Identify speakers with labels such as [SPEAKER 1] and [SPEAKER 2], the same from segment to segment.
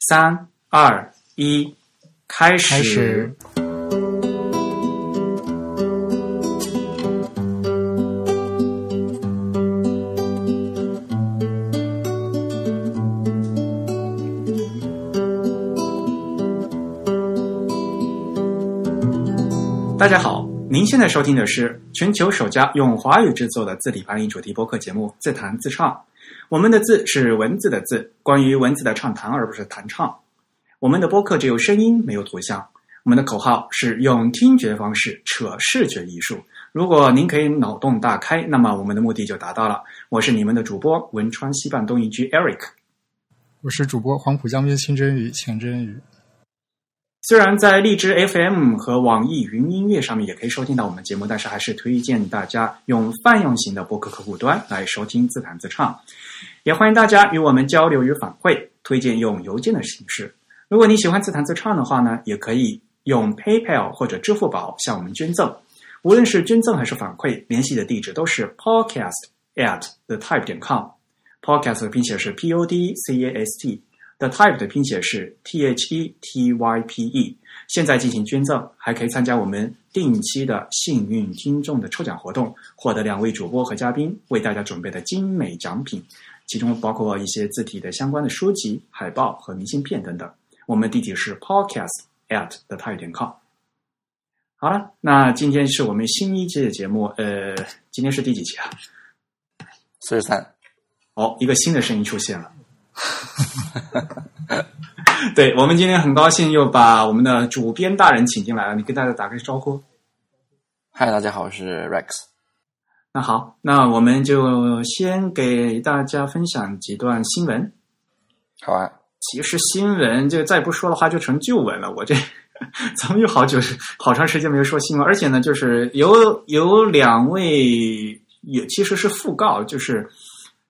[SPEAKER 1] 三二一，开始。
[SPEAKER 2] 开始
[SPEAKER 1] 大家好，您现在收听的是全球首家用华语制作的字里白音主题播客节目《自弹自唱》。我们的“字”是文字的“字”，关于文字的畅谈，而不是弹唱。我们的播客只有声音，没有图像。我们的口号是用听觉方式扯视觉艺术。如果您可以脑洞大开，那么我们的目的就达到了。我是你们的主播文川西半东一居 Eric。
[SPEAKER 2] 我是主播黄浦江边清蒸鱼钱蒸鱼。
[SPEAKER 1] 虽然在荔枝 FM 和网易云音乐上面也可以收听到我们节目，但是还是推荐大家用泛用型的播客客户端来收听自弹自唱。也欢迎大家与我们交流与反馈，推荐用邮件的形式。如果你喜欢自弹自唱的话呢，也可以用 PayPal 或者支付宝向我们捐赠。无论是捐赠还是反馈，联系的地址都是 podcast at the type 点 com。podcast 的拼写是 p o d c a s t。The Type 的拼写是 T H E T Y P E。现在进行捐赠，还可以参加我们定期的幸运听众的抽奖活动，获得两位主播和嘉宾为大家准备的精美奖品，其中包括一些字体的相关的书籍、海报和明信片等等。我们地址是 podcast at the type 点 com。好了，那今天是我们新一季的节目，呃，今天是第几期啊？
[SPEAKER 3] 四十三，
[SPEAKER 1] 哦，一个新的声音出现了。 对，我们今天很高兴又把我们的主编大人请进来了，你跟大家打个招呼。
[SPEAKER 3] 嗨，大家好，我是 Rex。
[SPEAKER 1] 那好，那我们就先给大家分享几段新闻。
[SPEAKER 3] 好啊，
[SPEAKER 1] 其实新闻就再不说的话，就成旧闻了。我这咱们有好久、好长时间没有说新闻，而且呢，就是有有两位也其实是讣告，就是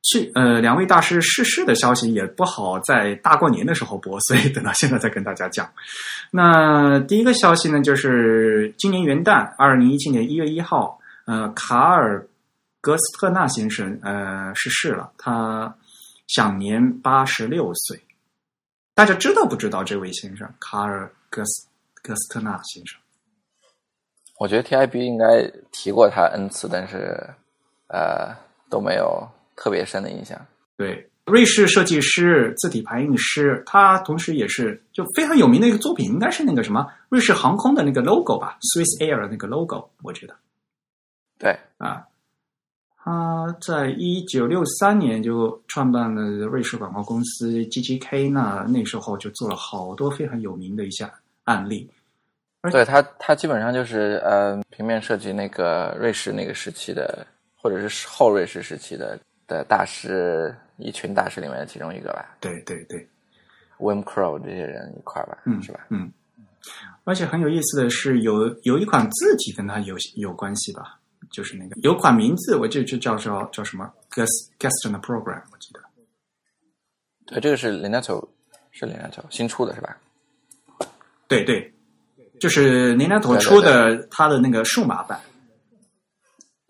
[SPEAKER 1] 去呃两位大师逝世的消息也不好在大过年的时候播，所以等到现在再跟大家讲。那第一个消息呢，就是今年元旦，二零一七年一月一号，呃，卡尔格斯特纳先生呃逝世了，他享年八十六岁。大家知道不知道这位先生卡尔格斯格斯特纳先生？
[SPEAKER 3] 我觉得 TIB 应该提过他 n 次，但是呃都没有特别深的印象。
[SPEAKER 1] 对，瑞士设计师、字体排印师，他同时也是就非常有名的一个作品，应该是那个什么瑞士航空的那个 logo 吧，Swiss Air 的那个 logo，我觉得。
[SPEAKER 3] 对，
[SPEAKER 1] 啊，他在一九六三年就创办了瑞士广告公司 GGK，那那时候就做了好多非常有名的一些案例。
[SPEAKER 3] 对他，他基本上就是呃平面设计那个瑞士那个时期的，或者是后瑞士时期的的大师一群大师里面的其中一个吧
[SPEAKER 1] 对对对，
[SPEAKER 3] ，Wim Crow 这些人一块儿吧，
[SPEAKER 1] 嗯
[SPEAKER 3] 是吧？
[SPEAKER 1] 嗯。而且很有意思的是，有有一款字体跟它有有关系吧，就是那个有款名字，我就就叫叫叫什么 Gas Gaston Program，我记得。
[SPEAKER 3] 对，这个是林纳球，是林纳球新出的是吧？
[SPEAKER 1] 对对，就是林南头出的它的那个数码版。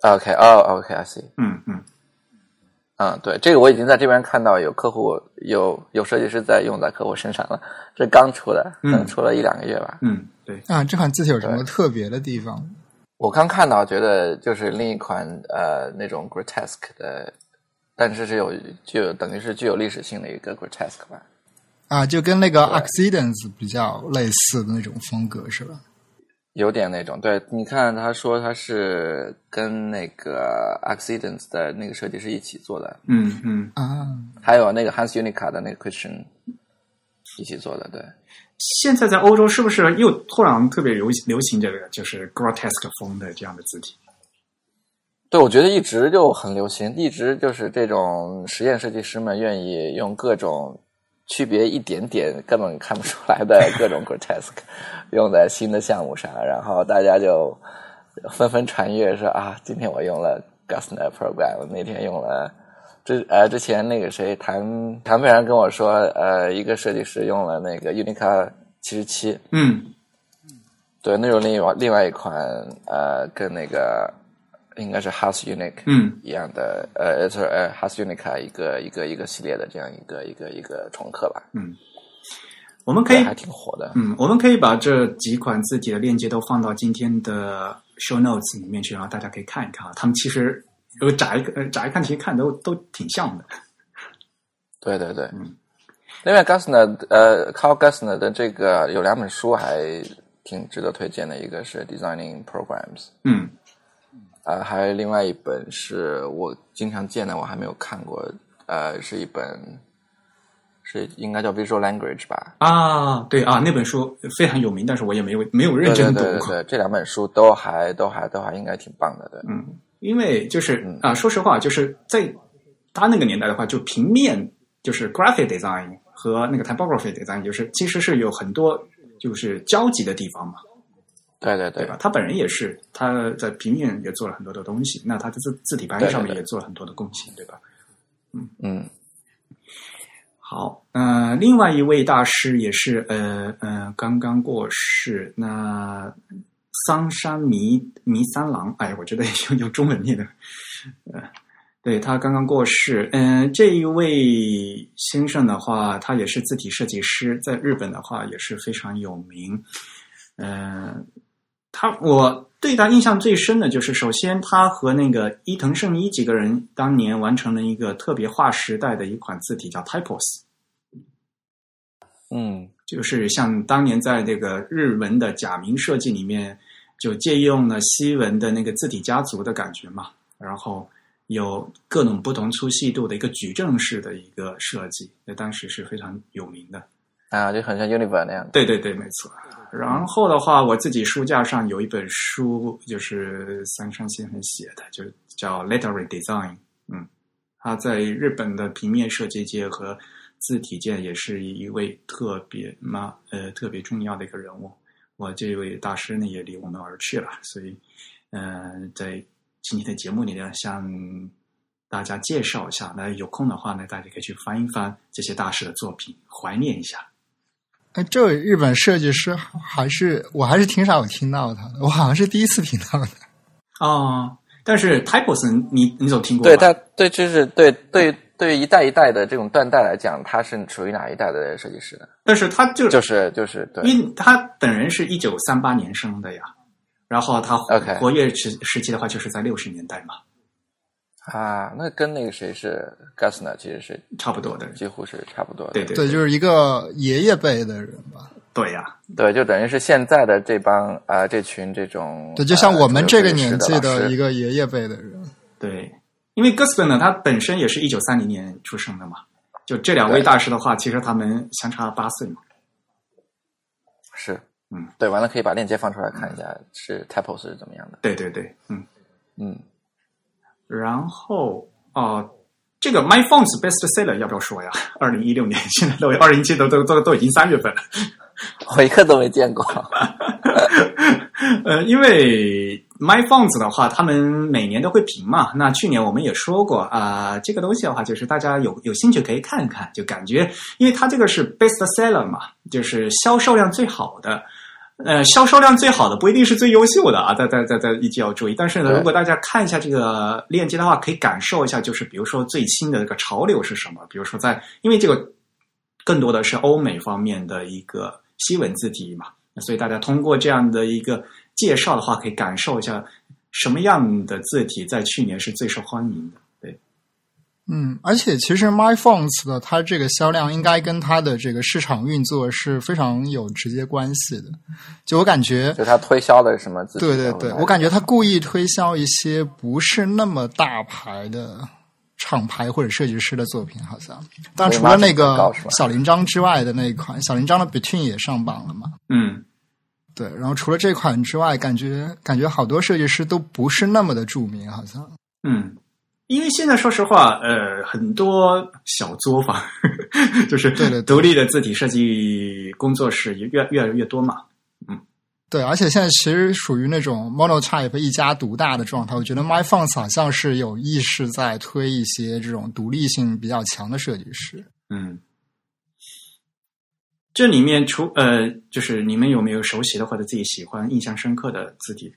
[SPEAKER 3] OK，哦，OK，I see。
[SPEAKER 1] 嗯嗯，
[SPEAKER 3] 嗯，对，这个我已经在这边看到有客户有有设计师在用在客户身上了，这刚出的，
[SPEAKER 1] 嗯
[SPEAKER 3] 可能出了一两个月吧。
[SPEAKER 1] 嗯，对，
[SPEAKER 2] 啊，这款字体有什么特别的地方？
[SPEAKER 3] 我刚看到，觉得就是另一款呃那种 grotesque 的，但是是有具有等于是具有历史性的一个 grotesque 吧。
[SPEAKER 2] 啊，就跟那个
[SPEAKER 3] 对
[SPEAKER 2] accidents 比较类似的那种风格是吧？
[SPEAKER 3] 有点那种，对，你看他说他是跟那个 Accidents 的那个设计师一起做的，
[SPEAKER 1] 嗯嗯，
[SPEAKER 2] 啊，
[SPEAKER 3] 还有那个 Hans Unica 的那个 Christian 一起做的，对，
[SPEAKER 1] 现在在欧洲是不是又突然特别流行流行这个就是 grotesque 风的这样的字体？
[SPEAKER 3] 对，我觉得一直就很流行，一直就是这种实验设计师们愿意用各种区别一点点根本看不出来的各种 grotesque 用在新的项目上，然后大家就纷纷传阅说啊，今天我用了 Gusner program，那天用了之呃之前那个谁谭谭佩然跟我说，呃，一个设计师用了那个 Unica 七十七，
[SPEAKER 1] 嗯
[SPEAKER 3] 对，那种另外另外一款呃，跟那个应该是 House Unique
[SPEAKER 1] 嗯
[SPEAKER 3] 一样的，呃，就是呃 House Unica 一个一个一个系列的这样一个一个一个重刻吧。
[SPEAKER 1] 嗯，我们可以
[SPEAKER 3] 还挺火的。
[SPEAKER 1] 嗯，我们可以把这几款字体的链接都放到今天的 show notes 里面去，然后大家可以看一看啊。他们其实如果乍一呃乍一看，其实看都都挺像的。
[SPEAKER 3] 对对对，
[SPEAKER 1] 嗯。
[SPEAKER 3] 另外，Gusner 呃，Carl Gusner 的这个有两本书还挺值得推荐的，一个是《Designing Programs》，
[SPEAKER 1] 嗯
[SPEAKER 3] 呃，还有另外一本是我经常见的，我还没有看过，呃，是一本是应该叫 Visual Language 吧，
[SPEAKER 1] 啊，对啊，那本书非常有名，但是我也没有没有认真
[SPEAKER 3] 对
[SPEAKER 1] 读
[SPEAKER 3] 对对
[SPEAKER 1] 过。
[SPEAKER 3] 对对，这两本书都还都还都还应该挺棒的，对，
[SPEAKER 1] 嗯，因为就是
[SPEAKER 3] 嗯
[SPEAKER 1] 啊、说实话，就是在他那个年代的话，就平面就是 graphic design 和那个 typography design，就是其实是有很多就是交集的地方嘛。
[SPEAKER 3] 对对
[SPEAKER 1] 对
[SPEAKER 3] 对
[SPEAKER 1] 吧？他本人也是，他在平面也做了很多的东西，那他在字字体排印上面
[SPEAKER 3] 对对对
[SPEAKER 1] 也做了很多的贡献，对吧？
[SPEAKER 3] 嗯，
[SPEAKER 1] 好，呃，另外一位大师也是呃呃刚刚过世，那桑山弥弥三郎，哎，我觉得用用中文念的，呃，对他刚刚过世，嗯、这一位先生的话，他也是字体设计师，在日本的话也是非常有名，嗯、他我对他印象最深的就是，首先他和那个伊藤圣一几个人当年完成了一个特别划时代的一款字体，叫 Typos，
[SPEAKER 3] 嗯，
[SPEAKER 1] 就是像当年在这个日文的假名设计里面，就借用了西文的那个字体家族的感觉嘛，然后有各种不同粗细度的一个矩阵式的一个设计，那当时是非常有名的。
[SPEAKER 3] 啊，就很像 Univer 那样的，
[SPEAKER 1] 对对对，没错。然后的话，我自己书架上有一本书，就是三上先生写的，就叫《Lettering Design》。嗯，他在日本的平面设计界和字体界也是一位特别嘛呃特别重要的一个人物。我这位大师呢也离我们而去了，所以，呃，在今天的节目里呢，向大家介绍一下。那有空的话呢，大家可以去翻一翻这些大师的作品，怀念一下。
[SPEAKER 2] 哎，这位日本设计师还是我还是挺少有听到他的，我 好像是第一次听到的。
[SPEAKER 1] 哦，但是 Typos 你你总听过
[SPEAKER 3] 对
[SPEAKER 1] 吧？
[SPEAKER 3] 他对就是对对对一代一代的这种断代来讲，他是属于哪一代的设计师呢？
[SPEAKER 1] 但是他就
[SPEAKER 3] 就是就是对，
[SPEAKER 1] 因为他本人是一九三八年生的呀，然后他
[SPEAKER 3] OK
[SPEAKER 1] 活跃时时期的话，就是在六十年代嘛，
[SPEAKER 3] 啊，那跟那个谁是 Gusner 其实是
[SPEAKER 1] 差不多的。
[SPEAKER 3] 几乎是差不多的。
[SPEAKER 1] 对对
[SPEAKER 2] 对，就是一个爷爷辈的人吧。
[SPEAKER 1] 对呀、
[SPEAKER 3] 对就等于是现在的这帮啊、这群这种啊
[SPEAKER 2] 对，就像我们这个年纪
[SPEAKER 3] 的
[SPEAKER 2] 的一
[SPEAKER 3] 个
[SPEAKER 2] 个爷爷辈的人。
[SPEAKER 1] 对，因为 g u s p e r 呢，他本身也是一九三零年出生的嘛，就这两位
[SPEAKER 3] 对
[SPEAKER 1] 大师的话，其实他们相差八岁嘛。
[SPEAKER 3] 是
[SPEAKER 1] 嗯，
[SPEAKER 3] 对，完了可以把链接放出来看一下，是 Typos 是怎么样的。
[SPEAKER 1] 对对对，嗯。
[SPEAKER 3] 嗯，
[SPEAKER 1] 然后哦、这个 My Phone's Best Seller 要不要说呀？二零一六年，现在都二零一七都都都都已经三月份了。
[SPEAKER 3] 我一个都没见过。
[SPEAKER 1] 呃，因为 My Fonts 的话，他们每年都会评嘛。那去年我们也说过啊、这个东西的话，就是大家有有兴趣可以看一看，就感觉，因为它这个是 best seller 嘛，就是销售量最好的。呃，销售量最好的不一定是最优秀的啊，大家大家一定要注意。但是呢，
[SPEAKER 3] 对
[SPEAKER 1] 如果大家看一下这个链接的话，可以感受一下，就是比如说最新的这个潮流是什么？比如说在，因为这个更多的是欧美方面的一个西文字体嘛，所以大家通过这样的一个介绍的话，可以感受一下什么样的字体在去年是最受欢迎的。对，
[SPEAKER 2] 嗯，而且其实 My Phones 的它这个销量应该跟它的这个市场运作是非常有直接关系的。就我感觉，
[SPEAKER 3] 就他推销的什么自己
[SPEAKER 2] 对对对，我感觉他故意推销一些不是那么大牌的厂牌或者设计师的作品，好像。但除了那
[SPEAKER 3] 广告
[SPEAKER 2] 个
[SPEAKER 3] 是吧
[SPEAKER 2] 小铃铛之外的那一款，小铃铛的 Between 也上榜了嘛？
[SPEAKER 1] 嗯，
[SPEAKER 2] 对，然后除了这款之外，感觉感觉好多设计师都不是那么的著名，好像。
[SPEAKER 1] 嗯，因为现在说实话，呃，很多小作坊 就是
[SPEAKER 2] 对对对
[SPEAKER 1] 独立的字体设计工作室也越越来越多嘛。
[SPEAKER 2] 对，而且现在其实属于那种 monotype 一家独大的状态。我觉得 My Fonts 好像是有意识在推一些这种独立性比较强的设计师。
[SPEAKER 1] 嗯，这里面除呃，就是你们有没有熟悉的或者自己喜欢、印象深刻的字体？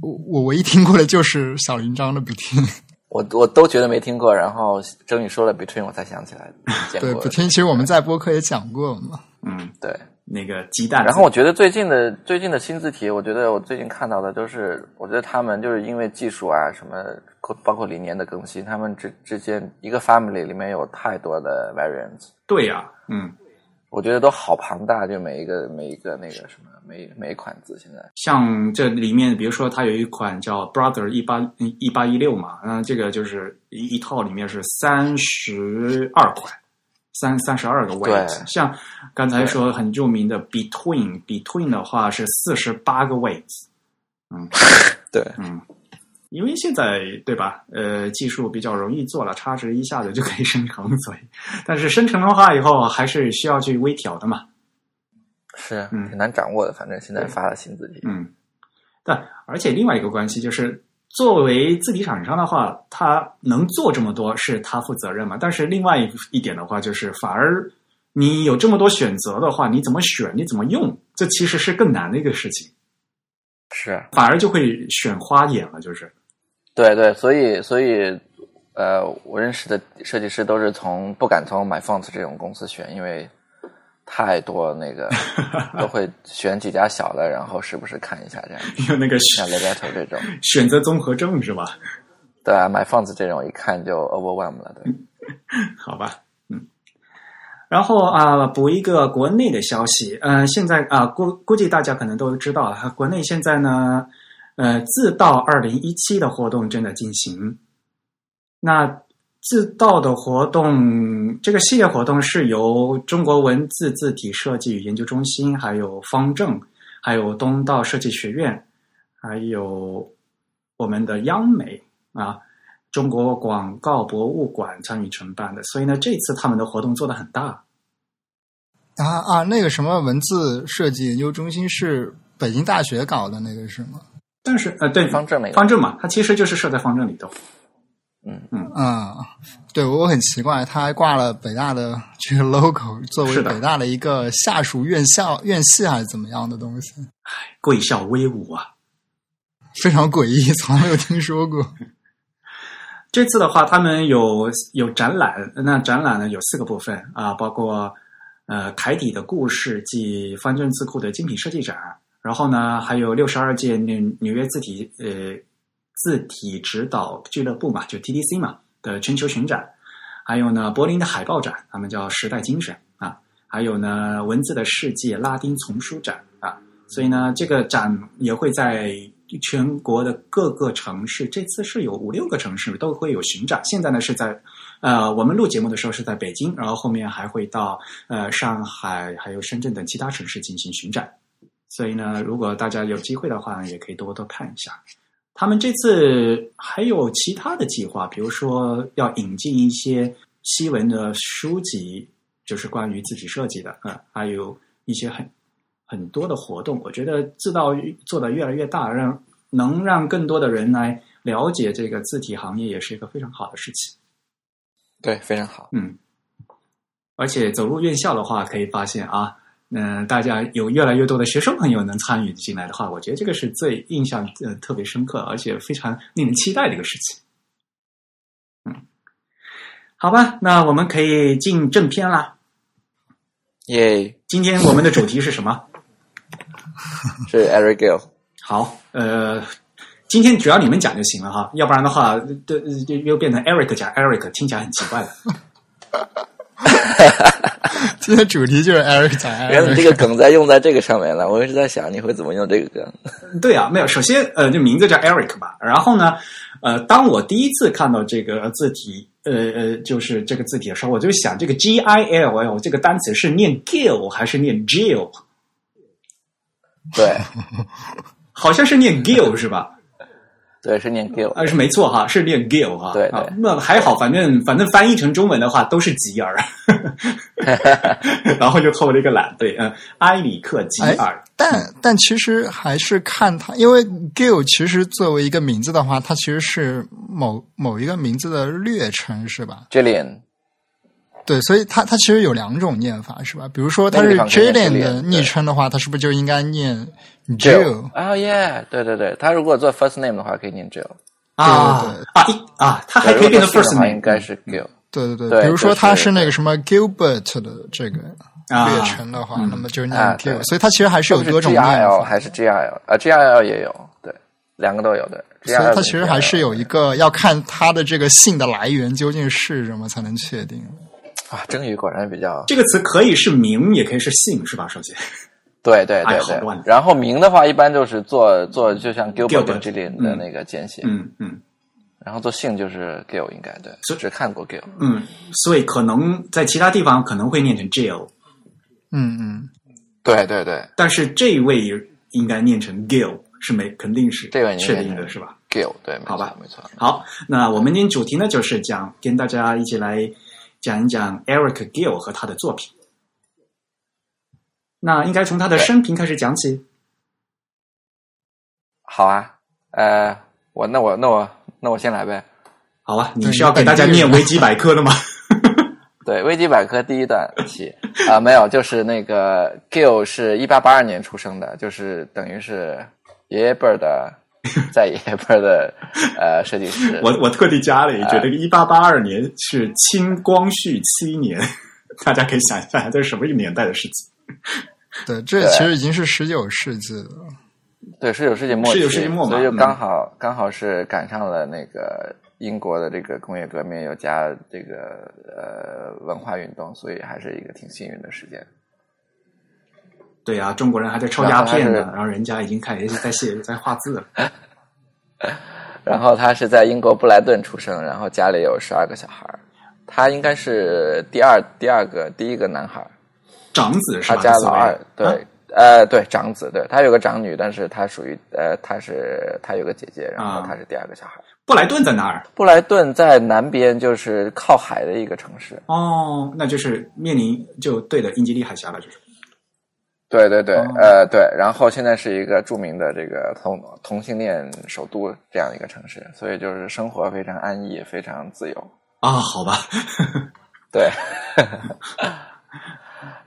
[SPEAKER 2] 我我唯一听过的就是小铃铛的 Between。
[SPEAKER 3] 我我都觉得没听过，然后郑宇说了 Between，我才想起来见
[SPEAKER 2] 对
[SPEAKER 3] 过
[SPEAKER 2] Between，其实我们在播客也讲过嘛。
[SPEAKER 1] 嗯，
[SPEAKER 3] 对。
[SPEAKER 1] 那个鸡蛋。
[SPEAKER 3] 然后我觉得最近的最近的新字体，我觉得我最近看到的都是，我觉得他们就是因为技术啊什么，包括理念的更新，他们之之间一个 family 里面有太多的 variants，
[SPEAKER 1] 对呀、嗯，
[SPEAKER 3] 我觉得都好庞大，就每一个每一个那个什么每每一款字现在。
[SPEAKER 1] 像这里面，比如说它有一款叫 Brother 一八一八一六嘛，嗯，这个就是一一套里面是三十二款，三三十二个
[SPEAKER 3] 对
[SPEAKER 1] weight。像刚才说很著名的 Between Between 的话是四十八个 weight，嗯
[SPEAKER 3] 对，
[SPEAKER 1] 因为现在对吧？呃，技术比较容易做了，差值一下子就可以生成，所以但是生成的话以后还是需要去微调的嘛。
[SPEAKER 3] 是
[SPEAKER 1] 嗯
[SPEAKER 3] 挺难掌握的，反正现在发的新字体。
[SPEAKER 1] 嗯，但而且另外一个关系就是，作为字体厂商的话，他能做这么多是他负责任嘛？但是另外一一点的话，就是反而你有这么多选择的话，你怎么选，你怎么用，这其实是更难的一个事情，
[SPEAKER 3] 是，
[SPEAKER 1] 反而就会选花眼了，就是
[SPEAKER 3] 对对，所以所以，呃，我认识的设计师都是从不敢从 MyFont 这种公司选，因为太多 那个都会选几家小的，然后时不时看一下这样。
[SPEAKER 1] 因为那个
[SPEAKER 3] 像
[SPEAKER 1] 选
[SPEAKER 3] Legato 这种，
[SPEAKER 1] 选择综合症是吧？
[SPEAKER 3] 对啊，MyFont 这种一看就 overwhelm 了，
[SPEAKER 1] 嗯
[SPEAKER 3] 对。
[SPEAKER 1] 好吧，嗯。然后啊、补一个国内的消息，嗯、现在啊、估估计大家可能都知道啊，国内现在呢，呃，自到二零一七的活动正在进行。那自到的活动，这个系列活动是由中国文字字体设计与研究中心，还有方正，还有东道设计学院，还有我们的央美啊，中国广告博物馆参与承办的，所以呢，这次他们的活动做得很大。
[SPEAKER 2] 啊啊，那个什么文字设计研究中心是北京大学搞的那个是吗？
[SPEAKER 1] 但是呃，对
[SPEAKER 3] 方正那个
[SPEAKER 1] 方正嘛，它其实就是设在方正里头。
[SPEAKER 2] 嗯，对我很奇怪，他还挂了北大的这个 logo 作为
[SPEAKER 1] 是的
[SPEAKER 2] 北大的一个下属院校院系还是怎么样的东西，
[SPEAKER 1] 贵校威武啊！
[SPEAKER 2] 非常诡异， 从来没有听说过。
[SPEAKER 1] 这次的话，他们有有展览，那展览呢有四个部分啊，包括呃凯底的故事及方正字库的精品设计展，然后呢还有六十二届纽纽约字体呃字体指导俱乐部嘛，就 TDC 嘛的全球巡展，还有呢柏林的海报展，他们叫时代精神啊，还有呢文字的世界拉丁丛书展啊，所以呢，这个展也会在全国的各个城市，这次是有五六个城市都会有巡展。现在呢是在，呃，我们录节目的时候是在北京，然后后面还会到呃上海、还有深圳等其他城市进行巡展。所以呢，如果大家有机会的话，也可以多多看一下。他们这次还有其他的计划，比如说要引进一些西文的书籍，就是关于字体设计的，嗯，还有一些很很多的活动。我觉得字道做得越来越大，让能让更多的人来了解这个字体行业，也是一个非常好的事情。
[SPEAKER 3] 对，非常好。
[SPEAKER 1] 嗯，而且走入院校的话，可以发现啊，嗯、大家有越来越多的学生朋友能参与进来的话，我觉得这个是最印象呃特别深刻，而且非常令人期待的一个事情。嗯，好吧，那我们可以进正片啦。
[SPEAKER 3] 耶，
[SPEAKER 1] 今天我们的主题是什么？
[SPEAKER 3] 是 Eric Gill。
[SPEAKER 1] 好，呃，今天只要你们讲就行了哈，要不然的话，呃这这又变成 Eric 讲 Eric，听起来很奇怪的。
[SPEAKER 2] 今天主题就是 Eric 讲 Eric，
[SPEAKER 3] 原来你这个梗在用在这个上面了，我一直在想你会怎么用这个梗。
[SPEAKER 1] 对啊，没有，首先呃，这名字叫 Eric 吧，然后呢，呃，当我第一次看到这个字体，呃呃，就是这个字体的时候，我就想这个 G I L L 这个单词是念 Gill 还是念 Jill？
[SPEAKER 3] 对，
[SPEAKER 1] 好像是念 Gill 是吧？
[SPEAKER 3] 对，是念 Gill。
[SPEAKER 1] 啊，是没错哈，是念 Gill 哈。
[SPEAKER 3] 对对
[SPEAKER 1] 啊，那还好，反正反正翻译成中文的话都是吉尔， 然后就偷了一个懒，对，嗯，埃里克吉
[SPEAKER 2] 哎
[SPEAKER 1] 尔，
[SPEAKER 2] 但但其实还是看他，因为 Gill 其实作为一个名字的话，它其实是某某一个名字的略称，是吧？
[SPEAKER 3] Jillian，
[SPEAKER 2] 对，所以它它其实有两种念法，是吧？比如说它
[SPEAKER 3] 那个
[SPEAKER 2] 是
[SPEAKER 3] 地方可以
[SPEAKER 2] Jalen
[SPEAKER 3] 念 Jillian，
[SPEAKER 2] 的
[SPEAKER 3] 对
[SPEAKER 2] 昵称的话，它是不是就应该念
[SPEAKER 3] Jill
[SPEAKER 2] Jill？
[SPEAKER 3] Oh 啊耶，对对对，他如果做 first name 的话，可以念 Jill。
[SPEAKER 1] 啊
[SPEAKER 2] 对对
[SPEAKER 1] 啊一啊，它还可以变成
[SPEAKER 3] 对如果是
[SPEAKER 1] first
[SPEAKER 3] 的话
[SPEAKER 1] name，
[SPEAKER 3] 应该是 Gill。
[SPEAKER 2] 对对
[SPEAKER 3] 对
[SPEAKER 2] 比如说
[SPEAKER 3] 就是
[SPEAKER 2] 它是那个什么 Gilbert 的这个略称的话，
[SPEAKER 1] 嗯
[SPEAKER 2] 那么就是念
[SPEAKER 3] 啊
[SPEAKER 2] Gill，、
[SPEAKER 3] 对
[SPEAKER 2] 所以它其实还是有
[SPEAKER 3] 是
[SPEAKER 2] 多种念
[SPEAKER 3] GRL
[SPEAKER 2] 法，
[SPEAKER 3] 还是 GRL 啊？GRL 也有，对，两个都有，
[SPEAKER 2] 所
[SPEAKER 3] 对。GRL
[SPEAKER 2] 以它其实还是有啊一个要看它的这个姓的来源究竟是什么才能确定。
[SPEAKER 3] 啊，蒸鱼果然比较
[SPEAKER 1] 这个词可以是名，也可以是姓，是吧？首先，
[SPEAKER 3] 对对
[SPEAKER 1] 哎
[SPEAKER 3] 对
[SPEAKER 1] 好乱
[SPEAKER 3] 对。然后名的话，一般就是做做就像 Gilbert
[SPEAKER 1] Gilbert，
[SPEAKER 3] Gillian
[SPEAKER 1] 嗯
[SPEAKER 3] 的那个简写，
[SPEAKER 1] 嗯嗯
[SPEAKER 3] 然后做姓就是 Gill 应该对
[SPEAKER 1] 所，以
[SPEAKER 3] 只看过 Gill。
[SPEAKER 1] 嗯，所以可能在其他地方可能会念成 Jill，
[SPEAKER 2] 嗯嗯，
[SPEAKER 3] 对对对
[SPEAKER 1] 但是这一位应该念成 Gill，是没肯定是
[SPEAKER 3] 这位应该
[SPEAKER 1] 确定的
[SPEAKER 3] 是
[SPEAKER 1] 是吧？
[SPEAKER 3] ，Gill 对，没
[SPEAKER 1] 好
[SPEAKER 3] 错
[SPEAKER 1] 吧
[SPEAKER 3] 没错。
[SPEAKER 1] 好，那我们今天主题呢，就是讲跟大家一起来讲一讲 Eric Gill 和他的作品。那应该从他的生平开始讲起。
[SPEAKER 3] 好啊，呃，我那我那我那我先来呗。
[SPEAKER 1] 好啊，你
[SPEAKER 2] 对
[SPEAKER 1] 是要给大家
[SPEAKER 2] 你本地
[SPEAKER 1] 念
[SPEAKER 2] 人
[SPEAKER 1] 维基百科的吗？
[SPEAKER 3] 对，维基百科第一段起啊、没有，就是那个 Gill 是一八八二年出生的，就是等于是爷爷辈 儿的，在爷爷辈儿的呃设计 师。
[SPEAKER 1] 我我特地加了一句，
[SPEAKER 3] 哎
[SPEAKER 1] 这个一八八二年是清光绪七年，大家可以想一下这是什么一个年代的事情。
[SPEAKER 2] 对，这
[SPEAKER 3] 对
[SPEAKER 2] 其实已经是十九世纪了。
[SPEAKER 3] 对，十九世纪末期，
[SPEAKER 1] 19世纪末嘛
[SPEAKER 3] 所以就
[SPEAKER 1] 嗯
[SPEAKER 3] 刚好、刚好是赶上了那个英国的这个工业革命，又加这个呃文化运动，所以还是一个挺幸运的时间。
[SPEAKER 1] 对啊，中国人还在抽鸦片呢
[SPEAKER 3] 然后他，是
[SPEAKER 1] 然后人家已经开始在写在画字了。
[SPEAKER 3] 然后他是在英国布莱顿出生，然后家里有十二个小孩儿，他应该是第二第二个第一个男孩儿，
[SPEAKER 1] 长子是
[SPEAKER 3] 他
[SPEAKER 1] 吧？
[SPEAKER 3] 家
[SPEAKER 1] 所
[SPEAKER 3] 老
[SPEAKER 1] 谓
[SPEAKER 3] 二
[SPEAKER 1] 的，
[SPEAKER 3] 对
[SPEAKER 1] 啊，
[SPEAKER 3] 呃，对，长子，对他有个长女，但是他属于呃，他是他有个姐姐，然后
[SPEAKER 1] 啊
[SPEAKER 3] 他是第二个小孩儿。
[SPEAKER 1] 布莱顿在哪儿？
[SPEAKER 3] 布莱顿在南边，就是靠海的一个城市。
[SPEAKER 1] 哦，那就是面临就对的英吉利海峡了，就是。
[SPEAKER 3] 对对对，
[SPEAKER 1] 哦
[SPEAKER 3] 呃，对，然后现在是一个著名的这个同同性恋首都这样一个城市，所以就是生活非常安逸，非常自由。
[SPEAKER 1] 啊，好吧，
[SPEAKER 3] 对，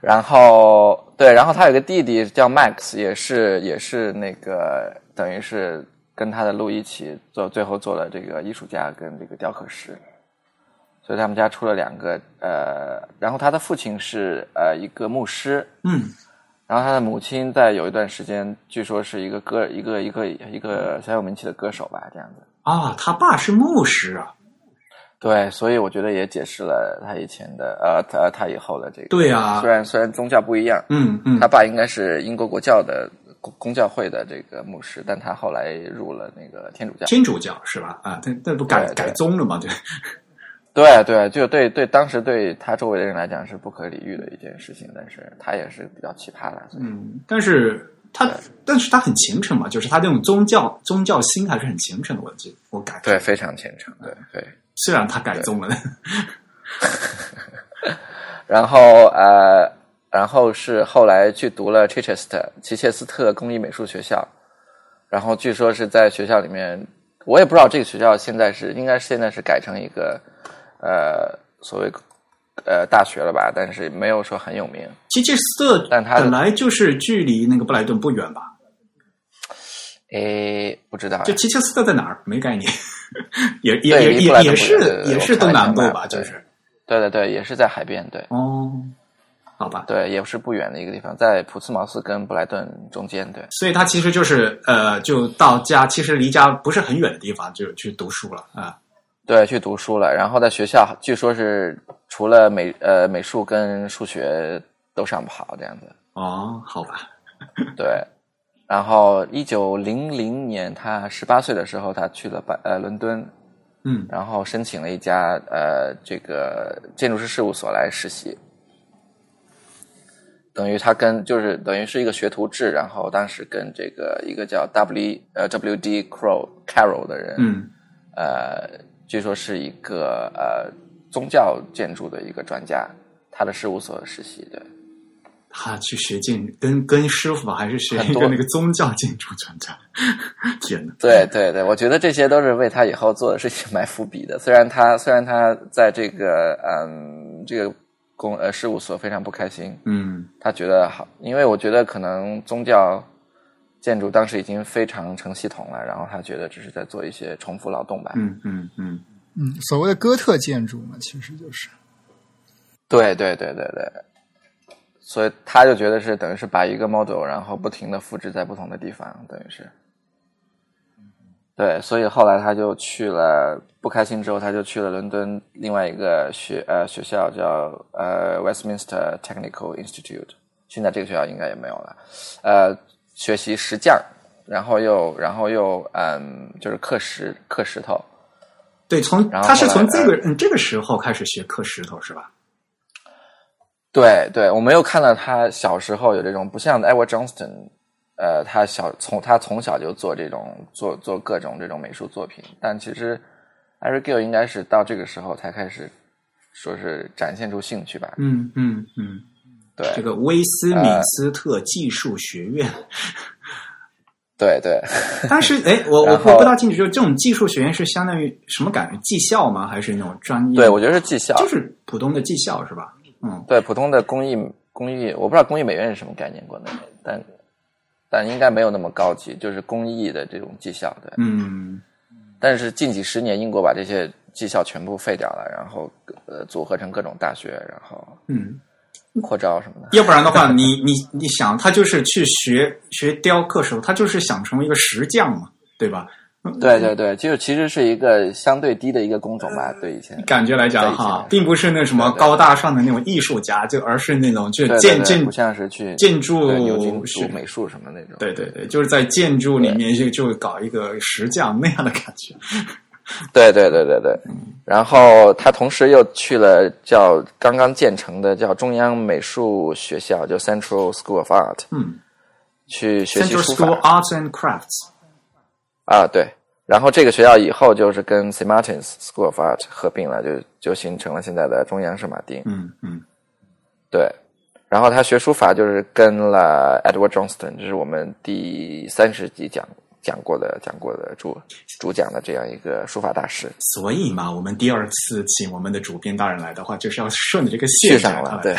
[SPEAKER 3] 然后对，然后他有个弟弟叫 Max，也是也是那个等于是跟他的路一起做，最后做了这个艺术家跟这个雕刻师，所以他们家出了两个呃，然后他的父亲是呃一个牧师，
[SPEAKER 1] 嗯，
[SPEAKER 3] 然后他的母亲在有一段时间，据说是一个歌一个一个一个小有名气的歌手吧，这样子。
[SPEAKER 1] 啊，他爸是牧师啊，
[SPEAKER 3] 对，所以我觉得也解释了他以前的呃他他以后的这个
[SPEAKER 1] 对啊
[SPEAKER 3] 虽然虽然宗教不一样，
[SPEAKER 1] 嗯嗯
[SPEAKER 3] 他，爸应该是英国国教的公公教会的这个牧师，但他后来入了那个天主教。
[SPEAKER 1] 天主教是吧？啊，他那不改
[SPEAKER 3] 对对
[SPEAKER 1] 改宗了吗？对，
[SPEAKER 3] 对对，就对对，当时对他周围的人来讲是不可理喻的一件事情，但是他也是比较奇葩的，所以
[SPEAKER 1] 嗯，但是他但是他很虔诚嘛，就是他这种宗教宗教心还是很虔诚的。我记得我改
[SPEAKER 3] 对非常虔诚，对对。
[SPEAKER 1] 虽然他改宗了，
[SPEAKER 3] 然后呃，然后是后来去读了 Chichester 奇切斯特工艺美术学校，然后据说是在学校里面，我也不知道这个学校现在是应该是现在是改成一个呃所谓呃大学了吧，但是没有说很有名。
[SPEAKER 1] 其实斯特
[SPEAKER 3] 但他的
[SPEAKER 1] 本来就是距离那个布莱顿不远吧？
[SPEAKER 3] 诶，不知道哎，
[SPEAKER 1] 就奇切斯特在哪儿？没概念， 也也
[SPEAKER 3] 对
[SPEAKER 1] 也
[SPEAKER 3] 离布莱
[SPEAKER 1] 也也
[SPEAKER 3] 顿不
[SPEAKER 1] 是
[SPEAKER 3] 远对
[SPEAKER 1] 也
[SPEAKER 3] 我
[SPEAKER 1] 是
[SPEAKER 3] 看
[SPEAKER 1] 东
[SPEAKER 3] 了一下
[SPEAKER 1] 南部
[SPEAKER 3] map，
[SPEAKER 1] 吧？就是
[SPEAKER 3] 对对对，也是在海边，对
[SPEAKER 1] 哦，好吧，
[SPEAKER 3] 对，也不是不远的一个地方，在普茨茅斯跟布莱顿中间，对。
[SPEAKER 1] 所以他其实就是呃，就到家，其实离家不是很远的地方就去读书了啊。
[SPEAKER 3] 对，去读书了，然后在学校据说是除了美呃美术跟数学都上不好这样子，
[SPEAKER 1] 哦，好吧，
[SPEAKER 3] 对。然后一九零零年，他十八岁的时候，他去了巴呃伦敦，
[SPEAKER 1] 嗯
[SPEAKER 3] 然后申请了一家呃这个建筑师事务所来实习，等于他跟就是等于是一个学徒制，然后当时跟这个一个叫 W 呃 W D Crow Carroll 的人，
[SPEAKER 1] 嗯
[SPEAKER 3] 呃，据说是一个呃宗教建筑的一个专家，他的事务所实习的。
[SPEAKER 1] 他去学建跟跟师傅还是学一
[SPEAKER 3] 很
[SPEAKER 1] 个
[SPEAKER 3] 多
[SPEAKER 1] 那个宗教建筑专家。 天哪，
[SPEAKER 3] 对对对，我觉得这些都是为他以后做的事情埋伏笔的。虽然他虽然他在这个嗯这个公呃事务所非常不开心，
[SPEAKER 1] 嗯
[SPEAKER 3] 他觉得好，因为我觉得可能宗教建筑当时已经非常成系统了，然后他觉得只是在做一些重复劳动吧。
[SPEAKER 1] 嗯嗯嗯，
[SPEAKER 2] 嗯，所谓的哥特建筑嘛，其实就是
[SPEAKER 3] 对对对对对，所以他就觉得是等于是把一个 model，然后不停的复制在不同的地方，等于是。对，所以后来他就去了，不开心之后他就去了伦敦另外一个学呃学校叫呃 Westminster Technical Institute，现在这个学校应该也没有了，呃，学习石匠，然后又然后又嗯就是刻石刻石头，
[SPEAKER 1] 对，从
[SPEAKER 3] 然后
[SPEAKER 1] 他是
[SPEAKER 3] 后
[SPEAKER 1] 从
[SPEAKER 3] 来
[SPEAKER 1] 这个嗯这个时候开始学刻石头是吧？
[SPEAKER 3] 对对，我没有看到他小时候有这种不像 Edward Johnston，呃，他小从他从小就做这种做做各种这种美术作品，但其实 Eric Gill 应该是到这个时候才开始说是展现出兴趣吧。
[SPEAKER 1] 嗯嗯嗯，
[SPEAKER 3] 对呃
[SPEAKER 1] 这个威斯敏斯特技术学院，
[SPEAKER 3] 对对，
[SPEAKER 1] 当时哎，我我
[SPEAKER 3] 然后
[SPEAKER 1] 我不大清楚，就是这种技术学院是相当于什么感觉？技校吗？还是那种专业？
[SPEAKER 3] 对我觉得是技校，
[SPEAKER 1] 嗯就是普通的技校是吧？嗯，
[SPEAKER 3] 对普通的工艺工艺，我不知道工艺美院是什么概念，国内，但但应该没有那么高级，就是工艺的这种技校，对。
[SPEAKER 1] 嗯
[SPEAKER 3] 但是近几十年，英国把这些技校全部废掉了，然后呃组合成各种大学，然后
[SPEAKER 1] 嗯，
[SPEAKER 3] 扩招什么 的。
[SPEAKER 1] 要不然的话，你你你想，他就是去学学雕刻时候，他就是想成为一个石匠嘛，对吧？
[SPEAKER 3] 对对对，就是其实是一个相对低的一个工种吧，对以前。
[SPEAKER 1] 感觉来讲哈，并不是那什么
[SPEAKER 3] 对对
[SPEAKER 1] 高大上的那种艺术家，就而是那种就
[SPEAKER 3] 对对
[SPEAKER 1] 建
[SPEAKER 3] 对，
[SPEAKER 1] 建
[SPEAKER 3] 不像是去
[SPEAKER 1] 建筑
[SPEAKER 3] 对牛津
[SPEAKER 1] 是
[SPEAKER 3] 读美术什么那种。
[SPEAKER 1] 对对对，就是在建筑里面就就搞一个石匠那样的感觉。
[SPEAKER 3] 对对对对对。然后他同时又去了叫刚刚建成的叫中央美术学校，就 Central School of Art，
[SPEAKER 1] 嗯
[SPEAKER 3] 去学习
[SPEAKER 1] ，Central
[SPEAKER 3] 书法。
[SPEAKER 1] School Arts and Crafts。
[SPEAKER 3] 啊，对。然后这个学校以后就是跟 St. Martin's School of Art 合并了，就就形成了现在的中央圣马丁。
[SPEAKER 1] 嗯嗯
[SPEAKER 3] 对。然后他学书法就是跟了 Edward Johnston，这是我们第三十集讲讲过的讲过的主主讲的这样一个书法大师。
[SPEAKER 1] 所以嘛，我们第二次请我们的主编大人来的话，就是要顺着这个
[SPEAKER 3] 续
[SPEAKER 1] 线
[SPEAKER 3] 上
[SPEAKER 1] 来
[SPEAKER 3] 了
[SPEAKER 1] 的，
[SPEAKER 3] 对，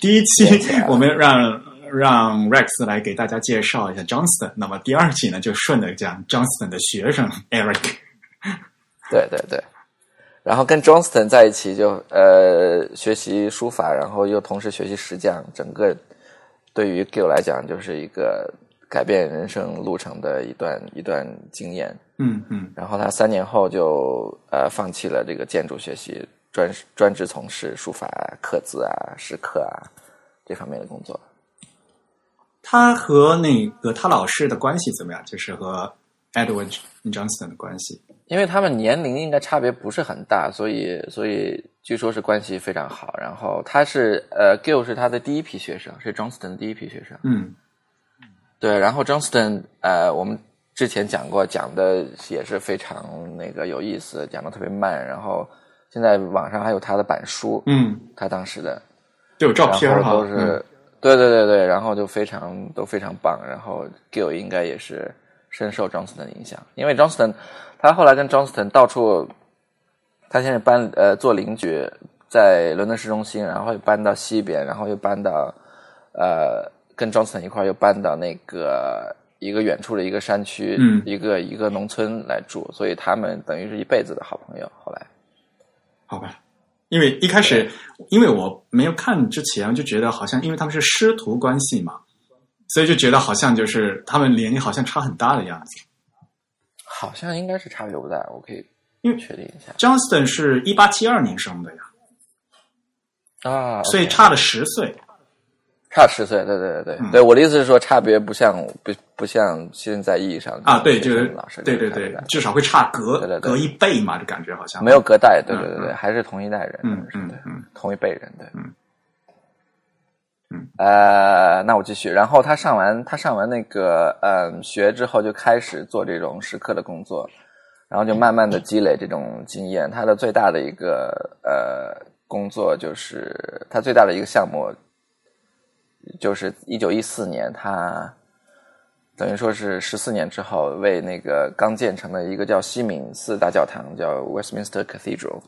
[SPEAKER 1] 第一期
[SPEAKER 3] 起来了
[SPEAKER 1] 我们让让 Rex 来给大家介绍一下 Johnston，那么第二期呢就顺着讲 Johnston 的学生 Eric。
[SPEAKER 3] 对对对。然后跟 Johnston 在一起就呃学习书法，然后又同时学习石匠，整个对于 Gill 来讲就是一个改变人生路程的一段一段经验。
[SPEAKER 1] 嗯嗯
[SPEAKER 3] 然后他三年后就呃放弃了这个建筑学习，专专职从事书法、刻字啊、石刻啊这方面的工作。
[SPEAKER 1] 他和那个他老师的关系怎么样？就是和 Edward Johnston 的关系。
[SPEAKER 3] 因为他们年龄应该差别不是很大，所以所以据说是关系非常好。然后他是呃，Gill 是他的第一批学生，是 Johnston 的第一批学生。
[SPEAKER 1] 嗯
[SPEAKER 3] 对，然后 Johnston 呃，我们之前讲过，讲的也是非常那个有意思，讲的特别慢。然后现在网上还有他的板书，
[SPEAKER 1] 嗯，
[SPEAKER 3] 他当时的。
[SPEAKER 1] 都有照片
[SPEAKER 3] 然
[SPEAKER 1] 哈。
[SPEAKER 3] 后都是、
[SPEAKER 1] 嗯
[SPEAKER 3] 对对对对，然后就非常都非常棒。然后 Gill 应该也是深受 Johnston 的影响，因为 Johnston 他后来跟 Johnston 到处，他现在搬呃做邻居，在伦敦市中心，然后又搬到西边，然后又搬到呃跟 Johnston 一块儿又搬到那个。一个远处的一个山区，
[SPEAKER 1] 嗯
[SPEAKER 3] 一个一个农村来住，所以他们等于是一辈子的好朋友。后来，
[SPEAKER 1] 好吧。因为一开始，因为我没有看之前，就觉得好像因为他们是师徒关系嘛，所以就觉得好像就是他们年龄好像差很大的样子。
[SPEAKER 3] 好像应该是差别不大，我可以
[SPEAKER 1] 因为
[SPEAKER 3] 确定一下
[SPEAKER 1] Johnston 是一八七二年生的呀，
[SPEAKER 3] 啊。
[SPEAKER 1] 所以
[SPEAKER 3] OK
[SPEAKER 1] 差了十岁。
[SPEAKER 3] 差十岁，对对对对、
[SPEAKER 1] 嗯
[SPEAKER 3] 对，我的意思是说，差别不像不不像现在意义上
[SPEAKER 1] 啊，对，就
[SPEAKER 3] 就是老师
[SPEAKER 1] 对对
[SPEAKER 3] 差别
[SPEAKER 1] 对
[SPEAKER 3] 大，
[SPEAKER 1] 至少会差隔
[SPEAKER 3] 对对对
[SPEAKER 1] 隔一倍嘛，就感觉好像
[SPEAKER 3] 没有隔代，对对
[SPEAKER 1] 嗯
[SPEAKER 3] 对
[SPEAKER 1] 嗯
[SPEAKER 3] 对，还是同一代人，
[SPEAKER 1] 嗯
[SPEAKER 3] 是
[SPEAKER 1] 嗯
[SPEAKER 3] 对
[SPEAKER 1] 嗯
[SPEAKER 3] 同一辈人，对，
[SPEAKER 1] 嗯嗯，
[SPEAKER 3] 呃，那我继续，然后他上完他上完那个嗯学之后，就开始做这种时刻的工作，然后就慢慢的积累这种经验。他的最大的一个呃工作就是他最大的一个项目，就是一九一四年他。等于说是十四年之后，为那个刚建成的一个叫西敏寺大教堂，叫 Westminster Cathedral，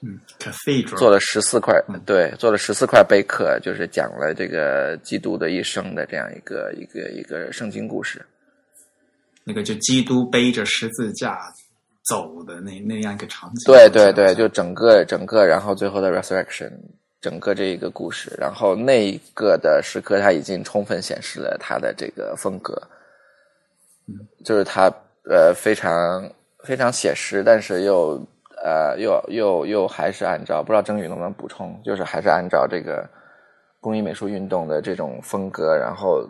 [SPEAKER 1] 嗯，cathedral
[SPEAKER 3] 做了十四块，对，做了十四块碑刻，就是讲了这个基督的一生的这样一个一个一个圣经故事。
[SPEAKER 1] 那个就基督背着十字架走的那那样一个场景。
[SPEAKER 3] 对对对，就整个整个，然后最后的 resurrection，整个这一个故事，然后那一个的时刻，他已经充分显示了他的这个风格，
[SPEAKER 1] 嗯，
[SPEAKER 3] 就是他呃非常非常写实，但是又呃又又又还是按照不知道郑宇能不能补充，就是还是按照这个工艺美术运动的这种风格，然后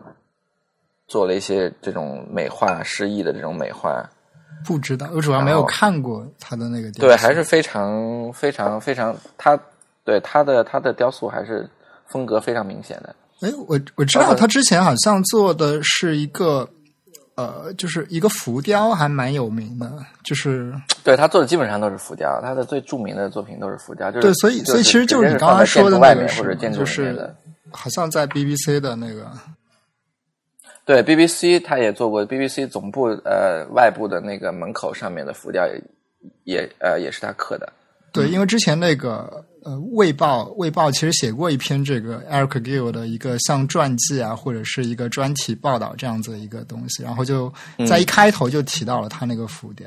[SPEAKER 3] 做了一些这种美化诗意的这种美化，
[SPEAKER 2] 不知道，我主要没有看过他的那个雕塑。
[SPEAKER 3] 对，还是非常非常非常，他对他的他的雕塑还是风格非常明显的。
[SPEAKER 2] 哎，我我知
[SPEAKER 3] 呃
[SPEAKER 2] 道他之前好像做的是一个呃，就是一个浮雕，还蛮有名的，就是
[SPEAKER 3] 对他做的基本上都是浮雕，他的最著名的作品都是浮雕。就是
[SPEAKER 2] 对，所以所以其实
[SPEAKER 3] 就
[SPEAKER 2] 就是你刚刚说那
[SPEAKER 3] 的外
[SPEAKER 2] 个
[SPEAKER 3] 面
[SPEAKER 2] 是
[SPEAKER 3] 或
[SPEAKER 2] 吗
[SPEAKER 3] 者建筑
[SPEAKER 2] 就
[SPEAKER 3] 里面的。
[SPEAKER 2] 是好像在 BBC 的那个
[SPEAKER 3] 对 BBC，他也做过 BBC 总部呃外部的那个门口上面的浮雕也也呃也是他刻的。
[SPEAKER 2] 对，因为之前那个呃，《卫报》《卫报》其实写过一篇这个 Eric Gill 的一个像传记啊，或者是一个专题报道这样子的一个东西，然后就
[SPEAKER 3] 嗯
[SPEAKER 2] 在一开头就提到了他那个浮雕，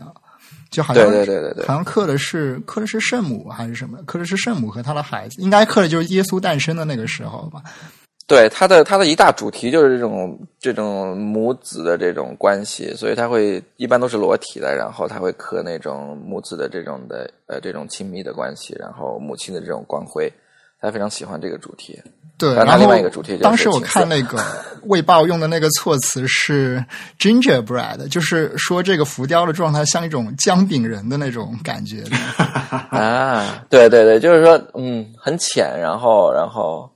[SPEAKER 2] 就好像
[SPEAKER 3] 对对对对对
[SPEAKER 2] 好像刻的是刻的是圣母还是什么，刻的是圣母和他的孩子，应该刻的就是耶稣诞生的那个时候吧。
[SPEAKER 3] 对他的他的一大主题就是这种这种母子的这种关系，所以他会一般都是裸体的，然后他会刻那种母子的这种的呃这种亲密的关系，然后母亲的这种光辉，他非常喜欢这个主题。
[SPEAKER 2] 对，
[SPEAKER 3] 然后
[SPEAKER 2] 然后
[SPEAKER 3] 啊另外一个主题就是
[SPEAKER 2] 当时我
[SPEAKER 3] 青
[SPEAKER 2] 看
[SPEAKER 3] 色
[SPEAKER 2] 那个 《卫报》用的那个措辞是 gingerbread，就是说这个浮雕的状态像一种姜饼人的那种感觉。
[SPEAKER 3] 啊，对对对，就是说嗯很浅，然后然后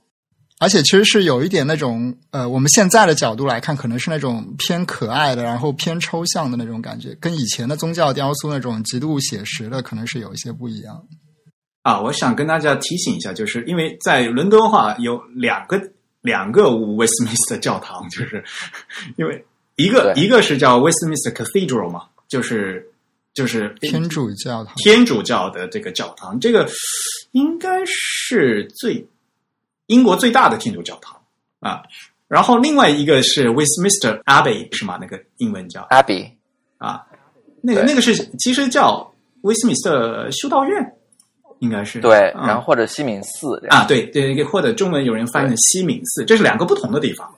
[SPEAKER 2] 而且其实是有一点那种，呃，我们现在的角度来看，可能是那种偏可爱的，然后偏抽象的那种感觉，跟以前的宗教雕塑那种极度写实的，可能是有一些不一样。
[SPEAKER 3] 嗯
[SPEAKER 1] 啊，我想跟大家提醒一下，就是因为在伦敦的话有两个两个威斯敏斯特教堂，就是因为一个
[SPEAKER 3] 对
[SPEAKER 1] 一个是叫威斯敏斯特 Cathedral 嘛，就是就是
[SPEAKER 2] 天主教堂，
[SPEAKER 1] 天主教的这个教堂，这个应该是最英国最大的天主教堂啊。然后另外一个是 Westminster Abbey 是吗？那个英文叫
[SPEAKER 3] 阿比
[SPEAKER 1] 啊，那个
[SPEAKER 3] 对
[SPEAKER 1] 那个是其实叫威斯敏斯特修道院，应该是
[SPEAKER 3] 对，
[SPEAKER 1] 嗯
[SPEAKER 3] 然后或者西敏寺这样
[SPEAKER 1] 啊，对对，或者中文有人翻译成西敏寺，这是两个不同的地方。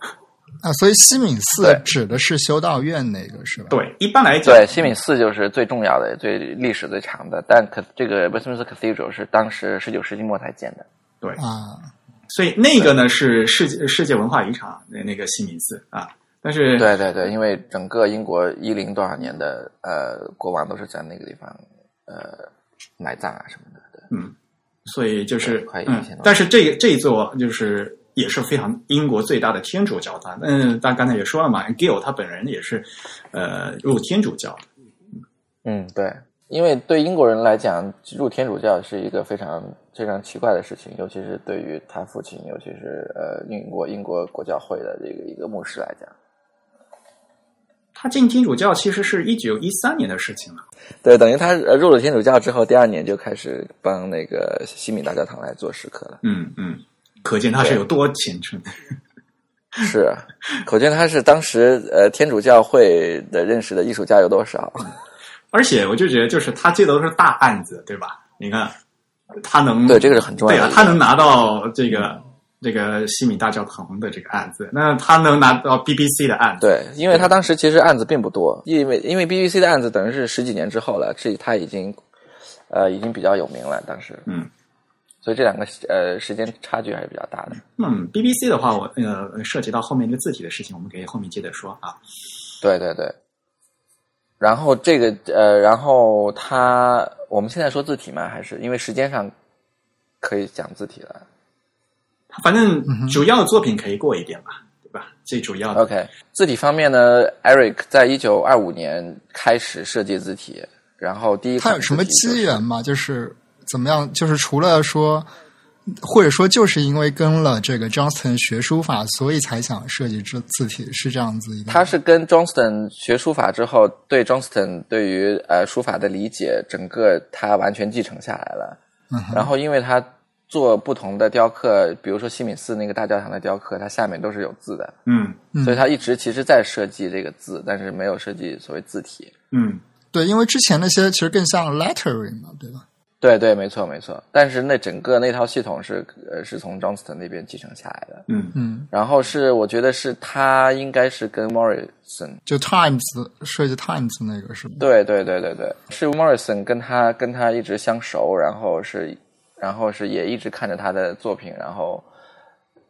[SPEAKER 2] 啊，所以西敏寺
[SPEAKER 3] 对
[SPEAKER 2] 指的是修道院那个是吧？
[SPEAKER 1] 对，一般来讲，
[SPEAKER 3] 对，西敏寺就是最重要的、最历史最长的，但可这个 Westminster Cathedral 是当时十九世纪末才建的。
[SPEAKER 1] 对，
[SPEAKER 2] 啊，
[SPEAKER 1] 所以那个呢是世界世界文化遗产那那个西敏寺啊，但 是
[SPEAKER 3] 对对对，因为整个英国一零多少年的呃国王都是在那个地方呃埋葬啊什么的。对
[SPEAKER 1] 所以就是
[SPEAKER 3] 对快一
[SPEAKER 1] 嗯
[SPEAKER 3] 千多，
[SPEAKER 1] 但是这这一座就是也是非常英国最大的天主教堂。嗯，但刚才也说了嘛，Gill 他本人也是呃入天主教的。
[SPEAKER 3] 嗯，对，因为对英国人来讲，入天主教是一个非常非常奇怪的事情，尤其是对于他父亲，尤其是呃英国英国国教会的这个一个牧师来讲。
[SPEAKER 1] 他进天主教其实是一九一三年的事情了。
[SPEAKER 3] 对，等于他呃入了天主教之后，第二年就开始帮那个西敏大教堂来做石刻了。
[SPEAKER 1] 嗯嗯，可见他是有多虔诚。
[SPEAKER 3] 是，啊可见他是当时呃天主教会的认识的艺术家有多 少？
[SPEAKER 1] 而且我就觉得，就是他接的都是大案子，对吧？你看，他能
[SPEAKER 3] 对，这个是很重
[SPEAKER 1] 对
[SPEAKER 3] 要
[SPEAKER 1] 啊
[SPEAKER 3] 的，。
[SPEAKER 1] 他能拿到这个这个西敏大教堂的这个案子，那他能拿到 BBC 的 案子。
[SPEAKER 3] 对，因为他当时其实案子并不多，因为因为 BBC 的案子等于是十几年之后了，这他已经呃已经比较有名了，当时，
[SPEAKER 1] 嗯，
[SPEAKER 3] 所以这两个呃时间差距还是比较大的。
[SPEAKER 1] 嗯，BBC 的话，我呃涉及到后面一个字体的事情，我们可以后面接着说啊。
[SPEAKER 3] 对对对。然后这个呃，然后他我们现在说字体吗？还是因为时间上可以讲字体了
[SPEAKER 1] 啊反
[SPEAKER 2] 嗯
[SPEAKER 1] 正主要的作品可以过一遍吧，对吧？最主要的，
[SPEAKER 3] OK，字体方面呢，Eric 在一九二五年开始设计字体，然后第一
[SPEAKER 2] 它
[SPEAKER 3] 款
[SPEAKER 2] 有什么
[SPEAKER 3] 字体就是
[SPEAKER 2] 机缘吗？就是怎么样？就是除了说，或者说就是因为跟了这个 Johnston 学书法，所以才想设计这字体，是这样子一个。
[SPEAKER 3] 他是跟 Johnston 学书法之后，对 Johnston 对于呃书法的理解，整个他完全继承下来了。
[SPEAKER 2] 嗯哼
[SPEAKER 3] 然后因为他做不同的雕刻，比如说西敏寺那个大教堂的雕刻，它下面都是有字的，
[SPEAKER 1] 嗯
[SPEAKER 2] 嗯
[SPEAKER 3] 所以它一直其实在设计这个字，但是没有设计所谓字体。
[SPEAKER 1] 嗯
[SPEAKER 2] 对，因为之前那些其实更像 lettering 嘛，对吧？
[SPEAKER 3] 对对，没错没错。但是那整个那套系统是呃是从 Johnston 那边继承下来的，
[SPEAKER 1] 嗯
[SPEAKER 2] 嗯，
[SPEAKER 3] 然后是我觉得是他应该是跟 Morrison
[SPEAKER 2] 就 Times 设计 Times 那个是吧？
[SPEAKER 3] 对对对对对，是 Morrison 跟他跟他一直相熟，然后是然后是也一直看着他的作品，然后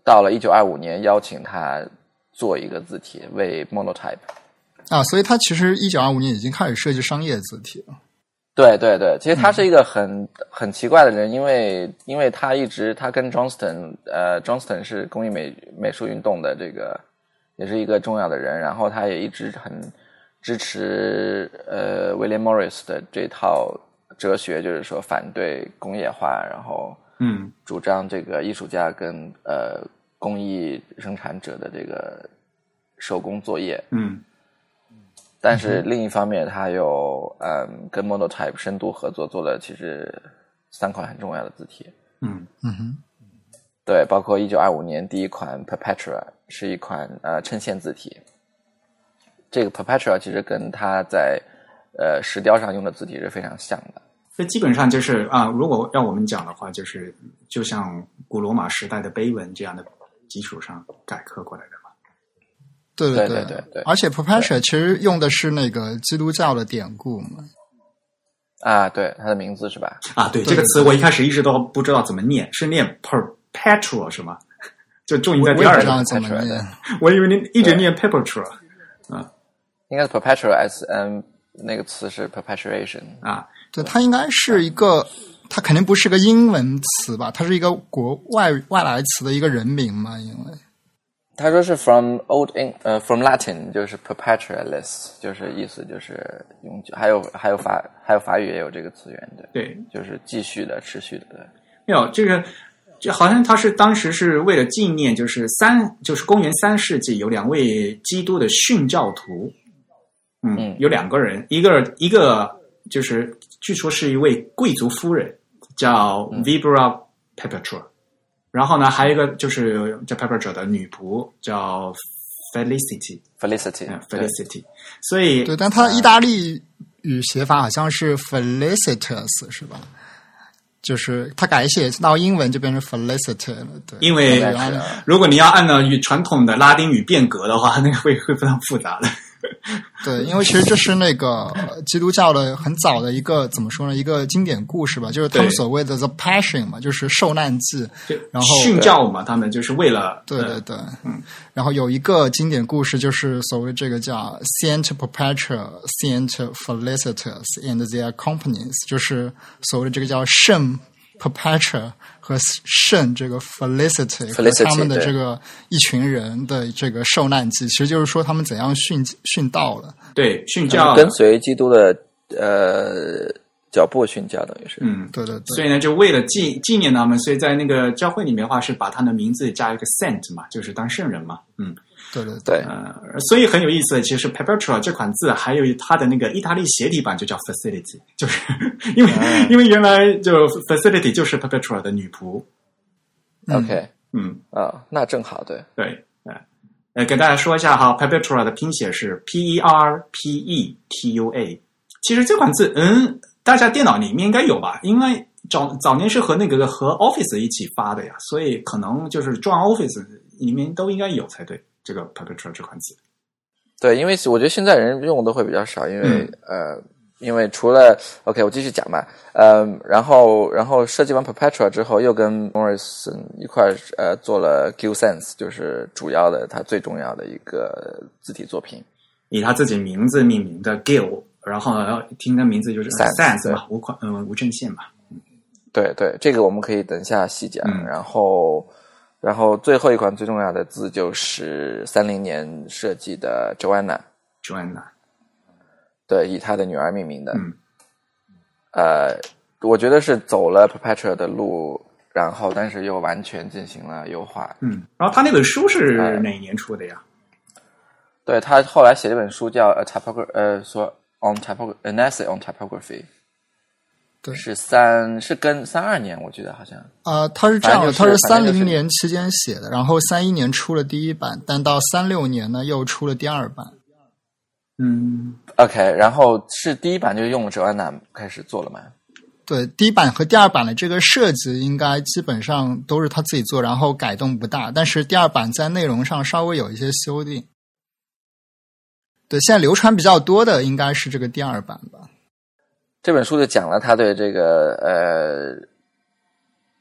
[SPEAKER 3] 到了一九二五年邀请他做一个字体为 Monotype。
[SPEAKER 2] 啊，所以它其实一九二五年已经开始设计商业字体了。
[SPEAKER 3] 对对对，其实他是一个很、很奇怪的人，因为因为他一直他跟 Johnston 呃 Johnston 是工艺美美术运动的这个也是一个重要的人，然后他也一直很支持呃威廉 Morris 的这套哲学，就是说反对工业化，然后
[SPEAKER 1] 嗯
[SPEAKER 3] 主张这个艺术家跟呃工艺生产者的这个手工作业，
[SPEAKER 1] 嗯
[SPEAKER 3] 但是另一方面，它又嗯跟 Monotype 深度合作，做了其实三款很重要的字体，
[SPEAKER 1] 嗯
[SPEAKER 2] 嗯哼，
[SPEAKER 3] 对，包括一九二五年第一款 Perpetua 是一款呃衬线字体，这个 Perpetua 其实跟它在呃石雕上用的字体是非常像的，
[SPEAKER 1] 那基本上就是啊，如果让我们讲的话，就是就像古罗马时代的碑文这样的基础上改刻过来的嘛。
[SPEAKER 2] 对
[SPEAKER 3] 对
[SPEAKER 2] 对
[SPEAKER 3] 对对对
[SPEAKER 2] 而且 Perpetua 其实用的是那个基督教的典故嘛。
[SPEAKER 3] 啊，对，它的名字是吧？
[SPEAKER 1] 啊，对
[SPEAKER 2] 对
[SPEAKER 1] 这个词，我一开始一直都不知道怎么念，是念 perpetual 是吗？ 就重音在
[SPEAKER 2] 我
[SPEAKER 1] 第
[SPEAKER 2] 也不
[SPEAKER 1] 二
[SPEAKER 2] 知
[SPEAKER 1] 个，
[SPEAKER 2] 道怎么念。
[SPEAKER 1] 我以为你一直念 perpetual
[SPEAKER 3] 应该是 Perpetua S M 那个词是 perpetuation，
[SPEAKER 1] 啊，
[SPEAKER 2] 对，它应该是一个，它肯定不是个英文词吧？它是一个国外外来词的一个人名嘛？因为
[SPEAKER 3] 他说是 from old Eng 呃 from Latin，就是 perpetualist，就是意思就是永久，还有还有法还有法语也有这个词源的，
[SPEAKER 1] 对，
[SPEAKER 3] 就是继续的、持续的。对
[SPEAKER 1] 没有这个，就好像他是当时是为了纪念，就是三，就是公元三世纪有两位基督的殉教徒，嗯，
[SPEAKER 3] 嗯
[SPEAKER 1] 有两个人，一个一个就是据说是一位贵族夫人，叫
[SPEAKER 3] 嗯
[SPEAKER 1] Vibra Perpetua，、然后呢，还有一个就是叫 Perpetua 的女仆叫 Felicity，
[SPEAKER 3] Felicity，
[SPEAKER 1] 嗯
[SPEAKER 3] 对
[SPEAKER 1] ，Felicity，所以
[SPEAKER 2] 对，但它意大利语写法好像是 felicitas 是吧？就是它改写到英文就变成 felicity 了，对，
[SPEAKER 1] 因为
[SPEAKER 2] 对
[SPEAKER 3] 应该是啊
[SPEAKER 1] 如果你要按照与传统的拉丁语变革的话，那个会会非常复杂的。
[SPEAKER 2] 对，因为其实这是那个呃基督教的很早的一个怎么说呢，一个经典故事吧，就是他们
[SPEAKER 1] 对
[SPEAKER 2] 所谓的 the passion 嘛，就是受难记。
[SPEAKER 1] 对
[SPEAKER 2] 然后
[SPEAKER 1] 训教嘛，他们就是为了
[SPEAKER 2] 对对
[SPEAKER 1] 呃
[SPEAKER 2] 对，然后有一个经典故事，就是所谓这个叫 Saint Perpetua、Saint Felicitas and their companies，就是所谓的这个叫圣 Perpetua 和圣这个 Felicity 和
[SPEAKER 3] Felicity，
[SPEAKER 2] 他们的
[SPEAKER 3] 对
[SPEAKER 2] 这个一群人的这个受难记，其实就是说他们怎样殉殉道了。
[SPEAKER 1] 对训
[SPEAKER 3] 他
[SPEAKER 1] 教
[SPEAKER 3] 们，跟随基督的呃脚步训教，等于是。
[SPEAKER 1] 嗯，
[SPEAKER 2] 对对对。
[SPEAKER 1] 所以呢，就为了纪纪念他们，所以在那个教会里面的话是把他的名字加一个 saint 嘛，就是当圣人嘛，嗯，
[SPEAKER 2] 对对对，
[SPEAKER 3] 对，
[SPEAKER 1] 呃，所以很有意思的，其实 perpetua 这款字还有它的那个意大利斜体版就叫 facility，就是 因为、
[SPEAKER 3] 嗯
[SPEAKER 1] 因为原来就 facility 就是 perpetua 的女仆，
[SPEAKER 2] 嗯
[SPEAKER 3] OK
[SPEAKER 1] 嗯，
[SPEAKER 3] 啊，那正好对。
[SPEAKER 1] 对，呃，呃，给大家说一下哈，perpetua 的拼写是 p e r p e t u a。其实这款字，嗯，大家电脑里面应该有吧？因为早早年是和那个和 Office 一起发的呀，所以可能就是装 Office 里面都应该有才对。这个 perpetua 这款字，
[SPEAKER 3] 对，因为我觉得现在人用的会比较少，因为、
[SPEAKER 1] 嗯
[SPEAKER 3] 呃，因为除了 OK，我继续讲吧，呃，然后然后设计完 Perpetua 之后，又跟 Morrison 一块儿呃做了 Q Sense，就是主要的他最重要的一个字体作品。
[SPEAKER 1] 以他自己名字命名的 Gill，然后呢，听他名字就是
[SPEAKER 3] Sans，
[SPEAKER 1] Sans 嘛，无款嗯、无阵线嘛，
[SPEAKER 3] 对对，这个我们可以等一下细讲。
[SPEAKER 1] 嗯
[SPEAKER 3] 然后然后最后一款最重要的字就是三零年设计的 Joanna，
[SPEAKER 1] Joanna，
[SPEAKER 3] 对，以他的女儿命名的。
[SPEAKER 1] 嗯
[SPEAKER 3] 呃，我觉得是走了 Perpetua 的路，然后但是又完全进行了优化。
[SPEAKER 1] 嗯，哎然后他那本书是哪一年出的呀？
[SPEAKER 3] 对他后来写了一本书叫《A Typography》，呃，说 On Typography，an essay on typography。
[SPEAKER 2] 对
[SPEAKER 3] 是三是跟三二年，我记得好像
[SPEAKER 2] 啊、他是这样的，
[SPEAKER 3] 反
[SPEAKER 2] 他
[SPEAKER 3] 正就是
[SPEAKER 2] 三
[SPEAKER 3] 反正就是
[SPEAKER 2] 零年期间写的，然后三一年出了第一版，但到三六年呢又出了第二版。
[SPEAKER 1] 嗯，
[SPEAKER 3] OK，然后是第一版就用了折弯南开始做了嘛？
[SPEAKER 2] 对，第一版和第二版的这个设计应该基本上都是他自己做，然后改动不大。但是第二版在内容上稍微有一些修订。对，现在流传比较多的应该是这个第二版吧。
[SPEAKER 3] 这本书就讲了他对这个呃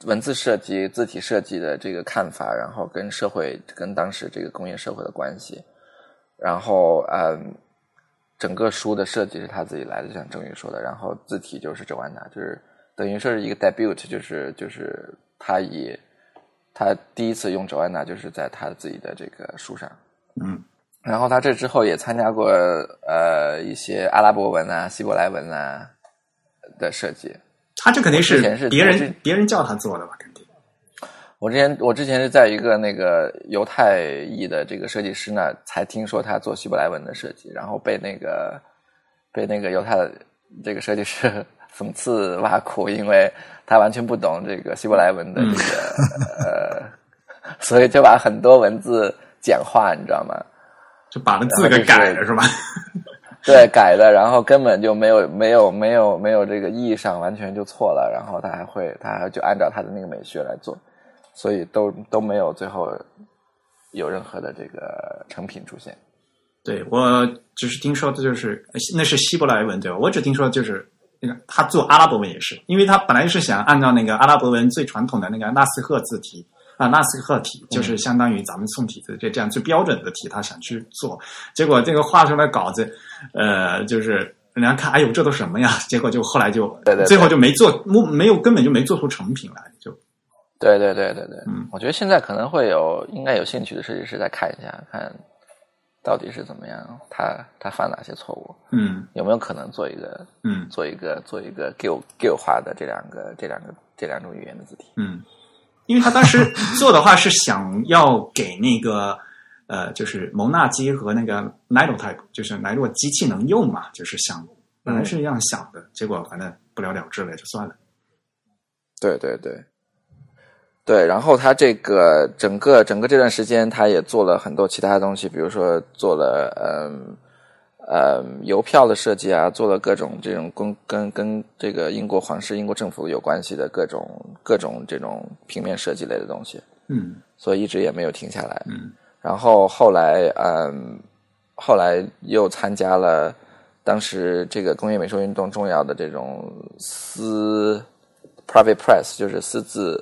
[SPEAKER 3] 文字设计、字体设计的这个看法，然后跟社会、跟当时这个工业社会的关系，然后嗯，整个书的设计是他自己来的，就像郑宇说的，然后字体就是周安娜，就是等于说是一个 debut，就是就是他以他第一次用周安娜，就是在他自己的这个书上，
[SPEAKER 1] 嗯
[SPEAKER 3] 然后他这之后也参加过呃一些阿拉伯文啊、希伯来文啊的设计。
[SPEAKER 1] 他这肯定
[SPEAKER 3] 我之前是
[SPEAKER 1] 别
[SPEAKER 3] 我之
[SPEAKER 1] 人别人叫他做的吧？肯定。
[SPEAKER 3] 我之前我之前是在一个那个犹太裔的这个设计师那才听说他做希伯来文的设计，然后被那个被那个犹太的这个设计师讽刺挖苦，因为他完全不懂这个 希伯来文的这个、呃，所以就把很多文字简化，你知道吗？
[SPEAKER 1] 就把那
[SPEAKER 3] 啊
[SPEAKER 1] 字给改了是吧？
[SPEAKER 3] 对，改的，然后根本就没有没有没有没有这个意义上完全就错了，然后他还会他还就按照他的那个美学来做，所以都都没有最后有任何的这个成品出现。
[SPEAKER 1] 对我只是听说的就是呃那是希伯来文对吧？我只听说就是那个他做阿拉伯文也是，因为他本来是想按照那个阿拉伯文最传统的那个纳斯赫字体啊、纳斯赫体，
[SPEAKER 3] 嗯
[SPEAKER 1] 就是相当于咱们宋体字这这样最标准的体，他想去做，结果这个画出来稿子，呃，就是。人家看，哎呦，这都什么呀？结果就后来就，
[SPEAKER 3] 对对对
[SPEAKER 1] 最后就没做，没没有，根本就没做出成品来，就
[SPEAKER 3] 对对对对对，
[SPEAKER 1] 嗯
[SPEAKER 3] 我觉得现在可能会有应该有兴趣的设计师再看一下，看到底是怎么样，他他犯哪些错误，
[SPEAKER 1] 嗯
[SPEAKER 3] 有没有可能做一个
[SPEAKER 1] 嗯
[SPEAKER 3] 做一个做一个 g i l g i l 化的这两个这两个这两种语言的字体。
[SPEAKER 1] 嗯，因为他当时做的话是想要给那个呃，就是蒙纳基和那个 Nidotype，就是莱洛机器能用嘛，就是想本来是这样想的，结果反正不了了之了，也就算了。
[SPEAKER 3] 对对对，对。然后他这个整个整个这段时间，他也做了很多其他的东西，比如说做了嗯嗯邮票的设计啊，做了各种这种跟跟跟这个英国皇室、英国政府有关系的各种各种这种平面设计类的东西。
[SPEAKER 1] 嗯
[SPEAKER 3] 所以一直也没有停下来。
[SPEAKER 1] 嗯，
[SPEAKER 3] 然后后来，嗯，后来又参加了当时这个工业美术运动重要的这种私 private press，就是私自，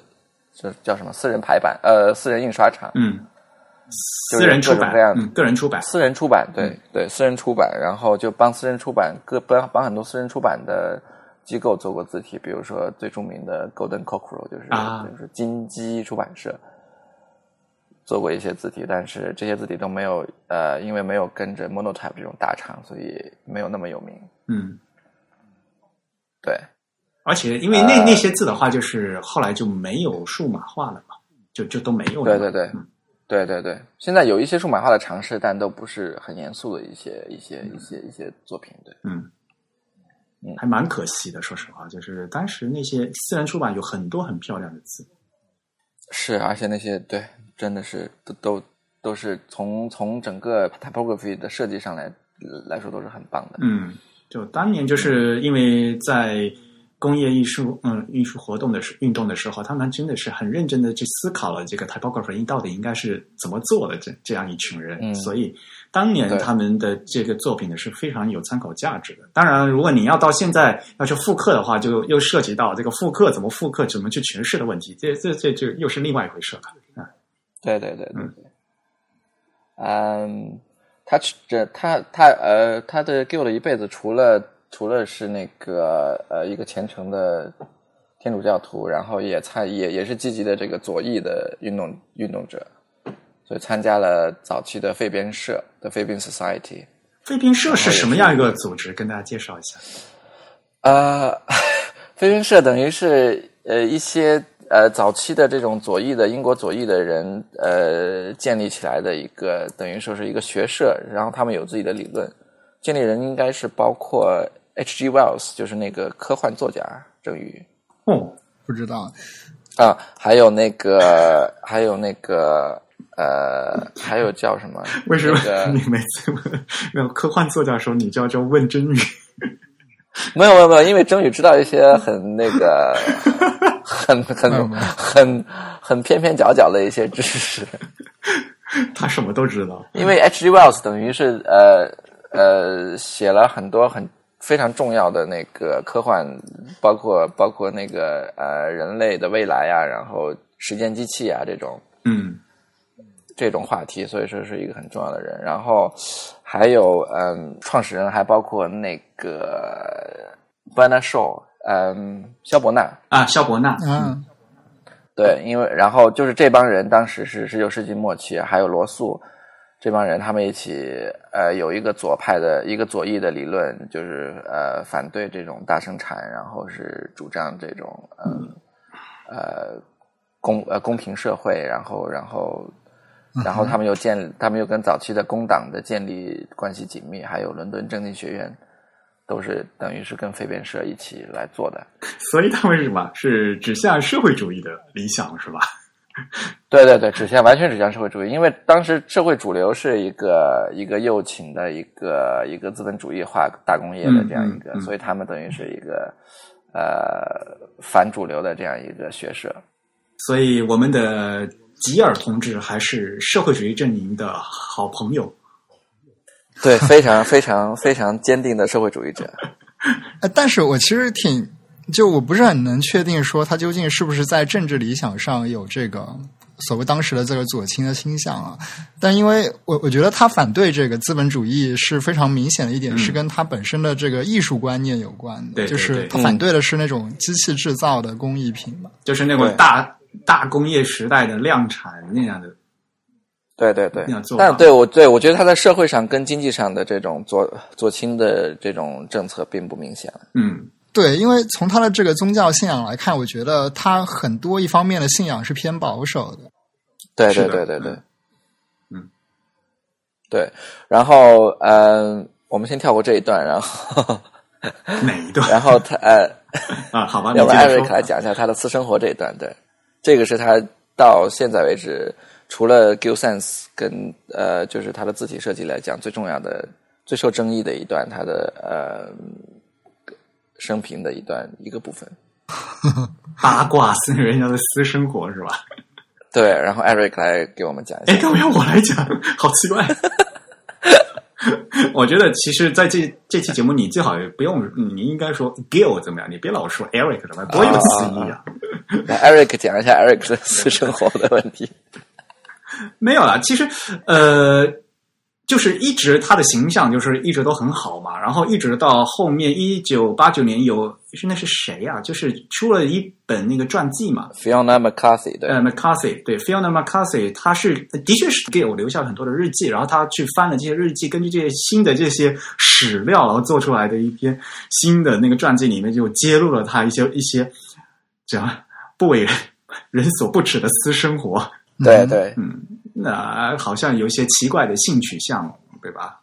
[SPEAKER 3] 就是叫什么私人排版，呃，私人印刷厂，
[SPEAKER 1] 嗯，
[SPEAKER 3] 就
[SPEAKER 1] 私
[SPEAKER 3] 是
[SPEAKER 1] 人
[SPEAKER 3] 各
[SPEAKER 1] 出
[SPEAKER 3] 种
[SPEAKER 1] 版
[SPEAKER 3] 各样，
[SPEAKER 1] 嗯，个人出版，
[SPEAKER 3] 私人出版，对、
[SPEAKER 1] 嗯
[SPEAKER 3] 对，私人出版，然后就帮私人出版各帮帮很多私人出版的机构做过字体，比如说最著名的 Golden Cockerel 就是、
[SPEAKER 1] 啊
[SPEAKER 3] 就是金鸡出版社做过一些字体，但是这些字体都没有呃，因为没有跟着 Monotype 这种大厂，所以没有那么有名。
[SPEAKER 1] 嗯。
[SPEAKER 3] 对，
[SPEAKER 1] 而且，因为那
[SPEAKER 3] 呃
[SPEAKER 1] 那些字的话，就是后来就没有数码化了嘛，就就都没有了
[SPEAKER 3] 对
[SPEAKER 1] 嘛。
[SPEAKER 3] 对对
[SPEAKER 1] 嗯，
[SPEAKER 3] 对对对，现在有一些数码化的尝试，但都不是很严肃的一些一些一些一些作品。对，
[SPEAKER 1] 嗯
[SPEAKER 3] 嗯，
[SPEAKER 1] 还蛮可惜的。说实话，就是当时那些私人出版有很多很漂亮的字，
[SPEAKER 3] 是，而且那些对，真的是都都都是从从整个 typography 的设计上来来说都是很棒的。
[SPEAKER 1] 嗯，就当年就是因为在工业艺术嗯艺术活动的时运动的时候，他们真的是很认真的去思考了这个 typography 到底应该是怎么做的这这样一群人，
[SPEAKER 3] 嗯
[SPEAKER 1] 所以当年
[SPEAKER 3] 对
[SPEAKER 1] 他们的这个作品呢是非常有参考价值的。当然，如果你要到现在要去复刻的话，就又涉及到这个复刻怎么复刻、怎么去诠释的问题，这这这就又是另外一回事了。
[SPEAKER 3] 对对对对
[SPEAKER 1] 嗯
[SPEAKER 3] 对。嗯，他去这他他呃他的 Gill 的一辈子，除了除了是那个呃一个虔诚的天主教徒，然后也参也也是积极的这个左翼的运动运动者，所以参加了早期的废编社的废编 Society。
[SPEAKER 1] 废片社
[SPEAKER 3] 啊
[SPEAKER 1] 是什么样一个组织？跟大家介绍一下。
[SPEAKER 3] 呃，飞云社等于是呃一些呃早期的这种左翼的英国左翼的人呃建立起来的一个等于说是一个学社，然后他们有自己的理论，建立人应该是包括 H. G. Wells，就是那个科幻作家，郑宇
[SPEAKER 1] 哦，
[SPEAKER 2] 不知道
[SPEAKER 3] 啊，还有那个，还有那个，呃，还有叫什么？
[SPEAKER 1] 为什么
[SPEAKER 3] 那个
[SPEAKER 1] 你每次问那科幻作家的时候，你就要叫问真宇？
[SPEAKER 3] 没有没有没有，因为争宇知道一些很那个很
[SPEAKER 2] 没有
[SPEAKER 3] 很
[SPEAKER 2] 没有
[SPEAKER 3] 很很偏偏角角的一些知识，
[SPEAKER 1] 他什么都知道。
[SPEAKER 3] 因为 H. G. Wells 等于是呃呃写了很多很非常重要的那个科幻，包括包括那个呃人类的未来啊，然后时间机器啊这种
[SPEAKER 1] 嗯
[SPEAKER 3] 这种话题，所以说是一个很重要的人。然后还有嗯，创始人还包括那个 Bernard Shaw，嗯，肖伯纳。
[SPEAKER 1] 啊，肖伯纳，
[SPEAKER 2] 啊，
[SPEAKER 3] 对，因为然后就是这帮人当时是十九世纪末期，还有罗素这帮人，他们一起呃有一个左派的一个左翼的理论，就是呃反对这种大生产，然后是主张这种嗯呃公呃公平社会，然后然后然后他们又建，他们又跟早期的工党的建立关系紧密，还有伦敦政经学院都是等于是跟非边社一起来做的。
[SPEAKER 1] 所以他们是什么？是指向社会主义的理想是吧？
[SPEAKER 3] 对对对，指向完全指向社会主义，因为当时社会主流是一个一个右倾的一个一个资本主义化大工业的这样一个，
[SPEAKER 1] 嗯嗯嗯
[SPEAKER 3] 所以他们等于是一个呃反主流的这样一个学社。
[SPEAKER 1] 所以我们的吉尔同志还是社会主义阵营的好朋友。
[SPEAKER 3] 对，非常非常非常坚定的社会主义者。
[SPEAKER 2] 呃，但是我其实挺，就我不是很能确定说他究竟是不是在政治理想上有这个所谓当时的这个左倾的倾向啊。但因为我我觉得他反对这个资本主义是非常明显的一点，
[SPEAKER 1] 嗯
[SPEAKER 2] 是跟他本身的这个艺术观念有关的，
[SPEAKER 1] 对对
[SPEAKER 2] 就是
[SPEAKER 1] 对嗯
[SPEAKER 2] 他反对的是那种机器制造的工艺品嘛。
[SPEAKER 1] 就是那种
[SPEAKER 3] 对
[SPEAKER 1] 大大工业时代的量产那样的，
[SPEAKER 3] 对对对
[SPEAKER 1] 那样做，法
[SPEAKER 3] 但对我对我觉得他在社会上跟经济上的这种左左倾的这种政策并不明显。
[SPEAKER 1] 嗯，
[SPEAKER 2] 对，因为从他的这个宗教信仰来看，我觉得他很多一方面的信仰是偏保守的。
[SPEAKER 3] 对
[SPEAKER 1] 是的
[SPEAKER 3] 对对对对，
[SPEAKER 1] 嗯，
[SPEAKER 3] 对。然后嗯，我们先跳过这一段，然后
[SPEAKER 1] 哪一段
[SPEAKER 3] 然后他 呃，
[SPEAKER 1] 啊？好吧，你
[SPEAKER 3] 要不
[SPEAKER 1] 接
[SPEAKER 3] 艾
[SPEAKER 1] 着
[SPEAKER 3] 瑞克来
[SPEAKER 1] 说。
[SPEAKER 3] 讲一下他的私生活这一段。对，这个是他到现在为止除了 Gill Sans 跟呃，就是他的字体设计来讲最重要的、最受争议的一段，他的呃生平的一段一个部分。
[SPEAKER 1] 八卦是人家的私生活是吧？
[SPEAKER 3] 对，然后艾瑞克来给我们讲一
[SPEAKER 1] 哎，
[SPEAKER 3] 下。
[SPEAKER 1] 干嘛要我来讲？好奇怪。 我觉得其实在这这期节目，你最好也不用，你应该说 Gil 怎么样？你别老说 Eric 怎么样，多有歧义啊！
[SPEAKER 3] 来，艾瑞克讲一下艾瑞克的私生活的问 题。
[SPEAKER 1] 没有啦，其实呃，就是一直他的形象就是一直都很好嘛，然后一直到后面一九八九年有是那是谁啊？就是出了一本那个传记嘛，
[SPEAKER 3] Fiona McCarthy 对，
[SPEAKER 1] 呃，McCarthy 对 Fiona McCarthy，他是的确是给我留下了很多的日记，然后他去翻了这些日记，根据这些新的这些史料，然后做出来的一篇新的那个传记里面就揭露了他一些一些这样不为人所不齿的私生活，
[SPEAKER 2] 嗯
[SPEAKER 3] 对对
[SPEAKER 1] 嗯那好像有一些奇怪的性取向，对吧？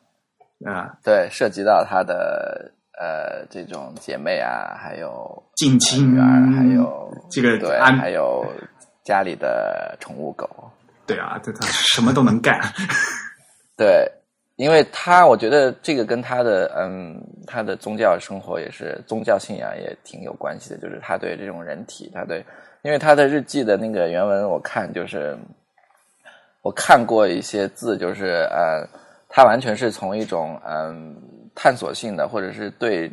[SPEAKER 1] 呃，
[SPEAKER 3] 对，涉及到她的呃这种姐妹啊，还有
[SPEAKER 1] 近亲啊
[SPEAKER 3] 女儿，哎还有
[SPEAKER 1] 嗯这个
[SPEAKER 3] 对，
[SPEAKER 1] 安
[SPEAKER 3] 还有家里的宠物狗。
[SPEAKER 1] 对啊，这他什么都能干，
[SPEAKER 3] 对，因为她我觉得这个跟她的嗯她的宗教生活也是宗教信仰也挺有关系的，就是她对这种人体，她对，因为她的日记的那个原文我看就是我看过一些字，就是呃，他完全是从一种嗯、探索性的，或者是对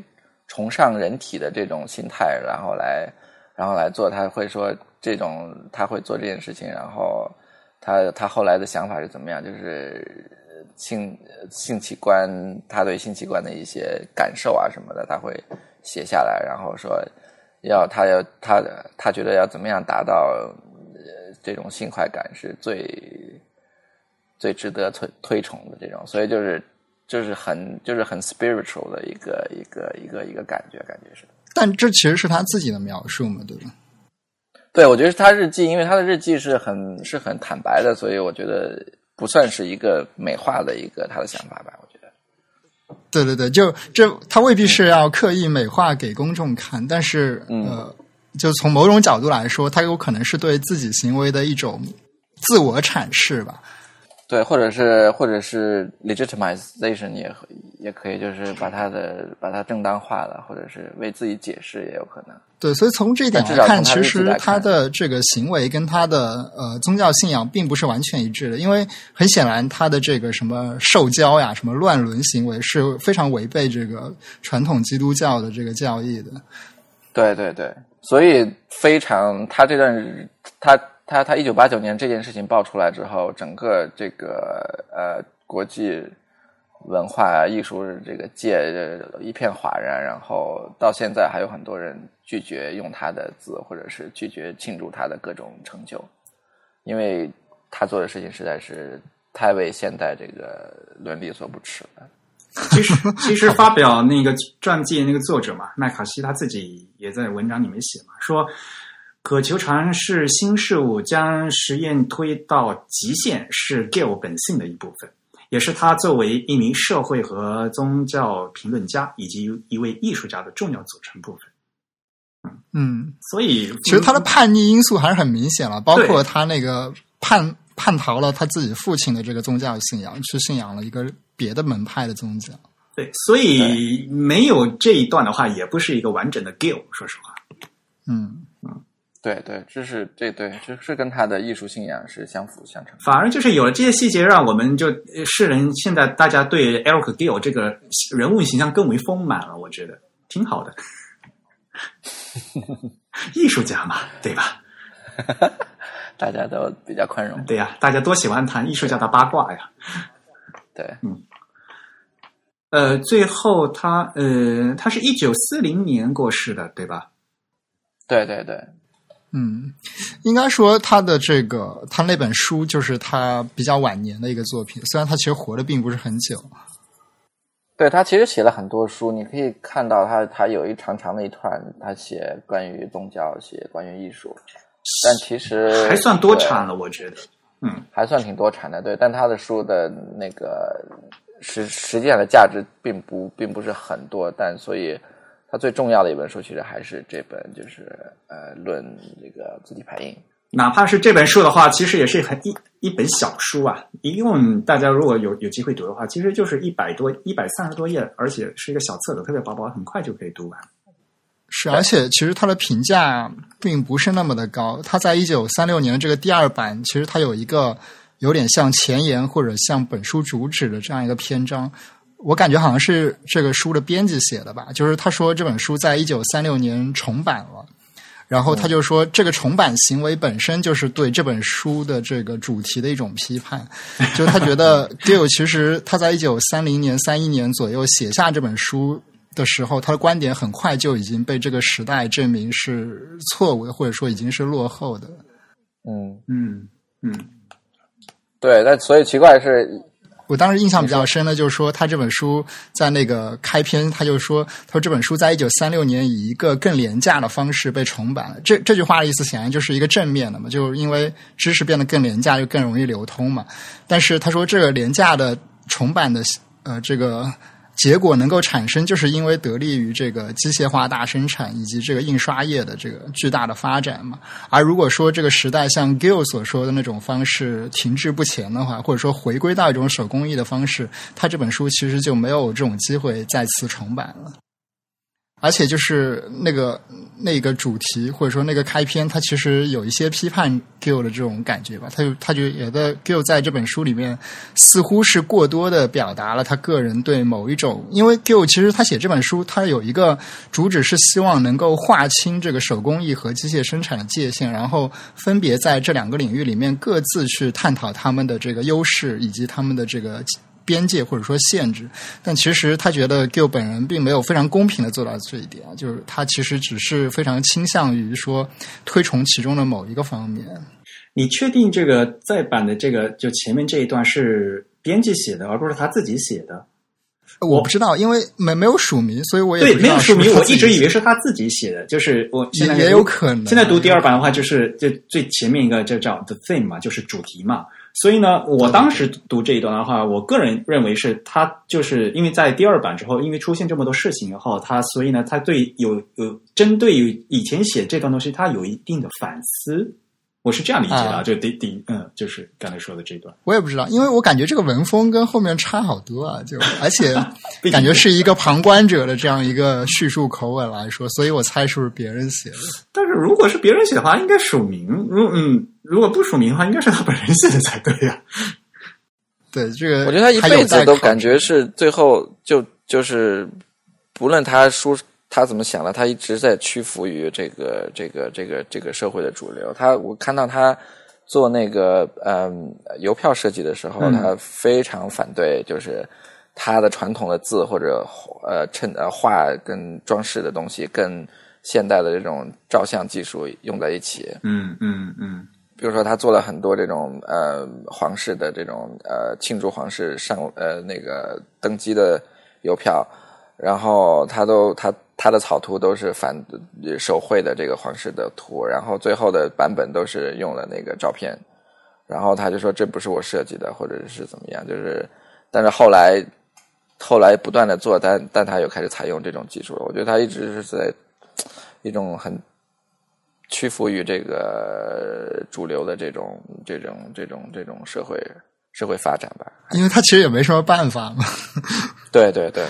[SPEAKER 3] 崇尚人体的这种心态，然后来然后来做。他会说这种他会做这件事情，然后他他后来的想法是怎么样？就是呃性呃性器官，他对性器官的一些感受啊什么的，他会写下来，然后说要他要他他觉得要怎么样达到呃这种性快感是最最值得推推崇的这种，所以就是就是很就是很 spiritual 的一个一个一个一个感觉，感觉是。
[SPEAKER 2] 但这其实是他自己的描述嘛，对吧？
[SPEAKER 3] 对，我觉得是他日记，因为他的日记是很是很坦白的，所以我觉得不算是一个美化的一个他的想法吧，我觉得。
[SPEAKER 2] 对对对，就这，它未必是要刻意美化给公众看，但是
[SPEAKER 3] 嗯
[SPEAKER 2] 呃，就从某种角度来说，它有可能是对自己行为的一种自我阐释吧。
[SPEAKER 3] 对，或者是或者是 legitimization 也也可以，就是把它的把它正当化了，或者是为自己解释也有可能。
[SPEAKER 2] 对，所以从这一点
[SPEAKER 3] 但至
[SPEAKER 2] 来
[SPEAKER 3] 少
[SPEAKER 2] 看，
[SPEAKER 3] 从他
[SPEAKER 2] 其
[SPEAKER 3] 的例子
[SPEAKER 2] 实
[SPEAKER 3] 来
[SPEAKER 2] 他
[SPEAKER 3] 看
[SPEAKER 2] 的这个行为跟他的呃宗教信仰并不是完全一致的，因为很显然他的这个什么受教呀、什么乱伦行为是非常违背这个传统基督教的这个教义的。
[SPEAKER 3] 对对对，所以非常他这段他他他一九八九年这件事情爆出来之后，整个这个呃国际文化啊艺术这个界呃一片哗然，然后到现在还有很多人拒绝用他的字，或者是拒绝庆祝他的各种成就，因为他做的事情实在是太为现代这个伦理所不齿了。
[SPEAKER 1] 其实， 其实发表那个传记那个作者嘛，麦卡锡他自己也在文章里面写嘛，说渴求尝试新事物，将实验推到极限，是 Gill 本性的一部分，也是他作为一名社会和宗教评论家以及一位艺术家的重要组成部分。
[SPEAKER 2] 嗯，
[SPEAKER 1] 所以，
[SPEAKER 2] 其实他的叛逆因素还是很明显了，
[SPEAKER 1] 嗯
[SPEAKER 2] 包
[SPEAKER 1] 对
[SPEAKER 2] 括他那个叛叛逃了他自己父亲的这个宗教信仰，去信仰了一个别的门派的宗教。
[SPEAKER 1] 对，所以没有这一段的话，也不是一个完整的 Gill。说实话，
[SPEAKER 2] 嗯，
[SPEAKER 3] 对对，这是这对，这是跟他的艺术信仰是相辅相成的。
[SPEAKER 1] 反而就是有了这些细节，让我们就呃世人现在大家对 Eric Gill 这个人物形象更为丰满了，我觉得挺好的。艺术家嘛，对吧？
[SPEAKER 3] 大家都比较宽容。
[SPEAKER 1] 对呀、大家多喜欢谈艺术家的八卦呀。
[SPEAKER 3] 对，
[SPEAKER 1] 呃，最后他呃，他是一九四零年过世的，对吧？
[SPEAKER 3] 对对对，
[SPEAKER 2] 嗯，应该说他的这个他那本书就是他比较晚年的一个作品，虽然他其实活的并不是很久。
[SPEAKER 3] 对他其实写了很多书，你可以看到他他有一长长的一段，他写关于宗教，写关于艺术，但其实
[SPEAKER 1] 还算多
[SPEAKER 3] 呃对
[SPEAKER 1] 产了，我觉得。
[SPEAKER 3] 还算挺多产的。对，但他的书的那个实实际上的价值并不并不是很多，但所以他最重要的一本书其实还是这本，就是呃论这个字体排印。
[SPEAKER 1] 哪怕是这本书的话，其实也是很一一本小书啊。一共大家如果有有机会读的话，其实就是一百多、一百三十多页，而且是一个小册子，特别薄薄，很快就可以读完。
[SPEAKER 2] 是，而且其实他的评价并不是那么的高。他在一九三六年的这个第二版，其实他有一个有点像前言或者像本书主旨的这样一个篇章。我感觉好像是这个书的编辑写的吧，就是他说这本书在一九三六年重版了，然后他就说这个重版行为本身就是对这本书的这个主题的一种批判，就是他觉得 Gill 其实他在一九三零年、三一年左右写下这本书的时候，他的观点很快就已经被这个时代证明是错误的，或者说已经是落后的。
[SPEAKER 3] 嗯，
[SPEAKER 1] 嗯嗯，
[SPEAKER 3] 对，但所以奇怪的是，
[SPEAKER 2] 我当时印象比较深的就是说，他这本书在那个开篇，他就说，他说这本书在一九三六年以一个更廉价的方式被重版了。这这句话的意思显然就是一个正面的嘛，就是因为知识变得更廉价，就更容易流通嘛。但是他说这个廉价的重版的呃这个结果能够产生，就是因为得力于这个机械化大生产以及这个印刷业的这个巨大的发展嘛。而如果说这个时代像 Gill 所说的那种方式停滞不前的话，或者说回归到一种手工艺的方式，他这本书其实就没有这种机会再次重版了。而且就是那个那个主题或者说那个开篇，它其实有一些批判 Gill 的这种感觉吧。他就他就觉得 Gill 在这本书里面似乎是过多的表达了他个人对某一种，因为 Gill 其实他写这本书，他有一个主旨是希望能够划清这个手工艺和机械生产的界限，然后分别在这两个领域里面各自去探讨他们的这个优势以及他们的这个边界或者说限制。但其实他觉得 Gill 本人并没有非常公平的做到这一点，就是他其实只是非常倾向于说推崇其中的某一个方面。
[SPEAKER 1] 你确定这个再版的这个就前面这一段是编辑写的，而不是他自己写的？
[SPEAKER 2] 呃我不知道，因为没没有署名，所以我也
[SPEAKER 1] 对，
[SPEAKER 2] 不知
[SPEAKER 1] 没
[SPEAKER 2] 道
[SPEAKER 1] 有
[SPEAKER 2] 是
[SPEAKER 1] 署
[SPEAKER 2] 不是
[SPEAKER 1] 名，我
[SPEAKER 2] 他自
[SPEAKER 1] 一
[SPEAKER 2] 己
[SPEAKER 1] 直以
[SPEAKER 2] 写
[SPEAKER 1] 为是他自己写的，就是我现在
[SPEAKER 2] 也也有可能
[SPEAKER 1] 现在读第二版的话，就是就最前面一个就叫 the theme 嘛，就是主题嘛，所以呢，我当时读这一段的话，我个人认为是他就是因为在第二版之后，因为出现这么多事情以后，他所以呢，他对有有针对于以前写这段东西，他有一定的反思。我是这样理解的，
[SPEAKER 2] 啊
[SPEAKER 1] 就第第嗯，就是刚才说的这一段，
[SPEAKER 2] 我也不知道，因为我感觉这个文风跟后面差好多啊， 就而且
[SPEAKER 1] 毕竟
[SPEAKER 2] 感觉是一个旁观者的这样一个叙述口吻来说，所以我猜是不是别人写的？
[SPEAKER 1] 但是如果是别人写的话，应该署名。如嗯，如果不署名的话，应该是他本人写的才对啊呀、
[SPEAKER 2] 对，这个
[SPEAKER 3] 我觉得他一
[SPEAKER 2] 还有
[SPEAKER 3] 辈子
[SPEAKER 2] 待
[SPEAKER 3] 都
[SPEAKER 2] 考
[SPEAKER 3] 感觉
[SPEAKER 2] 虑
[SPEAKER 3] 是最后就就是，不论他书他怎么想的，他一直在屈服于这个这个这个这个社会的主流。他我看到他做那个嗯邮票设计的时候，
[SPEAKER 1] 嗯
[SPEAKER 3] 他非常反对，就是他的传统的字或者呃衬呃画跟装饰的东西跟现代的这种照相技术用在一起。
[SPEAKER 1] 嗯嗯嗯
[SPEAKER 3] 比如说他做了很多这种呃皇室的这种呃庆祝皇室上呃那个登基的邮票，然后他都他他的草图都是反呃手绘的这个皇室的图，然后最后的版本都是用了那个照片，然后他就说这不是我设计的，或者是怎么样，就是但是后来后来不断的做，但但他又开始采用这种技术了，我觉得他一直是在一种很屈服于这个主流的这种这种这种这种社会社会发展吧。
[SPEAKER 2] 因为他其实也没什么办法嘛，
[SPEAKER 3] 对对对，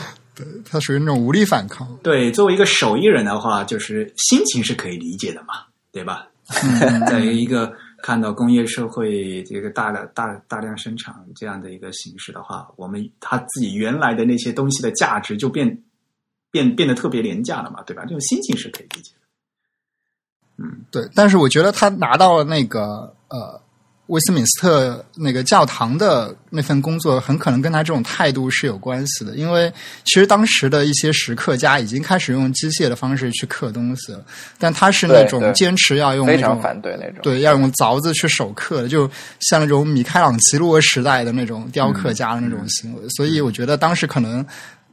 [SPEAKER 2] 他属于那种无力反抗。
[SPEAKER 1] 对，作为一个手艺人的话，就是心情是可以理解的嘛，对吧？ 在一个看到工业社会这个大的大大量生产这样的一个形式的话，我们他自己原来的那些东西的价值就变变变得特别廉价了嘛，对吧？这种心情是可以理解的。
[SPEAKER 2] 对，但是我觉得他拿到了那个呃威斯敏斯特那个教堂的那份工作，很可能跟他这种态度是有关系的。因为其实当时的一些石刻家已经开始用机械的方式去刻东西了，但他是那
[SPEAKER 3] 对
[SPEAKER 2] 种
[SPEAKER 3] 对
[SPEAKER 2] 坚持要用那
[SPEAKER 3] 非
[SPEAKER 2] 种
[SPEAKER 3] 常反对那种。
[SPEAKER 2] 对，要用凿子去手刻的，就像那种米开朗基罗时代的那种
[SPEAKER 3] 嗯
[SPEAKER 2] 雕刻家的那种行为。所以我觉得当时可能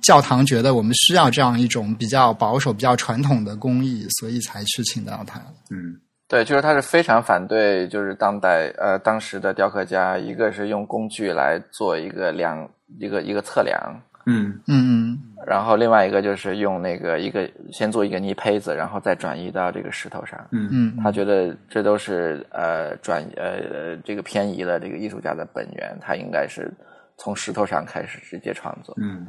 [SPEAKER 2] 教堂觉得我们需要这样一种比较保守、比较传统的工艺，所以才去请到他。
[SPEAKER 1] 嗯
[SPEAKER 3] 对，就是他是非常反对，就是当代呃当时的雕刻家，一个是用工具来做一个量一个一个测量，
[SPEAKER 1] 嗯
[SPEAKER 2] 嗯，
[SPEAKER 3] 然后另外一个就是用那个一个先做一个泥胚子，然后再转移到这个石头上。
[SPEAKER 1] 嗯
[SPEAKER 2] 嗯，
[SPEAKER 3] 他觉得这都是呃转呃呃这个偏移的这个艺术家的本源，他应该是从石头上开始直接创作。
[SPEAKER 1] 嗯，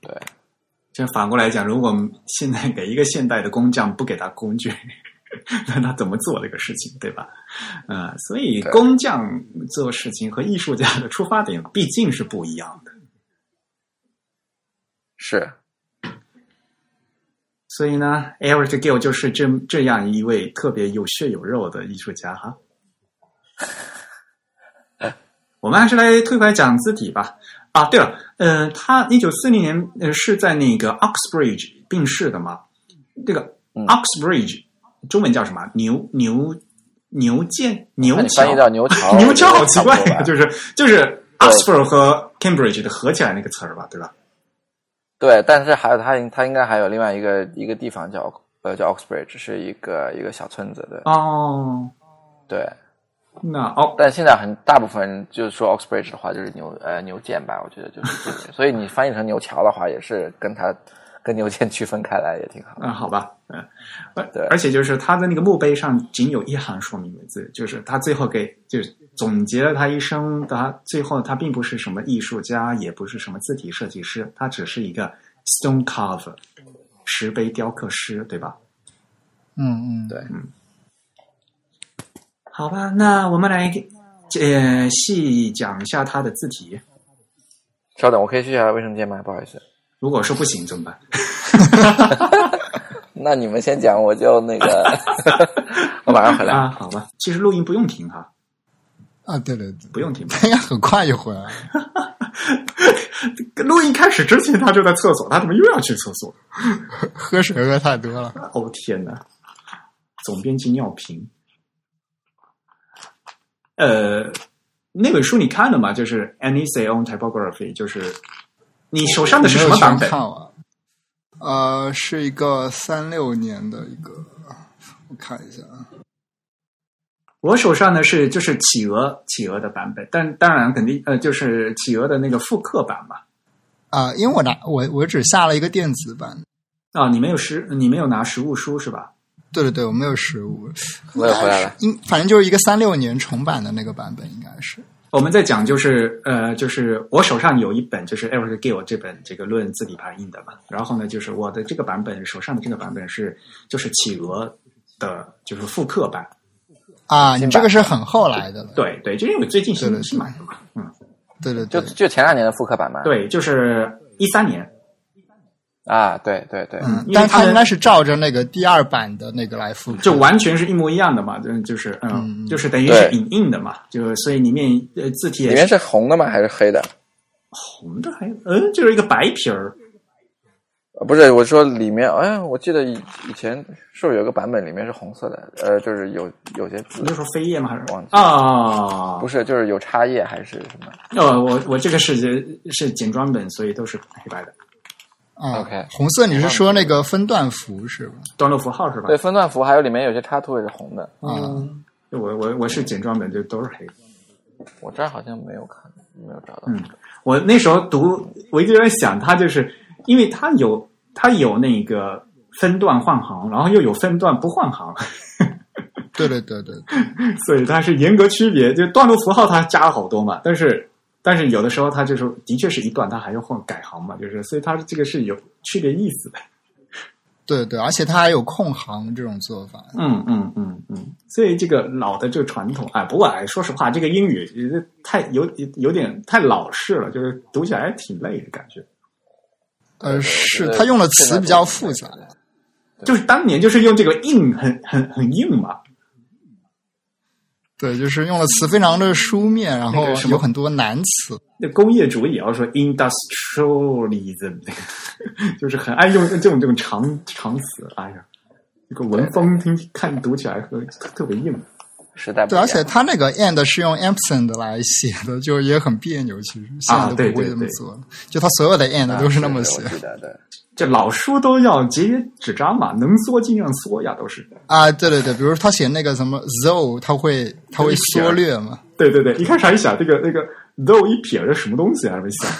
[SPEAKER 3] 对，
[SPEAKER 1] 这反过来讲，如果我们现在给一个现代的工匠不给他工具， 那他怎么做这个事情，对吧？呃，所以
[SPEAKER 3] 对
[SPEAKER 1] 工匠做事情和艺术家的出发点毕竟是不一样的。
[SPEAKER 3] 是
[SPEAKER 1] 所以呢，Eric Gill 就是这这样一位特别有血有肉的艺术家 哈。我们还是来推快讲字体吧。啊，对了，呃，他一九四零年呃是在那个 Oxbridge 病逝的嘛？这个
[SPEAKER 3] 嗯
[SPEAKER 1] Oxbridge 中文叫什么？牛牛牛剑牛
[SPEAKER 3] 那你
[SPEAKER 1] 桥，
[SPEAKER 3] 翻译到牛 桥
[SPEAKER 1] 牛桥好
[SPEAKER 3] 我觉
[SPEAKER 1] 奇
[SPEAKER 3] 得
[SPEAKER 1] 怪
[SPEAKER 3] 差不多
[SPEAKER 1] 呀、
[SPEAKER 3] 吧
[SPEAKER 1] 就是就是
[SPEAKER 3] 对
[SPEAKER 1] Oxford 和 Cambridge 的合起来那个词儿吧，对吧？
[SPEAKER 3] 对，但是还有他他应该还有另外一个一个地方叫呃叫 Oxbridge，是一个一个小村子，对、
[SPEAKER 1] 哦，
[SPEAKER 3] 对。
[SPEAKER 1] 那哦，
[SPEAKER 3] 但现在很大部分人就是说 Oxbridge 的话，就是牛呃牛剑吧，我觉得就是 这个，所以你翻译成牛桥的话，也是跟它 跟牛剑区分开来也挺好的。
[SPEAKER 1] 嗯，好吧，嗯，而
[SPEAKER 3] 对
[SPEAKER 1] 而且就是他的那个墓碑上仅有一行说明的字，就是他最后给就是总结了他一生，他最后他并不是什么艺术家，也不是什么字体设计师，他只是一个 stone carver 石碑雕刻师，对吧？
[SPEAKER 2] 嗯嗯，
[SPEAKER 3] 对
[SPEAKER 1] 好吧，那我们来呃细讲一下他的字体。
[SPEAKER 3] 稍等，我可以去一下卫生间吗？不好意思。
[SPEAKER 1] 如果说不行怎么办？
[SPEAKER 3] 那你们先讲，我就那个， 我马上回来。
[SPEAKER 1] 啊，好吧，其实录音不用停哈、
[SPEAKER 2] 啊，对对对，
[SPEAKER 1] 不用停吧。
[SPEAKER 2] 应该很快就回来了。
[SPEAKER 1] 录音开始之前他就在厕所，他怎么又要去厕所？
[SPEAKER 2] 喝水喝太多了，
[SPEAKER 1] 哦天哪！总编辑尿频。呃，那本书你看了吗？就是 An Essay on Typography，就是你手上的是
[SPEAKER 2] 没
[SPEAKER 1] 什
[SPEAKER 2] 有
[SPEAKER 1] 么版
[SPEAKER 2] 全
[SPEAKER 1] 本？
[SPEAKER 2] 看完。呃，是一个三六年的一个，我看一下啊，
[SPEAKER 1] 我手上呢是就是企鹅企鹅的版本，但当然肯定呃就是企鹅的那个复刻版吧。
[SPEAKER 2] 啊、因为我拿我我只下了一个电子版，
[SPEAKER 1] 啊，你没有实你没有拿实物书是吧？
[SPEAKER 2] 对对对，我没有实物，
[SPEAKER 3] 我也回来了。
[SPEAKER 2] 应反正就是一个三六年重版的那个版本，应该是
[SPEAKER 1] 我们在讲就是呃，就是我手上有一本就是 Eric Gill 这本这个论字体排印的嘛，然后呢，就是我的这个版本手上的这个版本是就是企鹅的，就是复刻版。
[SPEAKER 2] 啊，你这个是很后来的了，
[SPEAKER 1] 对对，就因为最近
[SPEAKER 2] 对
[SPEAKER 1] 新
[SPEAKER 2] 对
[SPEAKER 1] 新买的嘛，嗯，
[SPEAKER 2] 对对
[SPEAKER 3] 就
[SPEAKER 2] 对，
[SPEAKER 3] 就前两年的复刻版嘛。
[SPEAKER 1] 对，就是一三年，
[SPEAKER 3] 啊，对对对，
[SPEAKER 2] 嗯
[SPEAKER 1] 因为，
[SPEAKER 2] 但
[SPEAKER 1] 他
[SPEAKER 2] 它
[SPEAKER 1] 们
[SPEAKER 2] 应该是照着那个第二版的那个来复刻，
[SPEAKER 1] 就完全是一模一样的嘛，嗯，就是嗯，
[SPEAKER 2] 嗯
[SPEAKER 1] 就是等于是
[SPEAKER 3] 对
[SPEAKER 1] 影印的嘛，就所以里面呃字体
[SPEAKER 3] 里
[SPEAKER 1] 也
[SPEAKER 3] 面
[SPEAKER 1] 是
[SPEAKER 3] 是红的吗？还是黑的？
[SPEAKER 1] 红的，还嗯，就是一个白皮儿，
[SPEAKER 3] 呃不是，我说里面，哎，我记得以以前是不是有个版本里面是红色的？呃，就是有有些字
[SPEAKER 1] 你就说扉页吗？还是
[SPEAKER 3] 忘记
[SPEAKER 1] 啊？
[SPEAKER 3] 不是，就是有插页还是什么
[SPEAKER 1] 呃，我我这个是是简装本，所以都是黑白的
[SPEAKER 2] 啊
[SPEAKER 3] OK
[SPEAKER 2] 红色你是说那个分段符是吧？
[SPEAKER 1] 段落符号是吧
[SPEAKER 3] 对，？分段符还有里面有些插图也是红的，
[SPEAKER 2] 啊、
[SPEAKER 1] 对，我我我是简装本，就都是黑的。
[SPEAKER 3] 我这儿好像没有看，没有找到。
[SPEAKER 1] 嗯我那时候读，我一直在想，它就是因为它有它有那个分段换行，然后又有分段不换行，
[SPEAKER 2] 对对对对，
[SPEAKER 1] 所以它是严格区别。就段落符号它加了好多嘛，但是但是有的时候它就是的确是一段，它还要换改行嘛，就是所以它这个是有区别意思的。
[SPEAKER 2] 对对，而且它还有空行这种做法。
[SPEAKER 1] 嗯嗯嗯嗯，所以这个老的这个传统，哎，不过哎，说实话，这个英语呃太有有点太老式了，就是读起来挺累的感觉。
[SPEAKER 2] 呃，
[SPEAKER 3] 我
[SPEAKER 2] 是
[SPEAKER 3] 觉得
[SPEAKER 2] 它用的
[SPEAKER 3] 现在
[SPEAKER 2] 词比较复杂。
[SPEAKER 3] 对
[SPEAKER 1] 就是当年就是用这个硬，很很很硬嘛。
[SPEAKER 2] 对，就是用的词非常的书面，然后
[SPEAKER 1] 那个什么
[SPEAKER 2] 有很多难词。
[SPEAKER 1] 那工业主也要说 industrialism，就是很爱用这种这种长长词。哎呀，这个文风听看读起来和特特别硬。
[SPEAKER 3] 时代不一
[SPEAKER 2] 对，
[SPEAKER 3] 样
[SPEAKER 2] 而且它那个 and 是用 ampersand 来写的，就也很别扭。其实现在
[SPEAKER 1] 啊对
[SPEAKER 2] 都不会
[SPEAKER 1] 对
[SPEAKER 2] 这么
[SPEAKER 1] 对
[SPEAKER 2] 做了，就它所有的 and 都是那么
[SPEAKER 3] 啊
[SPEAKER 2] 写
[SPEAKER 3] 我记得 对。
[SPEAKER 1] 这老书都要节约纸张嘛，能缩尽量缩呀，都是。
[SPEAKER 2] 啊。对对对，比如他写那个什么 though，他会他会缩略嘛。
[SPEAKER 1] 对对对，一开始还想这个那个 though 一撇这什么东西啊，还没想。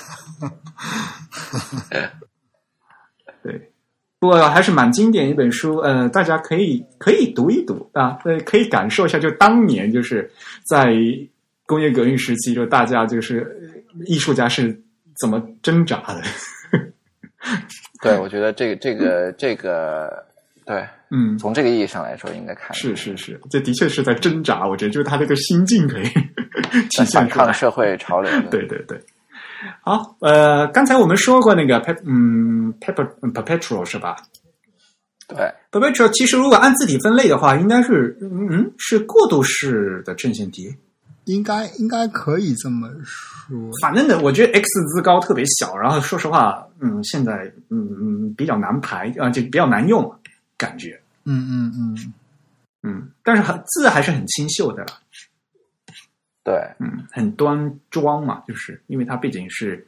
[SPEAKER 1] 对，不过还是蛮经典一本书，呃，大家可以可以读一读啊，呃，可以感受一下，就当年就是在工业革命时期，就大家就是呃艺术家是怎么挣扎的。
[SPEAKER 3] 对，我觉得这个这个这个，对，
[SPEAKER 1] 嗯，
[SPEAKER 3] 从这个意义上来说，应该 看
[SPEAKER 1] 是是是，这的确是在挣扎，我觉得就是他这个心境可以 体
[SPEAKER 3] 在
[SPEAKER 1] 现
[SPEAKER 3] 反
[SPEAKER 1] 出来
[SPEAKER 3] 抗。社会潮流的。
[SPEAKER 1] 对对对。好，呃，刚才我们说过那个 pep，嗯，pepper perpetual 是吧
[SPEAKER 3] 对
[SPEAKER 1] ？perpetual 其实如果按字体分类的话，应该是嗯嗯是过渡式的衬线体。
[SPEAKER 2] 应该应该可以这么说，
[SPEAKER 1] 反正呢，我觉得 X 字高特别小，然后说实话，嗯，现在嗯嗯比较难排啊、就比较难用，感觉
[SPEAKER 2] 嗯嗯嗯，
[SPEAKER 1] 嗯，但是很字还是很清秀的啦，
[SPEAKER 3] 对，
[SPEAKER 1] 嗯，很端庄嘛，就是因为它毕竟是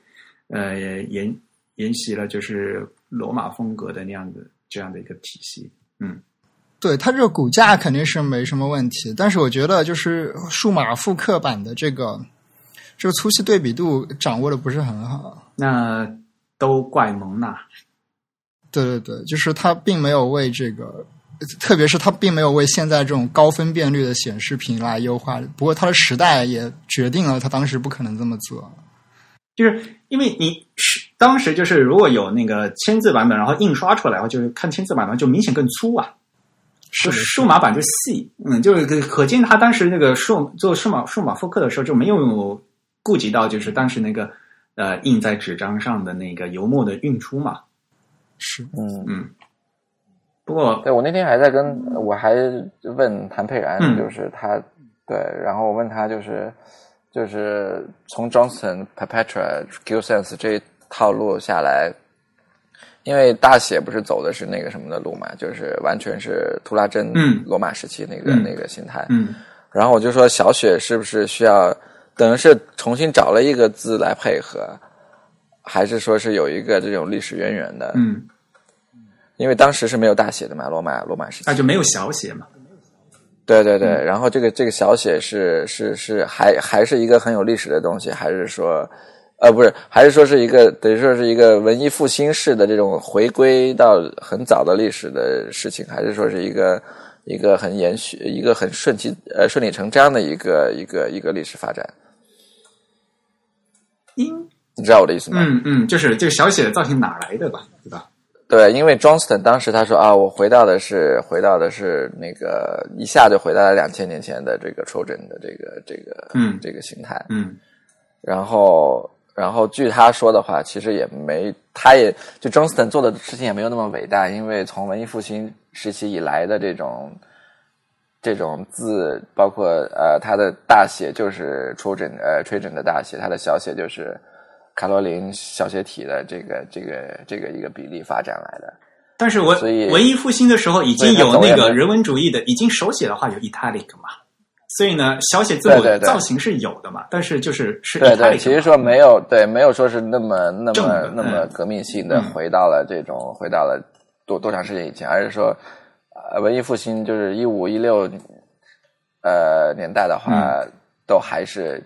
[SPEAKER 1] 呃沿沿袭了就是罗马风格的那样子这样的一个体系。
[SPEAKER 2] 对，它这个骨架肯定是没什么问题，但是我觉得就是数码复刻版的这个这个粗细对比度掌握的不是很好。
[SPEAKER 1] 那都怪蒙娜，
[SPEAKER 2] 对对对，就是它并没有为这个，特别是它并没有为现在这种高分辨率的显示屏来优化。不过它的时代也决定了它当时不可能这么做。
[SPEAKER 1] 就是因为你是当时就是如果有那个签字版本，然后印刷出来，然后就是看签字版本就明显更粗啊，
[SPEAKER 2] 是的
[SPEAKER 1] 数码版就细，嗯，就是可可见他当时那个数做数码数码复刻的时候就没有顾及到就是当时那个呃印在纸张上的那个油墨的运输嘛，
[SPEAKER 2] 是，
[SPEAKER 3] 嗯，
[SPEAKER 1] 不过
[SPEAKER 3] 对我那天还在跟我还问谭佩然
[SPEAKER 1] 嗯，
[SPEAKER 3] 就是他，对，然后我问他就是就是从 Johnson、Perpetua、Gilsense 这一套路下来。因为大写不是走的是那个什么的路嘛，就是完全是图拉真
[SPEAKER 1] 嗯
[SPEAKER 3] 罗马时期那个、
[SPEAKER 1] 嗯
[SPEAKER 3] 那个心态，
[SPEAKER 1] 嗯
[SPEAKER 3] 然后我就说小雪是不是需要，等于是重新找了一个字来配合，还是说是有一个这种历史渊源的？
[SPEAKER 1] 嗯，啊
[SPEAKER 3] 因为当时是没有大写的嘛，罗马罗马时期。
[SPEAKER 1] 那就没有小写嘛，
[SPEAKER 3] 对对对，然后这个这个小写是是是还还是一个很有历史的东西，还是说，呃，不是，还是说是一个等于说是一个文艺复兴式的这种回归到很早的历史的事情，还是说是一个一个很延续、一个很顺其呃顺理成章的一个一个一个历史发展？
[SPEAKER 1] 因
[SPEAKER 3] 你知道我的意思吗？
[SPEAKER 1] 嗯嗯，就是这个小写的造型哪来的吧，对吧？
[SPEAKER 3] 对，因为 Johnston 当时他说啊，我回到的是回到的是那个一下就回到了两千年前的这个 Trojan 的这个这个
[SPEAKER 1] 嗯
[SPEAKER 3] 这个形态，
[SPEAKER 1] 嗯
[SPEAKER 3] 然后然后据他说的话，其实也没他也就 Johnston 做的事情也没有那么伟大，因为从文艺复兴时期以来的这种这种字，包括呃他的大写就是 Trojan 呃 Trojan 的大写，他的小写就是卡罗琳小写体的这个这个这个一个比例发展来的。
[SPEAKER 1] 但是文
[SPEAKER 3] 所以
[SPEAKER 1] 文艺复兴的时候已
[SPEAKER 3] 所以
[SPEAKER 1] 经
[SPEAKER 3] 它
[SPEAKER 1] 有
[SPEAKER 3] 走
[SPEAKER 1] 那
[SPEAKER 3] 样
[SPEAKER 1] 个
[SPEAKER 3] 的
[SPEAKER 1] 人文主义的，已经手写的话有 italic 嘛，所以呢，小写字母
[SPEAKER 3] 对对对
[SPEAKER 1] 造型是有的嘛，但是就是是
[SPEAKER 3] 对
[SPEAKER 1] italic
[SPEAKER 3] 对，
[SPEAKER 1] 嘛
[SPEAKER 3] 其实说没有对，没有说是那么那
[SPEAKER 1] 正的
[SPEAKER 3] 么那么
[SPEAKER 1] 嗯
[SPEAKER 3] 革命性的
[SPEAKER 1] 嗯
[SPEAKER 3] 回到了这种、回到了多多长时间以前，而是说，呃，文艺复兴就是一五一六呃年代的话，
[SPEAKER 1] 嗯
[SPEAKER 3] 都还是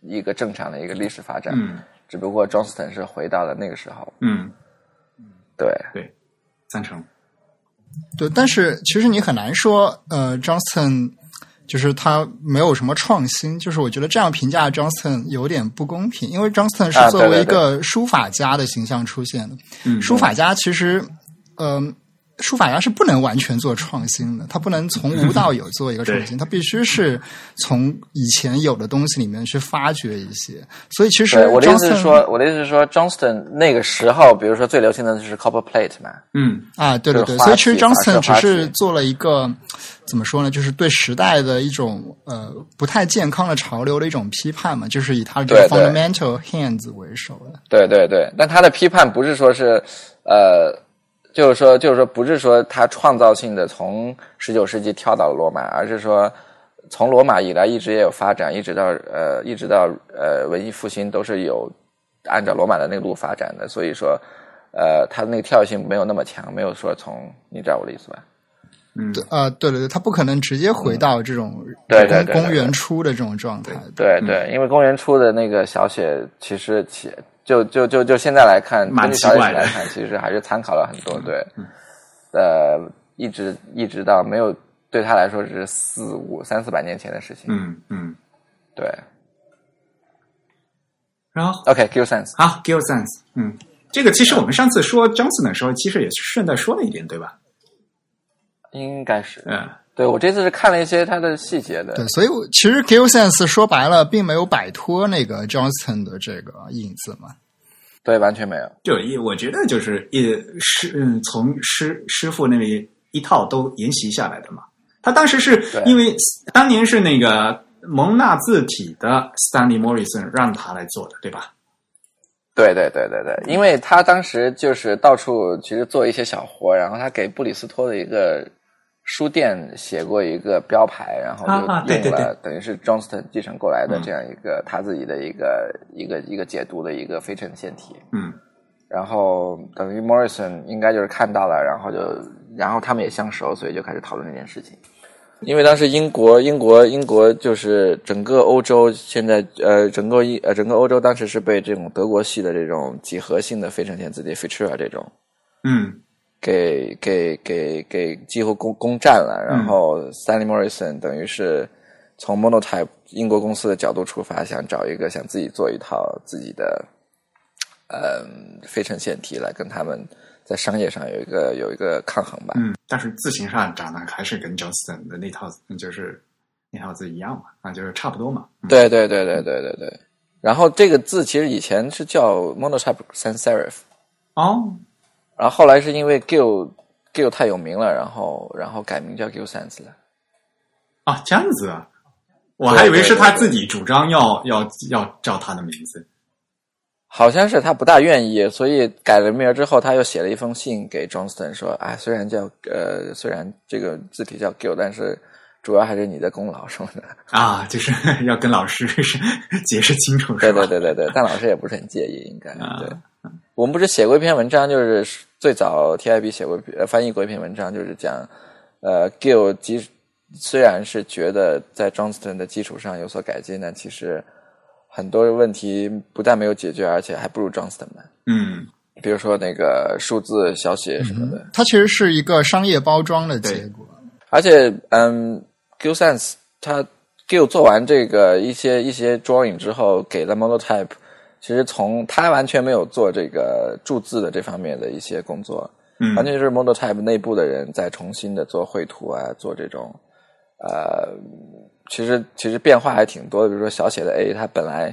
[SPEAKER 3] 一个正常的一个历史发展，
[SPEAKER 1] 嗯
[SPEAKER 3] 只不过 Johnston 是回到了那个时候，
[SPEAKER 1] 嗯，
[SPEAKER 3] 对，
[SPEAKER 1] 赞成。
[SPEAKER 2] 对，但是其实你很难说，呃，Johnson 就是他没有什么创新，就是我觉得这样评价 Johnson 有点不公平，因为 Johnson
[SPEAKER 3] 啊
[SPEAKER 2] 是
[SPEAKER 3] 对
[SPEAKER 2] 作为
[SPEAKER 3] 对
[SPEAKER 2] 一个书法家的形象出现的，
[SPEAKER 1] 嗯
[SPEAKER 2] 书法家其实，嗯、书法家是不能完全做创新的，他不能从无到有 做一个创新，他必须是从以前有的东西里面去发掘一些。所以其实
[SPEAKER 3] 对，我的意思是
[SPEAKER 2] Johnson-
[SPEAKER 3] 说，我的意思是说，Johnston 那个时候，比如说最流行的就是 copperplate 嘛，
[SPEAKER 1] 嗯
[SPEAKER 2] 啊，对对
[SPEAKER 3] 就
[SPEAKER 2] 对，
[SPEAKER 3] 是花
[SPEAKER 2] 所以其实
[SPEAKER 3] 旗杂
[SPEAKER 2] Johnson
[SPEAKER 3] 志
[SPEAKER 2] 只
[SPEAKER 3] 花
[SPEAKER 2] 是
[SPEAKER 3] 旗
[SPEAKER 2] 做了一个怎么说呢，就是对时代的一种呃不太健康的潮流的一种批判嘛，就是以他的这个
[SPEAKER 3] 对对
[SPEAKER 2] fundamental hands 为首的。
[SPEAKER 3] 对对对，但他的批判不是说是，呃，就是说就是说不是说他创造性的从十九世纪跳到了罗马，而是说从罗马以来一直也有发展，一直到呃一直到呃文艺复兴都是有按照罗马的那个路发展的，所以说呃他的那个跳跃性没有那么强，没有说从你知道我的意思吧？
[SPEAKER 1] 嗯，
[SPEAKER 2] 对，呃，对对对，他不可能直接回到这种
[SPEAKER 3] 嗯对对
[SPEAKER 2] 公
[SPEAKER 3] 对对
[SPEAKER 2] 公元初的这种状态。
[SPEAKER 3] 对
[SPEAKER 1] 嗯
[SPEAKER 3] 对，因为公元初的那个小写其实其就就就就现在来看，
[SPEAKER 1] 蛮
[SPEAKER 3] 根据小
[SPEAKER 1] 奇
[SPEAKER 3] 写
[SPEAKER 1] 怪的嗯
[SPEAKER 3] 来看，其实还是参考了很 多对，呃，一直一直到没有对他来说只是四五三四百年前的事情。
[SPEAKER 1] 嗯嗯，
[SPEAKER 3] 对
[SPEAKER 1] 然后
[SPEAKER 3] ，OK，give sense。
[SPEAKER 1] 好 g i l s e n s 嗯，这个其实我们上次说 Johnson 的时候，其实也顺带说了一点，对吧？
[SPEAKER 3] 应该是
[SPEAKER 1] 嗯
[SPEAKER 3] 对我这次是看了一些它的细节的
[SPEAKER 2] 对，，所以我其实 Gilsense 说白了，并没有摆脱那个 Johnson 的这个影子嘛。
[SPEAKER 3] 对，完全没有。
[SPEAKER 1] 就一，我觉得就是一师，嗯，从师师傅那里一套都沿袭下来的嘛。他当时是
[SPEAKER 3] 对
[SPEAKER 1] 因为当年是那个蒙纳字体的 Stanley Morrison 让他来做的，对吧？
[SPEAKER 3] 对对对对
[SPEAKER 1] 嗯
[SPEAKER 3] 对，因为他当时就是到处其实做一些小活，然后他给布里斯托的一个书店写过一个标牌，然后
[SPEAKER 1] 啊啊
[SPEAKER 3] 就
[SPEAKER 1] 对
[SPEAKER 3] 用
[SPEAKER 1] 对对
[SPEAKER 3] 了等于是 Johnston 继承过来的
[SPEAKER 1] 嗯
[SPEAKER 3] 这样一个他自己的一个一个一个解读的一个非衬线体。
[SPEAKER 1] 嗯
[SPEAKER 3] 然后等于 Morrison 应该就是看到了，然后就然后他们也相熟，所以就开始讨论这件事情。因为当时英国，英国，英国就是整个欧洲现在呃，整个英呃整个欧洲当时是被这种德国系的这种几何性的非呈现字体 feature 这种
[SPEAKER 1] 嗯
[SPEAKER 3] 给给给给几乎攻攻占了，然后 Stanley Morrison 等于是从 Monotype 英国公司的角度出发，想找一个想自己做一套自己的呃非呈现体来跟他们在商业上有一个有一个抗衡吧。
[SPEAKER 1] 嗯，但是字形上长得还是跟 Johnson 的那套就是那套字一样嘛，啊，就是差不多嘛。嗯
[SPEAKER 3] 对对对对对对对。然后这个字其实以前是叫 Monotype Sans Serif，
[SPEAKER 1] 哦，
[SPEAKER 3] 然后后来是因为 Gill Gill 太有名了，然后然后改名叫 Gill Sans 了。
[SPEAKER 1] 啊，这样子啊，我还以为是他
[SPEAKER 3] 对对对
[SPEAKER 1] 自己主张要要要照他的名字。
[SPEAKER 3] 好像是他不大愿意，所以改了名儿之后，他又写了一封信给 Johnston 说：“啊，虽然叫呃，虽然这个字体叫 Gill，但是主要还是你的功劳什么的。
[SPEAKER 1] 啊，就是 要跟老师是解释清楚，”
[SPEAKER 3] 对
[SPEAKER 1] 是吧？
[SPEAKER 3] 对对对对，但老师也不是很介意，应该
[SPEAKER 1] 啊
[SPEAKER 3] 对。我们不是写过一篇文章，就是最早 TIB 写过一篇、呃、翻译过一篇文章，就是讲呃 Gill 即虽然是觉得在 Johnston 的基础上有所改进，但其实很多问题不但没有解决，而且还不如 Johnston 呢。
[SPEAKER 1] 嗯，
[SPEAKER 3] 比如说那个数字小写什么的，
[SPEAKER 2] 它其实是一个商业包装的结果。
[SPEAKER 3] 而且嗯 g i l Sense 他 g i l 做完这个一些一些 drawing 之后，给了 Monotype，其实从他完全没有做这个注字的这方面的一些工作，
[SPEAKER 1] 嗯
[SPEAKER 3] 完全就是 Monotype 内部的人在重新的做绘图啊，做这种呃，其实其实变化还挺多的。比如说小写的 A，它本来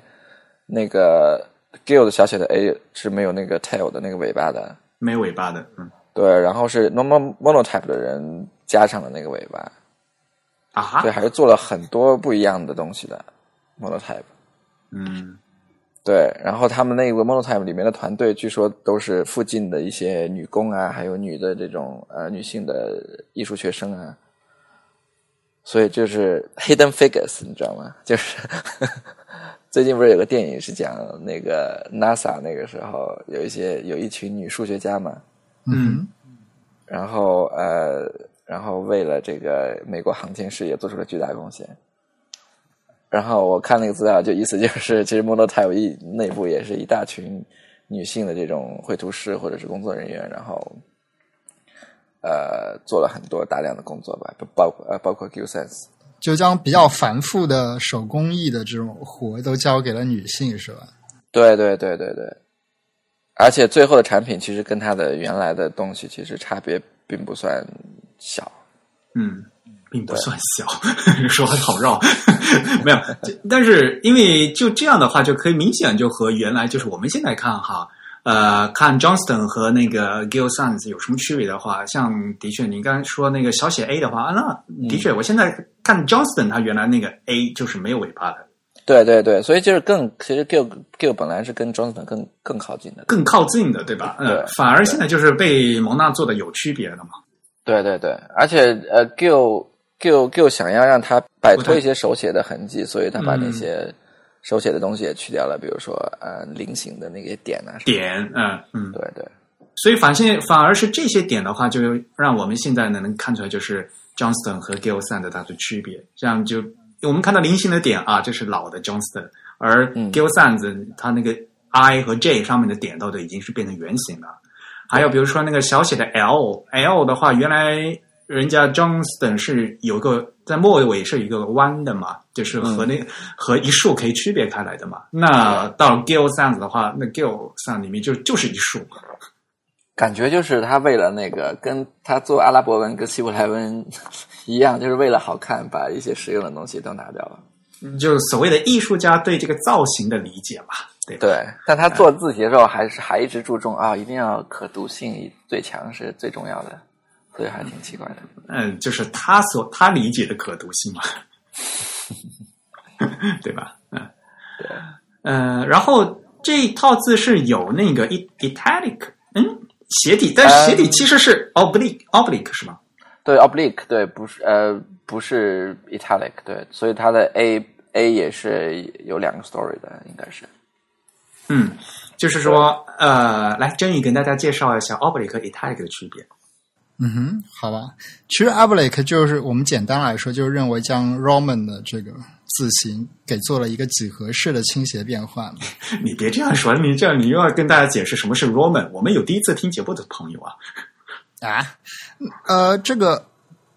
[SPEAKER 3] 那个 g i l 的小写的 A 是没有那个 tail 的那个尾巴的，
[SPEAKER 1] 没尾巴的，嗯
[SPEAKER 3] 对，然后是 normal monotype 的人加上了那个尾巴，
[SPEAKER 1] 啊哈
[SPEAKER 3] 对，，还是做了很多不一样的东西的 monotype。
[SPEAKER 1] 嗯
[SPEAKER 3] 对，然后他们那个 monotype 里面的团队，据说都是附近的一些女工啊，还有女的这种呃女性的艺术学生啊，所以就是 hidden figures，你知道吗？就是 最近不是有个电影是讲那个 NASA 那个时候有一些有一群女数学家嘛，
[SPEAKER 1] 嗯
[SPEAKER 3] 然后呃，然后为了这个美国航天事业做出了巨大贡献。然后我看那个资料，就意思就是，其实 Model Type 一内部也是一大群女性的这种绘图师或者是工作人员，然后呃做了很多大量的工作吧，包呃包括 Q Sense。
[SPEAKER 2] 就将比较繁复的手工艺的这种活都交给了女性，是吧？
[SPEAKER 3] 对对对对对，而且最后的产品其实跟它的原来的东西其实差别并不算小。
[SPEAKER 1] 嗯，并不算小，说的好绕， 没有，这但是因为就这样的话，就可以明显就和原来就是我们现在看哈。呃，看 Johnston 和那个 Gil Sans 有什么区别的话，像的确您刚才说那个小写 A 的话，啊，那的确，
[SPEAKER 3] 嗯
[SPEAKER 1] 我现在看 Johnston 他原来那个 A 就是没有尾巴的，
[SPEAKER 3] 对对对，所以就是更，其实 Gill Gill 本来是跟 Johnson 更更靠近的。
[SPEAKER 1] 更靠近的，对吧？呃
[SPEAKER 3] 对，
[SPEAKER 1] 反而现在就是被蒙娜做的有区别了嘛。
[SPEAKER 3] 对对对，而且呃，Gill Gill Gill 想要让他摆
[SPEAKER 1] 不
[SPEAKER 3] 脱
[SPEAKER 1] 太
[SPEAKER 3] 一些手写的痕迹，所以他把
[SPEAKER 1] 嗯
[SPEAKER 3] 那些手写的东西也去掉了，比如说呃菱形的那些点啊什么
[SPEAKER 1] 点，嗯嗯，
[SPEAKER 3] 的。对对
[SPEAKER 1] 所以反现反而是这些点的话，就让我们现在呢能看出来，就是 Johnston 和 g i l s a n 的它的区别。这样就我们看到菱形的点啊，这是老的 Johnston，而
[SPEAKER 3] 嗯
[SPEAKER 1] g i l s a n 子它那个 I 和 J 上面的点到的已经是变成圆形了。还有比如说那个小写的 L，L 的话，原来人家 Johnston 是有个在末尾是有一个弯的嘛，就是和那、和一竖可以区别开来的嘛。那到 g i l s a n 子的话，那 g i l s a n 里面就就是一竖。
[SPEAKER 3] 感觉就是他为了那个跟他做阿拉伯文跟希伯来文 一样，就是为了好看，把一些实用的东西都拿掉了。
[SPEAKER 1] 就所谓的艺术家对这个造型的理解嘛，对吧？
[SPEAKER 3] 对，但他做字体的时候还是还一直注重啊，一定要可读性最强是最重要的，所以还挺奇怪的。
[SPEAKER 1] 嗯，就是他所他理解的可读性嘛， 对吧？嗯，呃，然后这一套字是有那个 i- italic，嗯，斜体，但是斜体其实是 oblique oblique 是吗？
[SPEAKER 3] 对，oblique，对，不是呃，不是 italic，对，所以它的 a a 也是有两个 story 的，应该是。
[SPEAKER 1] 嗯，就是说，呃，来，真宇跟大家介绍一下 oblique 和 italic 的区别。
[SPEAKER 2] 嗯哼，好吧。其实 Ablic 就是我们简单来说，就认为将 Roman 的这个字形给做了一个几何式的倾斜变换嘛。
[SPEAKER 1] 你别这样说，你这样你又要跟大家解释什么是 Roman。我们有第一次听节目的朋友啊，
[SPEAKER 2] 啊，呃，这个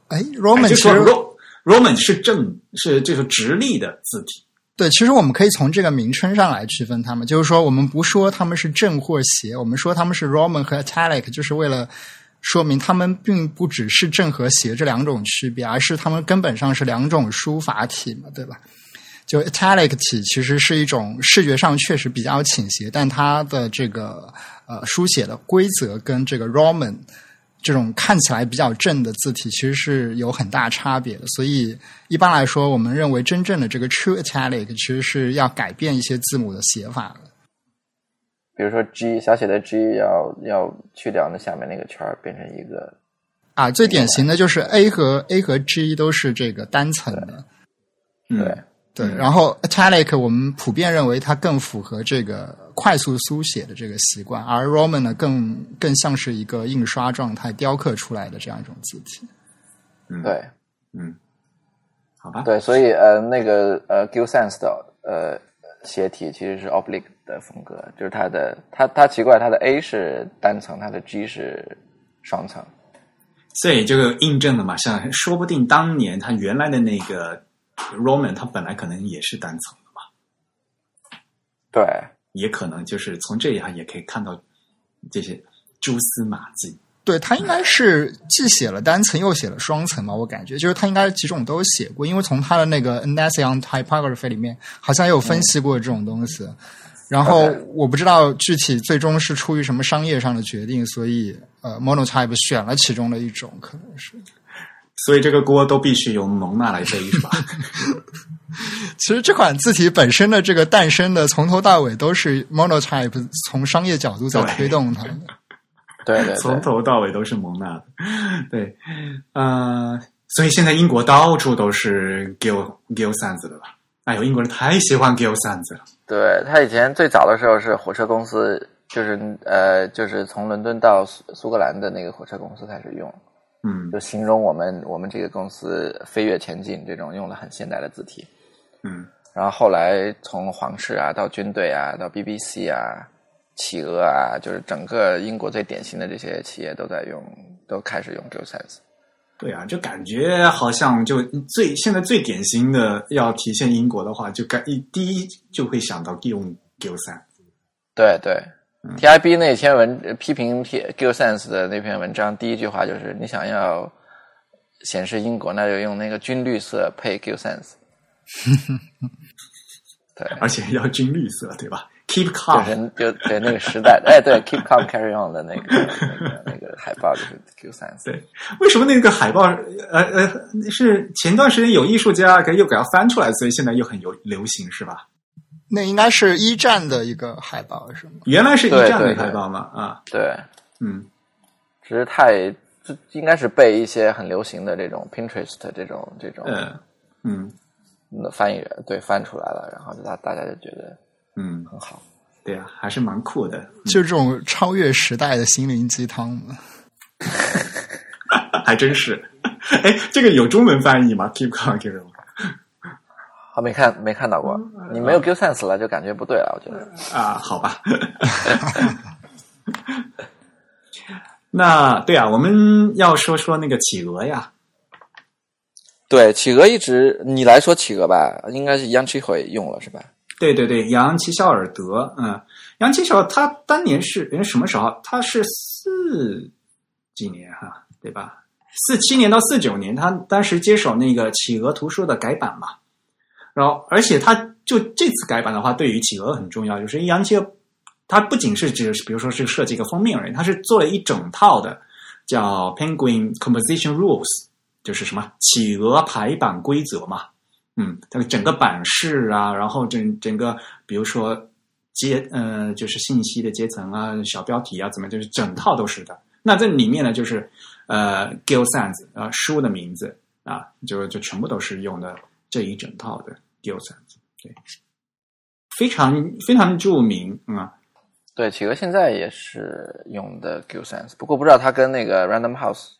[SPEAKER 2] 哎
[SPEAKER 1] 哎
[SPEAKER 2] ，Roman
[SPEAKER 1] 就
[SPEAKER 2] 其
[SPEAKER 1] 说
[SPEAKER 2] 实
[SPEAKER 1] Ro- Roman 是正是就是直立的字体，
[SPEAKER 2] 对，其实我们可以从这个名称上来区分它们，就是说我们不说它们是正或邪，我们说它们是 Roman 和 Italic，就是为了说明它们并不只是正和邪这两种区别，而是它们根本上是两种书法体嘛，对吧？就 Italic 体其实是一种视觉上确实比较倾斜，但它的这个呃书写的规则跟这个 Roman 这种看起来比较正的字体，其实是有很大差别的。所以一般来说，我们认为真正的这个 True Italic 其实是要改变一些字母的写法的。
[SPEAKER 3] 比如说 g 小写的 g 要要去掉那下面那个圈儿，变成一个
[SPEAKER 2] 啊，最典型的就是 A 和 A 和 G 都是这个单层的，
[SPEAKER 1] 嗯
[SPEAKER 3] 对，
[SPEAKER 2] 对。然后 Italic 我们普遍认为它更符合这个快速书写的这个习惯，而 Roman 呢更更像是一个印刷状态雕刻出来的这样一种字体。
[SPEAKER 1] 嗯
[SPEAKER 3] 对，
[SPEAKER 1] 嗯，好吧？
[SPEAKER 3] 对，所以呃，那个呃 g i l Sans 的呃斜体其实是 Oblique 的风格，就是它的它它奇怪，它的 A 是单层，它的 G 是双层。
[SPEAKER 1] 所以这个印证了嘛，像说不定当年他原来的那个 Roman，他本来可能也是单层的嘛，
[SPEAKER 3] 对，
[SPEAKER 1] 也可能就是从这里啊也可以看到这些蛛丝马迹。
[SPEAKER 2] 对他应该是既写了单层又写了双层嘛，我感觉就是他应该几种都写过，因为从他的那个 n s on Typography 里面好像有分析过这种东西。然后
[SPEAKER 3] OK
[SPEAKER 2] 我不知道具体最终是出于什么商业上的决定，所以呃 Monotype 选了其中的一种，可能是。
[SPEAKER 1] 所以这个锅都必须由蒙娜来背，是吧？
[SPEAKER 2] 其实这款字体本身的这个诞生的从头到尾都是 Monotype 从商业角度在
[SPEAKER 1] 对
[SPEAKER 2] 推动它的。
[SPEAKER 3] 对 对
[SPEAKER 1] 从
[SPEAKER 3] 对，
[SPEAKER 1] 头到尾都是蒙娜的。对，呃，所以现在英国到处都是 Gil Gil Sans 的了吧？哎呦，英国人太喜欢 Gil Sans 了。
[SPEAKER 3] 对他以前最早的时候是火车公司，就是呃，就是从伦敦到苏苏格兰的那个火车公司开始用，
[SPEAKER 1] 嗯
[SPEAKER 3] 就形容我们我们这个公司飞跃前进这种用了很现代的字体。
[SPEAKER 1] 嗯，
[SPEAKER 3] 然后后来从皇室啊到军队啊到 BBC 啊企鹅啊，就是整个英国最典型的这些企业都在用，都开始用 g i l Sans。
[SPEAKER 1] 对啊，就感觉好像就最现在最典型的要体现英国的话，就感一第一就会想到用 Gil Sans。
[SPEAKER 3] 对对，TIB 那篇文呃批评 T g i l Sans 的那篇文章，第一句话就是你想要显示英国，那就用那个军绿色配 g i l Sans。对，
[SPEAKER 1] 而且要军绿色，对吧？Keep
[SPEAKER 3] 就
[SPEAKER 1] calm，
[SPEAKER 3] 是就对那个时代的，哎，对，Keep Calm Carry On 的那个那个那个海报就是 g i l Sans。
[SPEAKER 1] 对，为什么那个海报，呃呃，是前段时间有艺术家给又给它翻出来，所以现在又很流流行，是吧？
[SPEAKER 2] 那应该是一战的一个海报是吗？
[SPEAKER 1] 原来是一
[SPEAKER 3] 对
[SPEAKER 1] 战的
[SPEAKER 3] 对
[SPEAKER 1] 海
[SPEAKER 3] 对
[SPEAKER 1] 报嘛，啊，
[SPEAKER 3] 对，
[SPEAKER 1] 嗯，
[SPEAKER 3] 只是太这应该是被一些很流行的这种 Pinterest 这种这种
[SPEAKER 1] 呃，嗯
[SPEAKER 3] 翻译人对翻出来了，然后就大大家就觉得
[SPEAKER 1] 嗯，
[SPEAKER 3] 很好。
[SPEAKER 1] 对啊，还是蛮酷的，嗯
[SPEAKER 2] 就这种超越时代的心灵鸡汤嘛。
[SPEAKER 1] 还真是。 哎，这个有中文翻译吗？Keep calm, keep calm
[SPEAKER 3] 好，没看没看到过，你没有 Give Sense 了，就感觉不对了，我觉得。
[SPEAKER 1] 啊，好吧。 那对啊，我们要说说那个企鹅呀，
[SPEAKER 3] 对，企鹅一直你来说企鹅吧，应该是杨奇慧用了是吧？
[SPEAKER 1] 对对对，扬奇肖尔德，嗯，扬奇肖尔他当年是嗯什么时候？他是四几年哈、对吧？四七年到四九年，他当时接手那个企鹅图书的改版嘛，然后而且他就这次改版的话，对于企鹅很重要，就是杨奇，他不仅是只比如说是设计一个封面而已，他是做了一整套的叫 Penguin Composition Rules，就是什么企鹅排版规则嘛，嗯，它的整个版式啊，然后整整个，比如说阶呃，就是信息的阶层啊、小标题啊，怎么就是整套都是的。那这里面呢，就是呃 g i l Sans 啊、呃书的名字啊，就就全部都是用的这一整套的 g i l Sans，对，非常非常著名嗯啊、
[SPEAKER 3] 对，企鹅现在也是用的 Give Sense，不过不知道它跟那个 Random House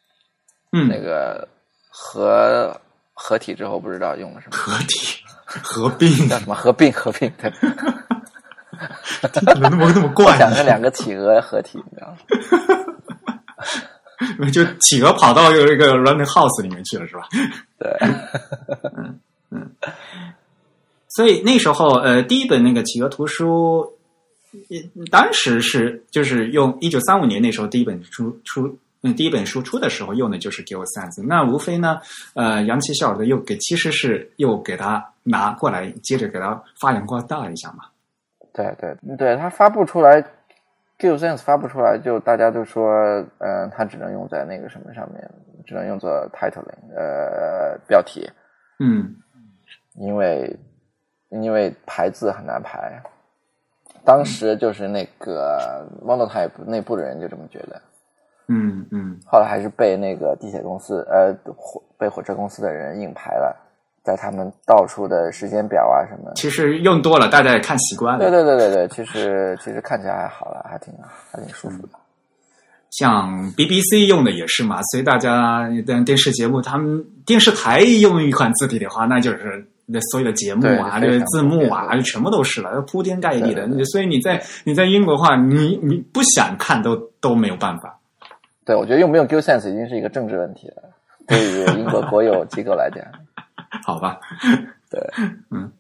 [SPEAKER 1] 嗯，
[SPEAKER 3] 那个合合体之后，不知道用了什么，
[SPEAKER 1] 合体合 并，
[SPEAKER 3] 叫什么合并合并。对，
[SPEAKER 1] 怎么那么那么怪
[SPEAKER 3] 想
[SPEAKER 1] 呢？
[SPEAKER 3] 着两个企鹅合体，你知道吗？
[SPEAKER 1] 就企鹅跑到这个 Random House 里面去了是吧？
[SPEAKER 3] 对，
[SPEAKER 1] 所以那时候，呃，第一本那个企鹅图书，呃当时是就是用一九三五年那时候第一本书出，嗯，第一本书出的时候用的就是 Gil Sans。那无非呢，呃，扬奇肖尔德又给其实是又给他拿过来，接着给他发扬光大一下嘛。
[SPEAKER 3] 对对对，它发布出来 g i l Sense 发布出来，就大家就说，嗯、它只能用在那个什么上面，只能用作 titling，呃，标题，
[SPEAKER 1] 嗯，
[SPEAKER 3] 因为因为排字很难排。当时就是那个 Monotype 内部的人就这么觉得，
[SPEAKER 1] 嗯嗯
[SPEAKER 3] 后来还是被那个地铁公司，呃，火被火车公司的人硬排了，在他们到处的时间表啊什么，
[SPEAKER 1] 其实用多了，大家也看习惯
[SPEAKER 3] 对
[SPEAKER 1] 了。
[SPEAKER 3] 对对对对，其实其实看起来还好了，还挺还挺舒服的。
[SPEAKER 1] 像 BBC 用的也是嘛，所以大家但电视节目，他们电视台用一款字体的话，那就是那所有的节目啊，这
[SPEAKER 3] 对
[SPEAKER 1] 个
[SPEAKER 3] 非常
[SPEAKER 1] 字幕啊
[SPEAKER 3] 普，遍
[SPEAKER 1] 全部都是了，铺天盖地的
[SPEAKER 3] 对对。对
[SPEAKER 1] 所以你在你在英国的话，你你不想看都都没有办法。
[SPEAKER 3] 对，我觉得用不用 Q Sense 已经是一个政治问题了，对于英国国有机构来讲，
[SPEAKER 1] 好吧，
[SPEAKER 3] 对，
[SPEAKER 1] 嗯，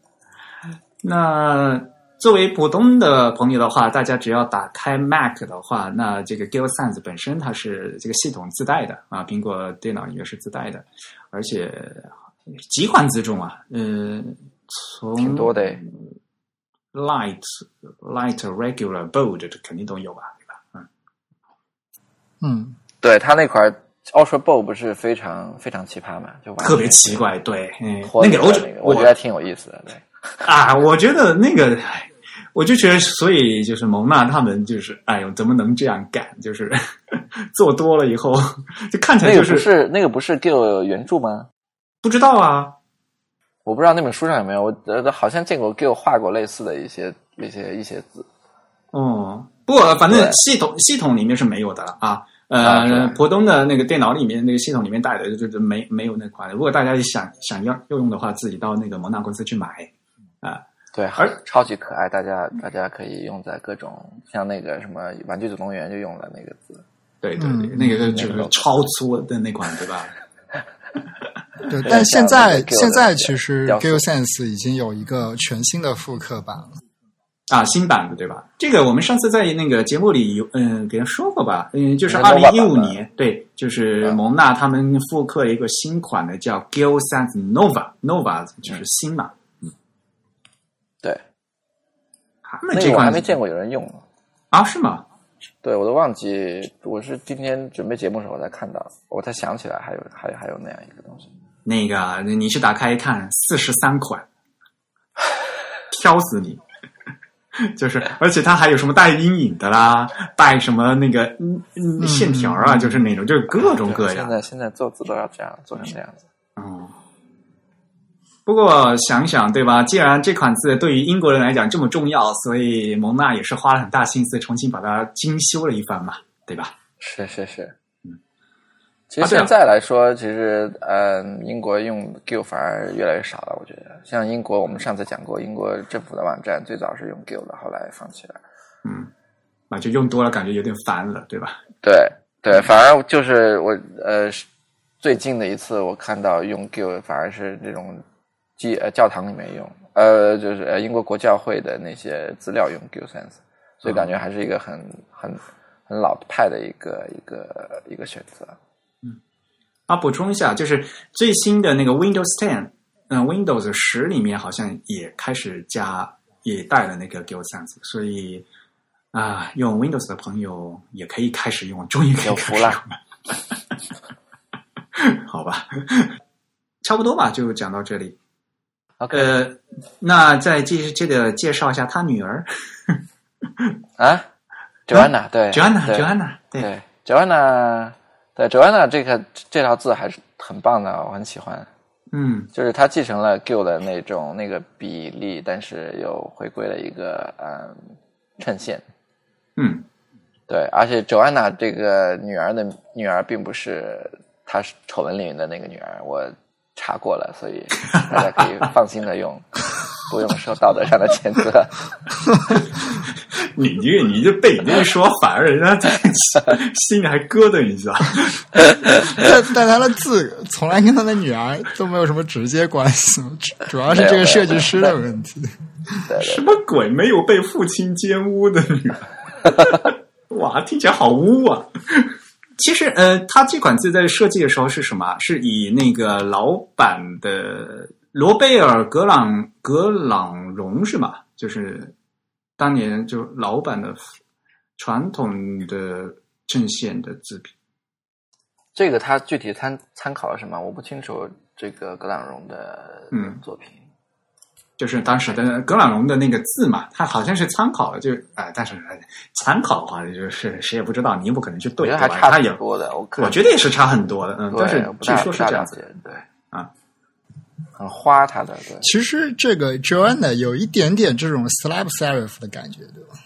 [SPEAKER 1] 那作为普通的朋友的话，大家只要打开 Mac 的话，那这个 Gil Sans 本身它是这个系统自带的啊，苹果电脑也是自带的，而且几款自重啊，嗯、从
[SPEAKER 3] 挺多的诶。
[SPEAKER 1] Light、Light、Regular、Bold 这肯定都有吧，对吧？嗯，
[SPEAKER 2] 嗯，
[SPEAKER 3] 对他那款 Ultra Bow 不是非常非常奇葩嘛，就完全
[SPEAKER 1] 特别奇怪，对，嗯，
[SPEAKER 3] 脱离
[SPEAKER 1] 那个
[SPEAKER 3] 了
[SPEAKER 1] 欧洲
[SPEAKER 3] 那个，我觉得还挺有意思的。对，
[SPEAKER 1] 啊，我觉得那个，哎我就觉得，所以就是蒙娜他们就是，哎呦，怎么能这样干？就是 做多了以后，就看起来
[SPEAKER 3] 那
[SPEAKER 1] 就
[SPEAKER 3] 个不是那个不是 Gill 原著吗？
[SPEAKER 1] 不知道啊。
[SPEAKER 3] 我不知道那本书上有没有，我呃好像见过 Gill 画过类似的一些一些一些字。
[SPEAKER 1] 哦，不过反正
[SPEAKER 3] 对
[SPEAKER 1] 系统系统里面是没有的了啊。
[SPEAKER 3] 啊是
[SPEAKER 1] 呃，
[SPEAKER 3] 吧
[SPEAKER 1] 浦东的那个电脑里面那个系统里面带的就是没没有那款。如果大家想想要要用的话，自己到那个蒙娜公司去买。
[SPEAKER 3] 对，
[SPEAKER 1] 而
[SPEAKER 3] 超级可爱，大家大家可以用在各种像那个什么《玩具总动员》就用了那个字。
[SPEAKER 1] 对对对，
[SPEAKER 2] 嗯
[SPEAKER 1] 那个就是
[SPEAKER 3] 那个
[SPEAKER 1] 超粗的那款，对吧？
[SPEAKER 2] 对。但现
[SPEAKER 3] 像那
[SPEAKER 2] 在
[SPEAKER 3] 个 Gill 的
[SPEAKER 2] 现在其实
[SPEAKER 3] 雕塑
[SPEAKER 2] Gill Sense 已经有一个全新的复刻版了。
[SPEAKER 1] 啊，新版的对吧？这个我们上次在那个节目里有嗯给人说过吧，嗯，就是
[SPEAKER 3] 应
[SPEAKER 1] 二零
[SPEAKER 3] 该
[SPEAKER 1] 一
[SPEAKER 3] 都版
[SPEAKER 1] 五
[SPEAKER 3] 本
[SPEAKER 1] 年，对，就是
[SPEAKER 3] 嗯
[SPEAKER 1] 蒙娜他们复刻了一个新款的叫 Gil Sans Nova，Nova
[SPEAKER 3] 嗯
[SPEAKER 1] 就是新嘛，
[SPEAKER 3] 对，
[SPEAKER 1] 他们
[SPEAKER 3] 那
[SPEAKER 1] 这
[SPEAKER 3] 个我
[SPEAKER 1] 款
[SPEAKER 3] 还没见过有人用呢。
[SPEAKER 1] 啊，是吗？
[SPEAKER 3] 对，我都忘记，我是今天准备节目的时候我才看到，我才想起来还有还有还有那样一个东西。
[SPEAKER 1] 那个你去打开一看，四十三款，挑死你！ 就是，而且它还有什么带阴影的啦，带什么那个嗯嗯线条啊，就是那种，就是各种各
[SPEAKER 3] 嗯对
[SPEAKER 1] 样
[SPEAKER 3] 现。在现在做字都要这样，做成这样子。
[SPEAKER 1] 哦，不过想想对吧？既然这款字对于英国人来讲这么重要，所以蒙娜也是花了很大心思重新把它精修了一番嘛，对吧？
[SPEAKER 3] 是是是，
[SPEAKER 1] 嗯。
[SPEAKER 3] 其
[SPEAKER 1] 啊
[SPEAKER 3] 实
[SPEAKER 1] 对啊
[SPEAKER 3] 现在来说，其实嗯，英国用 Gill 反而越来越少了。我觉得，像英国，我们上次讲过，英国政府的网站最早是用 Gill 的，后来放弃了。
[SPEAKER 1] 嗯，啊，就用多了感觉有点烦了，对吧？
[SPEAKER 3] 对对，反而就是我呃，是最近的一次我看到用 Gill，反而是这种基呃教堂里面用，呃，就是呃英国国教会的那些资料用 Gill Sense，所以感觉还是一个很很很老派的一个一个一个选择。
[SPEAKER 1] 啊，补充一下，就是最新的那个 Windows 10，嗯、w i n d o w s 十里面好像也开始加，也带了那个 Gil Sans，所以啊，用 Windows 的朋友也可以开始用，终于可以
[SPEAKER 3] 有
[SPEAKER 1] 开
[SPEAKER 3] 福
[SPEAKER 1] 始
[SPEAKER 3] 了
[SPEAKER 1] 用了， 好吧，差不多吧，就讲到这里。
[SPEAKER 3] OK
[SPEAKER 1] 呃，那再继这个介绍一下他女儿
[SPEAKER 3] 啊，Joanna 对对
[SPEAKER 1] Joanna，Joanna，对
[SPEAKER 3] 对 Joanna 对 Joanna 这个这套字还是很棒的，我很喜欢。
[SPEAKER 1] 嗯，
[SPEAKER 3] 就是它继承了 Gill 的那种那个比例，但是又回归了一个嗯衬线。
[SPEAKER 1] 嗯，
[SPEAKER 3] 对，而且 Joanna 这个女儿的女儿并不是她是丑闻里面的那个女儿，我查过了，所以大家可以放心的用， 不用受道德上的谴责。
[SPEAKER 1] 你这你这被你这一说，反而人家 在心里还咯噔一下。
[SPEAKER 2] 但但他的字从来跟他的女儿都没有什么直接关系，主主要是这个设计师的问题。
[SPEAKER 3] 对对
[SPEAKER 1] 什么鬼？没有被父亲奸污的 女儿，哇，听起来好污啊！其实，呃，它这款字在设计的时候是什么啊？是以那个老版的罗贝尔·格朗格朗荣是吗？就是当年就老版的传统的阵线的字体。
[SPEAKER 3] 这个他具体参参考了什么？我不清楚这个格朗荣的
[SPEAKER 1] 嗯
[SPEAKER 3] 作品。
[SPEAKER 1] 就是当时的格朗荣的那个字嘛，他好像是参考了，就啊、但是哎参考的话，就是谁也不知道，你又不可能去
[SPEAKER 3] 我
[SPEAKER 1] 对，
[SPEAKER 3] 觉得
[SPEAKER 1] 对
[SPEAKER 3] 还
[SPEAKER 1] 吧？
[SPEAKER 3] 差
[SPEAKER 1] 他也
[SPEAKER 3] 挺多的，我看
[SPEAKER 1] 我觉得也是差很多的，嗯，
[SPEAKER 3] 对
[SPEAKER 1] 但是
[SPEAKER 3] 不
[SPEAKER 1] 据
[SPEAKER 3] 大
[SPEAKER 1] 说
[SPEAKER 3] 不
[SPEAKER 1] 是
[SPEAKER 3] 大
[SPEAKER 1] 这样
[SPEAKER 3] 了
[SPEAKER 1] 子
[SPEAKER 3] 解
[SPEAKER 1] 的，
[SPEAKER 3] 对
[SPEAKER 1] 啊，
[SPEAKER 3] 很花他的对。
[SPEAKER 2] 其实这个 Joanna 有一点点这种 slab serif 的感觉，对吧？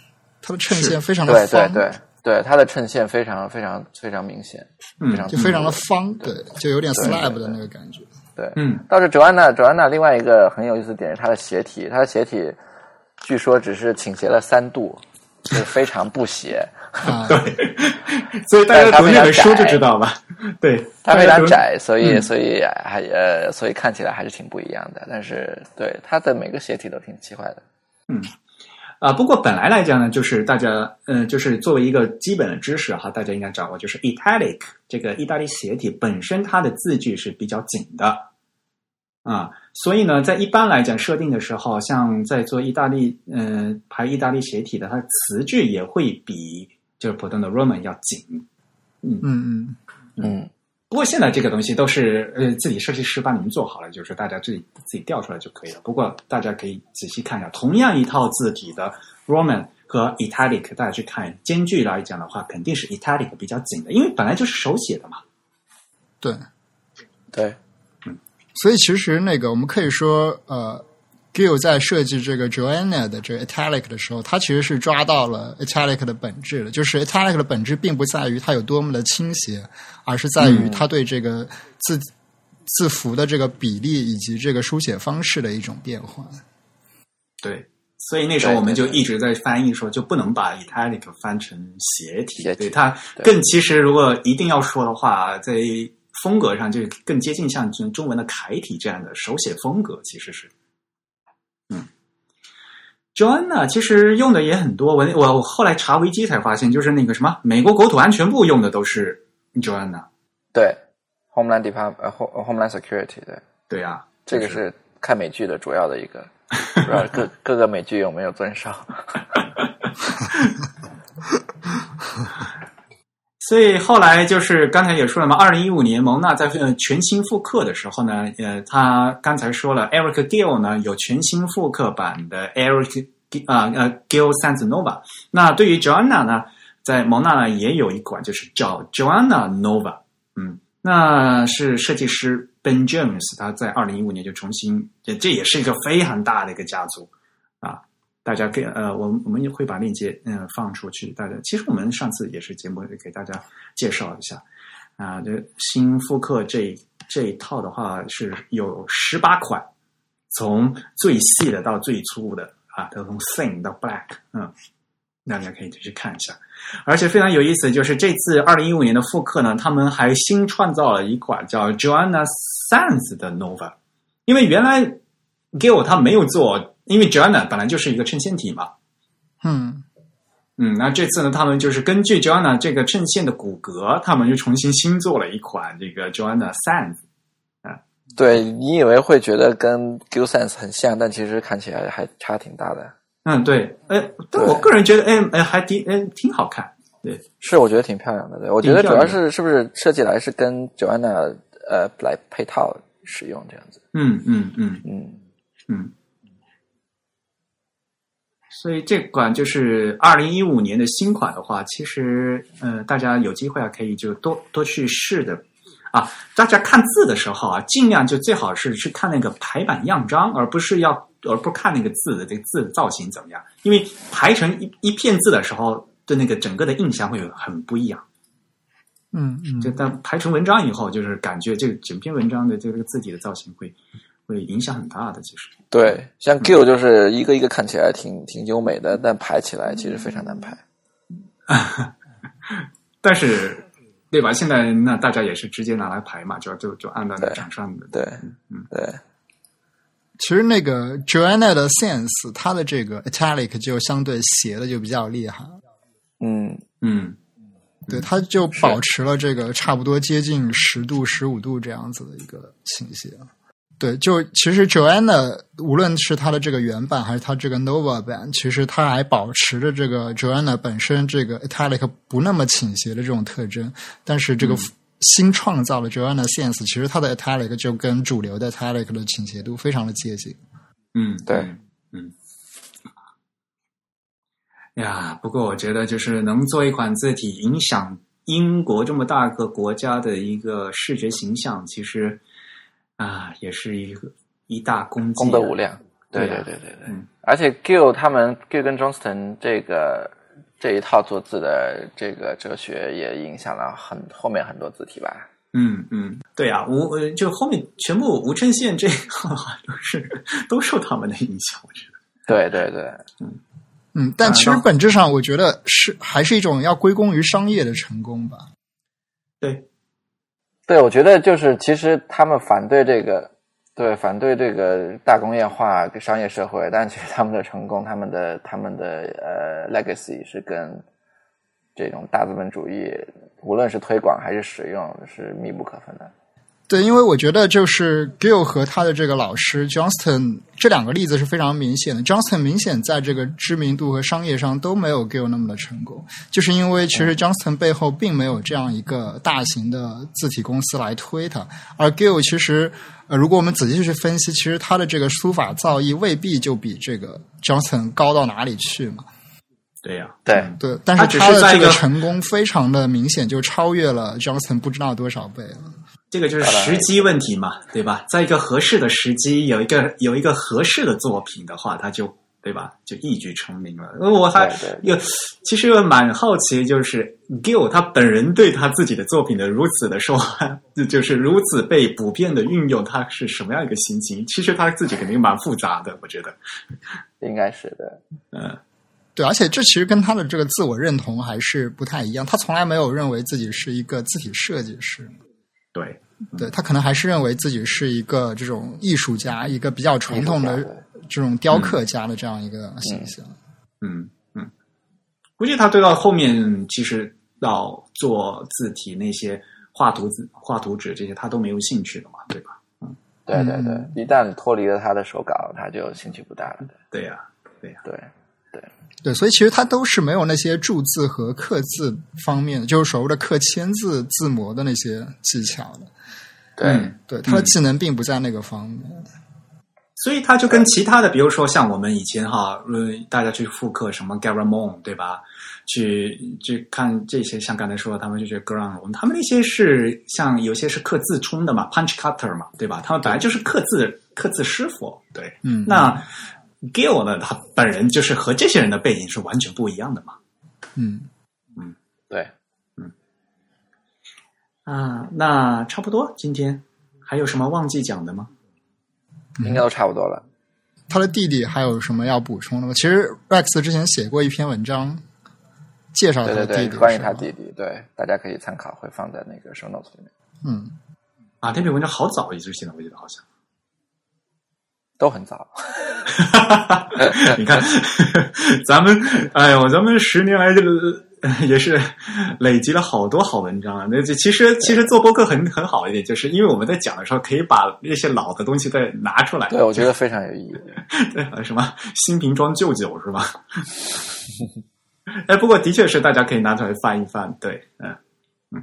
[SPEAKER 2] 它的衬线非常的
[SPEAKER 3] 对
[SPEAKER 2] 方，
[SPEAKER 3] 对对，对它的衬线非常非常非常明显，
[SPEAKER 1] 嗯
[SPEAKER 3] 非常
[SPEAKER 2] 就非常的方，对，就有点 slab 的那个感觉。
[SPEAKER 3] 对。
[SPEAKER 1] 嗯
[SPEAKER 3] 倒是 Joanna Joanna 另外一个很有意思的点是它的鞋体，它的鞋体据说只是倾斜了三度，就是非常不斜，
[SPEAKER 2] 啊，
[SPEAKER 1] 所以大家读那本书就
[SPEAKER 3] 但它非常窄
[SPEAKER 1] 知道吧。 对，
[SPEAKER 3] 它
[SPEAKER 1] 大
[SPEAKER 3] 非
[SPEAKER 1] 家
[SPEAKER 3] 常
[SPEAKER 1] 读
[SPEAKER 3] 窄，所以
[SPEAKER 1] 嗯
[SPEAKER 3] 所以还呃，所以看起来还是挺不一样的。但是对它的每个鞋体都挺奇怪的，
[SPEAKER 1] 啊、不过本来来讲呢，就是大家，嗯，就是作为一个基本的知识哈，大家应该掌握，就是 italic 这个意大利斜体本身它的字距是比较紧的，啊，所以呢，在一般来讲设定的时候，像在做意大利，嗯、排意大利斜体的，它的词句也会比就是普通的 Roman 要紧。
[SPEAKER 2] 嗯嗯，
[SPEAKER 3] 嗯。
[SPEAKER 1] 不过现在这个东西都是呃自己设计师帮你们做好了，就是大家自己自己调出来就可以了。不过大家可以仔细看一下，同样一套字体的 Roman 和 Italic，大家去看间距来讲的话，肯定是 Italic 比较紧的，因为本来就是手写的嘛。
[SPEAKER 2] 对。
[SPEAKER 3] 对，
[SPEAKER 2] 所以其实那个我们可以说，呃，Gill 在设计这个 Joanna 的这个 Italic 的时候，他其实是抓到了 Italic 的本质的，就是 Italic 的本质并不在于它有多么的倾斜，而是在于它对这个字、字符的这个比例以及这个书写方式的一种变化。
[SPEAKER 1] 对，所以那时候我们就
[SPEAKER 3] 对对对
[SPEAKER 1] 一直在翻译说，就不能把 Italic 翻成斜体。
[SPEAKER 3] 斜体
[SPEAKER 1] 对它
[SPEAKER 3] 对
[SPEAKER 1] 更其实如果一定要说的话，在风格上就更接近像中中文的楷体这样的手写风格，其实是。Joanna 其实用的也很多，我我我后来查维基才发现，就是那个什么美国国土安全部用的都是 Joanna。
[SPEAKER 3] 对，Homeland Department 呃，Home- 呃，Homeland Security 对，
[SPEAKER 1] 对啊，
[SPEAKER 3] 这个是看美剧的主要的一个，不知道各各个美剧有没有遵守？
[SPEAKER 1] 所以后来就是刚才也说了嘛，二零一五年蒙娜在呃全新复刻的时候呢，呃，他刚才说了，Eric Gill 呢有全新复刻版的 Eric Gi- 啊呃 Gill Sans Nova。那对于 Joanna 呢，在蒙娜呢也有一款就是叫 Joanna Nova，嗯，那是设计师 Ben James，他在二零一五年就重新，这这也是一个非常大的一个家族啊。大家给呃，我们我们也会把链接嗯、呃放出去。大家其实我们上次也是节目给大家介绍一下啊，这新复刻这这一套的话是有十八款，从最细的到最粗的啊，都从 thin 到 black，嗯，大家可以去看一下。而且非常有意思，就是这次二零一五年的复刻呢，他们还新创造了一款叫 Joanna Sands 的 Nova，因为原来 Gill 他没有做，因为 Joanna 本来就是一个衬线体嘛，
[SPEAKER 2] 嗯，
[SPEAKER 1] 嗯，那这次呢，他们就是根据 Joanna 这个衬线的骨骼，他们就重新新做了一款这个 Joanna Sands，
[SPEAKER 3] 对你以为会觉得跟 Gill Sans 很像，但其实看起来还差挺大的。
[SPEAKER 1] 嗯，对，哎，但
[SPEAKER 3] 对
[SPEAKER 1] 我个人觉得，哎，哎，还挺，哎，挺好看，对，
[SPEAKER 3] 是，我觉得挺漂亮的。对，我觉得主要是是不是设计来是跟 Joanna 呃来配套使用这样子。
[SPEAKER 1] 嗯嗯嗯
[SPEAKER 3] 嗯，
[SPEAKER 1] 嗯。所以这款就是二零一五年的新款的话，其实，呃，大家有机会啊，可以就多多去试的。啊，大家看字的时候啊，尽量就最好是去看那个排版样章，而不是要而不看那个字的这个字的造型怎么样，因为排成一一片字的时候，对那个整个的印象会有很不一样。
[SPEAKER 2] 嗯
[SPEAKER 1] 就
[SPEAKER 2] 嗯，
[SPEAKER 1] 但排成文章以后，就是感觉这整篇文章的这个字体的造型会会影响很大的，其实。
[SPEAKER 3] 对，像 Gill 就是一个一个看起来挺挺优美的，但排起来其实非常难排。
[SPEAKER 1] 但是，对吧？现在那大家也是直接拿来排嘛，就就就按照那
[SPEAKER 3] 对
[SPEAKER 1] 场上的。
[SPEAKER 3] 对，对，
[SPEAKER 2] 其实那个 Joanna 的 sense，它的这个 Italic 就相对斜的就比较厉害。
[SPEAKER 3] 嗯，
[SPEAKER 1] 嗯，
[SPEAKER 2] 对，它就保持了这个差不多接近十度、十五度这样子的一个倾斜。对，就其实 Joanna 无论是它的这个原版还是它这个 Nova 版，其实它还保持着这个 Joanna 本身这个 Italic 不那么倾斜的这种特征，但是这个新创造的 Joanna Sense，其实它的 Italic 就跟主流的 Italic 的倾斜度非常的接近。
[SPEAKER 1] 嗯，
[SPEAKER 3] 对
[SPEAKER 1] 嗯，嗯。呀，不过我觉得就是能做一款字体影响英国这么大个国家的一个视觉形象，其实啊，也是一个一大功绩、
[SPEAKER 3] 功德无。量。
[SPEAKER 1] 对
[SPEAKER 3] 对
[SPEAKER 1] 啊
[SPEAKER 3] 对对对对
[SPEAKER 1] 嗯，
[SPEAKER 3] 而且 Gill 他们 Gill 跟 Johnston 这个这一套做字的这个哲学也影响了很后面很多字体吧。
[SPEAKER 1] 嗯嗯，对啊，吴呃就后面全部吴称宪这一套啊都是都受他们的影响，我觉得。
[SPEAKER 3] 对对对，
[SPEAKER 2] 嗯，但其实本质上，我觉得是还是一种要归功于商业的成功吧。
[SPEAKER 1] 对，
[SPEAKER 3] 对，我觉得就是其实他们反对这个，对反对这个大工业化跟商业社会，但其实他们的成功，他们的他们的呃 legacy 是跟这种大资本主义，无论是推广还是使用，是密不可分的。
[SPEAKER 2] 对，因为我觉得就是 Gill 和他的这个老师 Johnston 这两个例子是非常明显的。Johnston 明显在这个知名度和商业上都没有 Gill 那么的成功，就是因为其实 Johnston 背后并没有这样一个大型的字体公司来推它，而 Gill 其实呃，如果我们仔细去分析，其实他的这个书法造诣未必就比这个 Johnston 高到哪里去嘛。
[SPEAKER 1] 对呀、嗯
[SPEAKER 3] 对，
[SPEAKER 2] 对，但
[SPEAKER 1] 他
[SPEAKER 2] 是
[SPEAKER 1] 只
[SPEAKER 2] 他
[SPEAKER 1] 是
[SPEAKER 2] 的
[SPEAKER 1] 在
[SPEAKER 2] 这
[SPEAKER 1] 一个
[SPEAKER 2] 成功非常的明显，就超越了 Johnston 不知道多少倍了。
[SPEAKER 1] 这个就是时机问题嘛，对吧？在一个合适的时机，有一个有一个合适的作品的话，它就对吧，就一举成名了。呃我还
[SPEAKER 3] 对对
[SPEAKER 1] 有，其实我蛮好奇，就是 Gill 他本人对他自己的作品的如此的受欢，就是如此被普遍的运用，他是什么样一个心情？其实他自己肯定蛮复杂的，我觉得。
[SPEAKER 3] 应该是的。
[SPEAKER 1] 嗯，
[SPEAKER 2] 对，而且这其实跟他的这个自我认同还是不太一样。他从来没有认为自己是一个字体设计师，
[SPEAKER 1] 对，
[SPEAKER 2] 对他可能还是认为自己是一个这种艺术家，一个比较传统
[SPEAKER 3] 艺
[SPEAKER 2] 的
[SPEAKER 3] 术家
[SPEAKER 2] 这种雕刻家的这样一个形象。
[SPEAKER 1] 嗯嗯，估计他对到后面，其实到做字体那些画图纸、画图纸这些，他都没有兴趣了嘛，对吧？
[SPEAKER 3] 对对对
[SPEAKER 2] 嗯，
[SPEAKER 3] 一旦脱离了他的手稿，他就兴趣不大了。
[SPEAKER 1] 对呀、
[SPEAKER 3] 对，
[SPEAKER 2] 对，所以其实他都是没有那些注字和刻字方面，就是所谓的刻签字字模的那些技巧的。
[SPEAKER 3] 对，
[SPEAKER 1] 嗯
[SPEAKER 2] 对，他的
[SPEAKER 1] 嗯
[SPEAKER 2] 技能并不在那个方面。
[SPEAKER 1] 所以它就跟其他的，比如说像我们以前哈，呃，大家去复刻什么 Garamond 对吧？去去看这些，像刚才说的，他们就觉得 g r a n d 他们那些是像有些是刻字冲的嘛，punch cutter 嘛，对吧？他们本来就是刻字刻字师傅，对。
[SPEAKER 2] 嗯，
[SPEAKER 1] 那 Gill 呢，他本人就是和这些人的背景是完全不一样的嘛。
[SPEAKER 2] 嗯。
[SPEAKER 3] 对，
[SPEAKER 1] 啊，那差不多，今天还有什么忘记讲的吗？
[SPEAKER 2] 嗯
[SPEAKER 3] 应该都差不多了。
[SPEAKER 2] 他的弟弟还有什么要补充的吗？其实 Rex 之前写过一篇文章介绍他
[SPEAKER 3] 对
[SPEAKER 2] 的
[SPEAKER 3] 对
[SPEAKER 2] 弟弟，
[SPEAKER 3] 对，关于
[SPEAKER 2] 是
[SPEAKER 3] 他
[SPEAKER 2] 吧
[SPEAKER 3] 弟弟，对，大家可以参考，会放在那个 show notes 里面，
[SPEAKER 2] 嗯，
[SPEAKER 1] 啊，那篇文章好早，也就是现在我记得好像。
[SPEAKER 3] 都很早。
[SPEAKER 1] 你看，咱们哎呦，咱们十年来这个呃也是累积了好多好文章啊。那这其实其实做播客很很好一点，就是因为我们在讲的时候，可以把那些老的东西再拿出来，
[SPEAKER 3] 对，我觉得非常有意义。
[SPEAKER 1] 对什么新瓶装旧酒是吧？ 哎，不过的确是大家可以拿出来翻一翻，对，嗯嗯，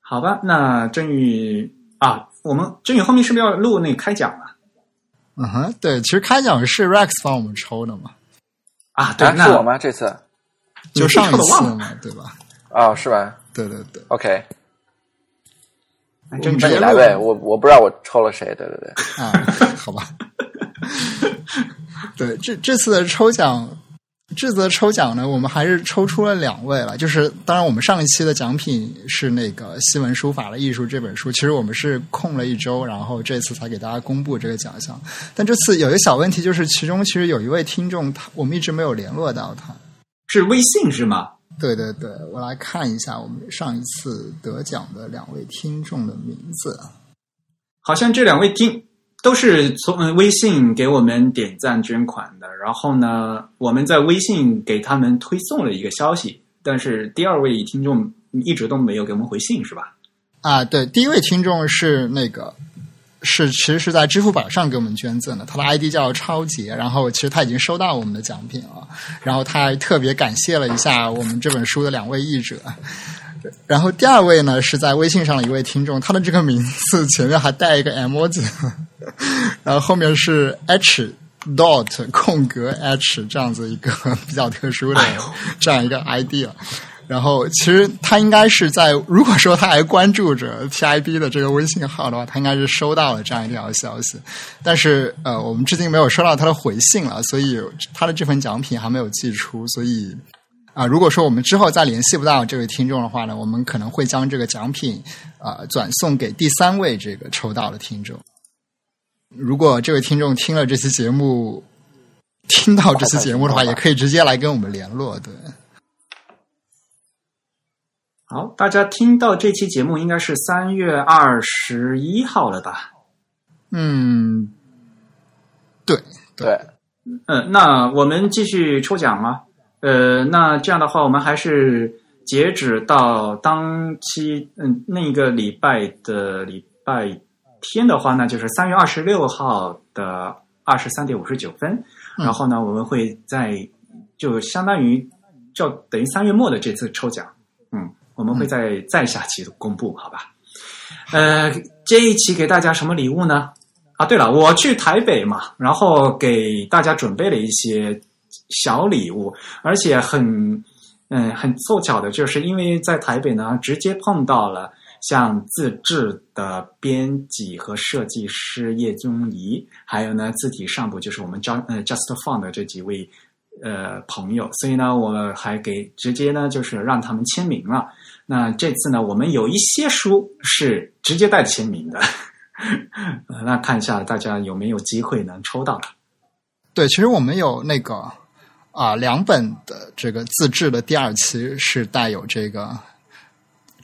[SPEAKER 1] 好吧，那振宇啊，我们振宇后面是不是要录那个开讲啊？
[SPEAKER 2] 嗯哼，对，其实开奖是 Rex 帮我们抽的嘛，
[SPEAKER 1] 啊， 对，
[SPEAKER 3] 啊，
[SPEAKER 1] 那
[SPEAKER 3] 是我吗？这次？
[SPEAKER 2] 就上
[SPEAKER 1] 你
[SPEAKER 2] 一
[SPEAKER 1] 是抽
[SPEAKER 2] 次
[SPEAKER 1] 的忘
[SPEAKER 2] 嘛，对吧？
[SPEAKER 3] 哦，是吗
[SPEAKER 2] 对对对，
[SPEAKER 3] ？OK，
[SPEAKER 1] 哎振宇
[SPEAKER 3] 那
[SPEAKER 2] 直
[SPEAKER 3] 你
[SPEAKER 2] 接
[SPEAKER 3] 来
[SPEAKER 2] 录
[SPEAKER 3] 呗。我我不知道我抽了谁。对对对，
[SPEAKER 2] 啊， 好吧。对，这这次的抽奖，这次的抽奖呢，我们还是抽出了两位了。就是当然，我们上一期的奖品是那个《西文书法的艺术》这本书，其实我们是空了一周，然后这次才给大家公布这个奖项。但这次有一个小问题，就是其中其实有一位听众，他我们一直没有联络到他。
[SPEAKER 1] 是微信是吗？
[SPEAKER 2] 对对对，我来看一下我们上一次得奖的两位听众的名字啊。
[SPEAKER 1] 好像这两位听都是从呃微信给我们点赞捐款的，然后呢，我们在微信给他们推送了一个消息，但是第二位听众一直都没有给我们回信，是吧？
[SPEAKER 2] 啊，对，第一位听众是那个是其实是在支付宝上给我们捐赠的，他的 ID 叫超杰，然后其实他已经收到我们的奖品了，然后他还特别感谢了一下我们这本书的两位译者。然后第二位呢是在微信上的一位听众，他的这个名字前面还带一个 M 字，然后后面是 H dot 空格 H 这样子一个比较特殊的
[SPEAKER 1] 哎呦
[SPEAKER 2] 这样一个 ID 了。然后其实他应该是在，如果说他还关注着 TIB 的这个微信号的话，他应该是收到了这样一条消息。但是呃，我们至今没有收到他的回信了，所以呃他的这份奖品还没有寄出，所以。啊，如果说我们之后再联系不到这位听众的话呢，我们可能会将这个奖品啊、呃、转送给第三位这个抽到的听众。如果这位听众听了这期节目，听到这期节目的话，也可以直接来跟我们联络。对，
[SPEAKER 1] 好，大家听到这期节目应该是三月二十一号了吧？
[SPEAKER 2] 嗯，对
[SPEAKER 3] 对，
[SPEAKER 1] 嗯、呃，那我们继续抽奖吗？呃，那这样的话，我们还是截止到当期嗯那个礼拜的礼拜天的话，那就是三月二十六号的二十三点五十九分。
[SPEAKER 2] 嗯
[SPEAKER 1] 然后呢，我们会在就相当于就等于三月末的这次抽奖，嗯，我们会在再下期公布，好吧？呃，这一期给大家什么礼物呢？啊，对了，我去台北嘛，然后给大家准备了一些小礼物，而且很嗯很凑巧的，就是因为在台北呢，直接碰到了像自制的编辑和设计师叶宗仪，还有呢字体上部就是我们 Just 呃 Just Font 的这几位呃朋友，所以呢我还给直接呢就是让他们签名了。那这次呢，我们有一些书是直接带签名的，呃那看一下大家有没有机会能抽到它。
[SPEAKER 2] 对，其实我们有那个啊、两本的这个自制的第二期是带有这个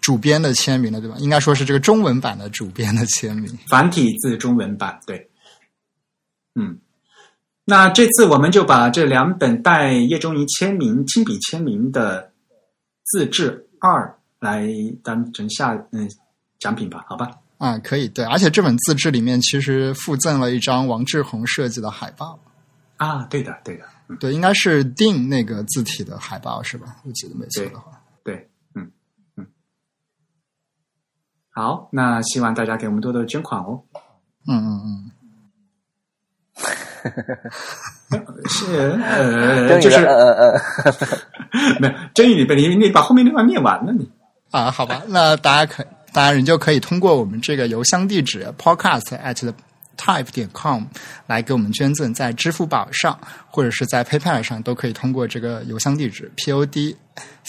[SPEAKER 2] 主编的签名的，对吧？应该说是这个中文版的主编的签名。
[SPEAKER 1] 繁体字中文版，对，嗯，那这次我们就把这两本带叶中仪签名、亲笔签名的自制二来当成下嗯奖品吧，好吧？
[SPEAKER 2] 啊，可以对，而且这本自制里面其实附赠了一张王志宏设计的海报，
[SPEAKER 1] 啊，对的，对的，
[SPEAKER 2] 对，应该是定那个字体的海报是吧？我记得没错的话，
[SPEAKER 1] 对，嗯嗯，好，那希望大家给我们多多捐款哦。
[SPEAKER 2] 嗯嗯嗯，
[SPEAKER 1] 是
[SPEAKER 3] 真
[SPEAKER 1] 呃，
[SPEAKER 3] 宇
[SPEAKER 1] 就是
[SPEAKER 3] 嗯嗯嗯，
[SPEAKER 1] 没有真宇，你你把后面那段念完了你。
[SPEAKER 2] 啊，好吧，那大家可大家仍旧可以通过我们这个邮箱地址 podcast at the type 点 com 来给我们捐赠，在支付宝上或者是在 PayPal 上都可以通过这个邮箱地址 podcast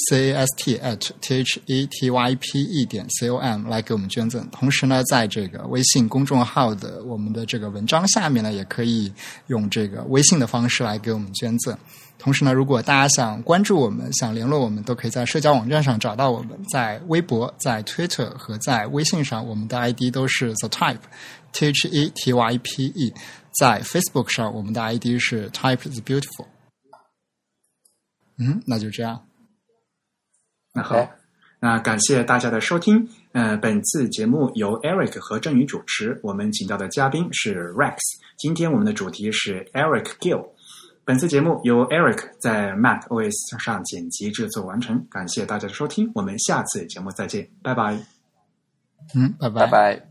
[SPEAKER 2] at t h e t y p e 点 c o m 来给我们捐赠。同时呢，在这个微信公众号的我们的这个文章下面呢，也可以用这个微信的方式来给我们捐赠。同时呢，如果大家想关注我们、想联络我们，都可以在社交网站上找到我们，在微博、在 Twitter 和在微信上，我们的 ID 都是 The Type T H E T Y P E。在 Facebook 上，我们的 ID 是 Type is Beautiful。嗯，那就这样。
[SPEAKER 1] 那好
[SPEAKER 3] OK
[SPEAKER 1] 那感谢大家的收听。呃，本次节目由 Eric 和郑宇主持，我们请到的嘉宾是 Rex。今天我们的主题是 Eric Gill。本次节目由 Eric 在 Mac OS 上剪辑制作完成，感谢大家的收听，我们下次节目再见，拜拜。
[SPEAKER 2] 嗯，
[SPEAKER 3] 拜拜。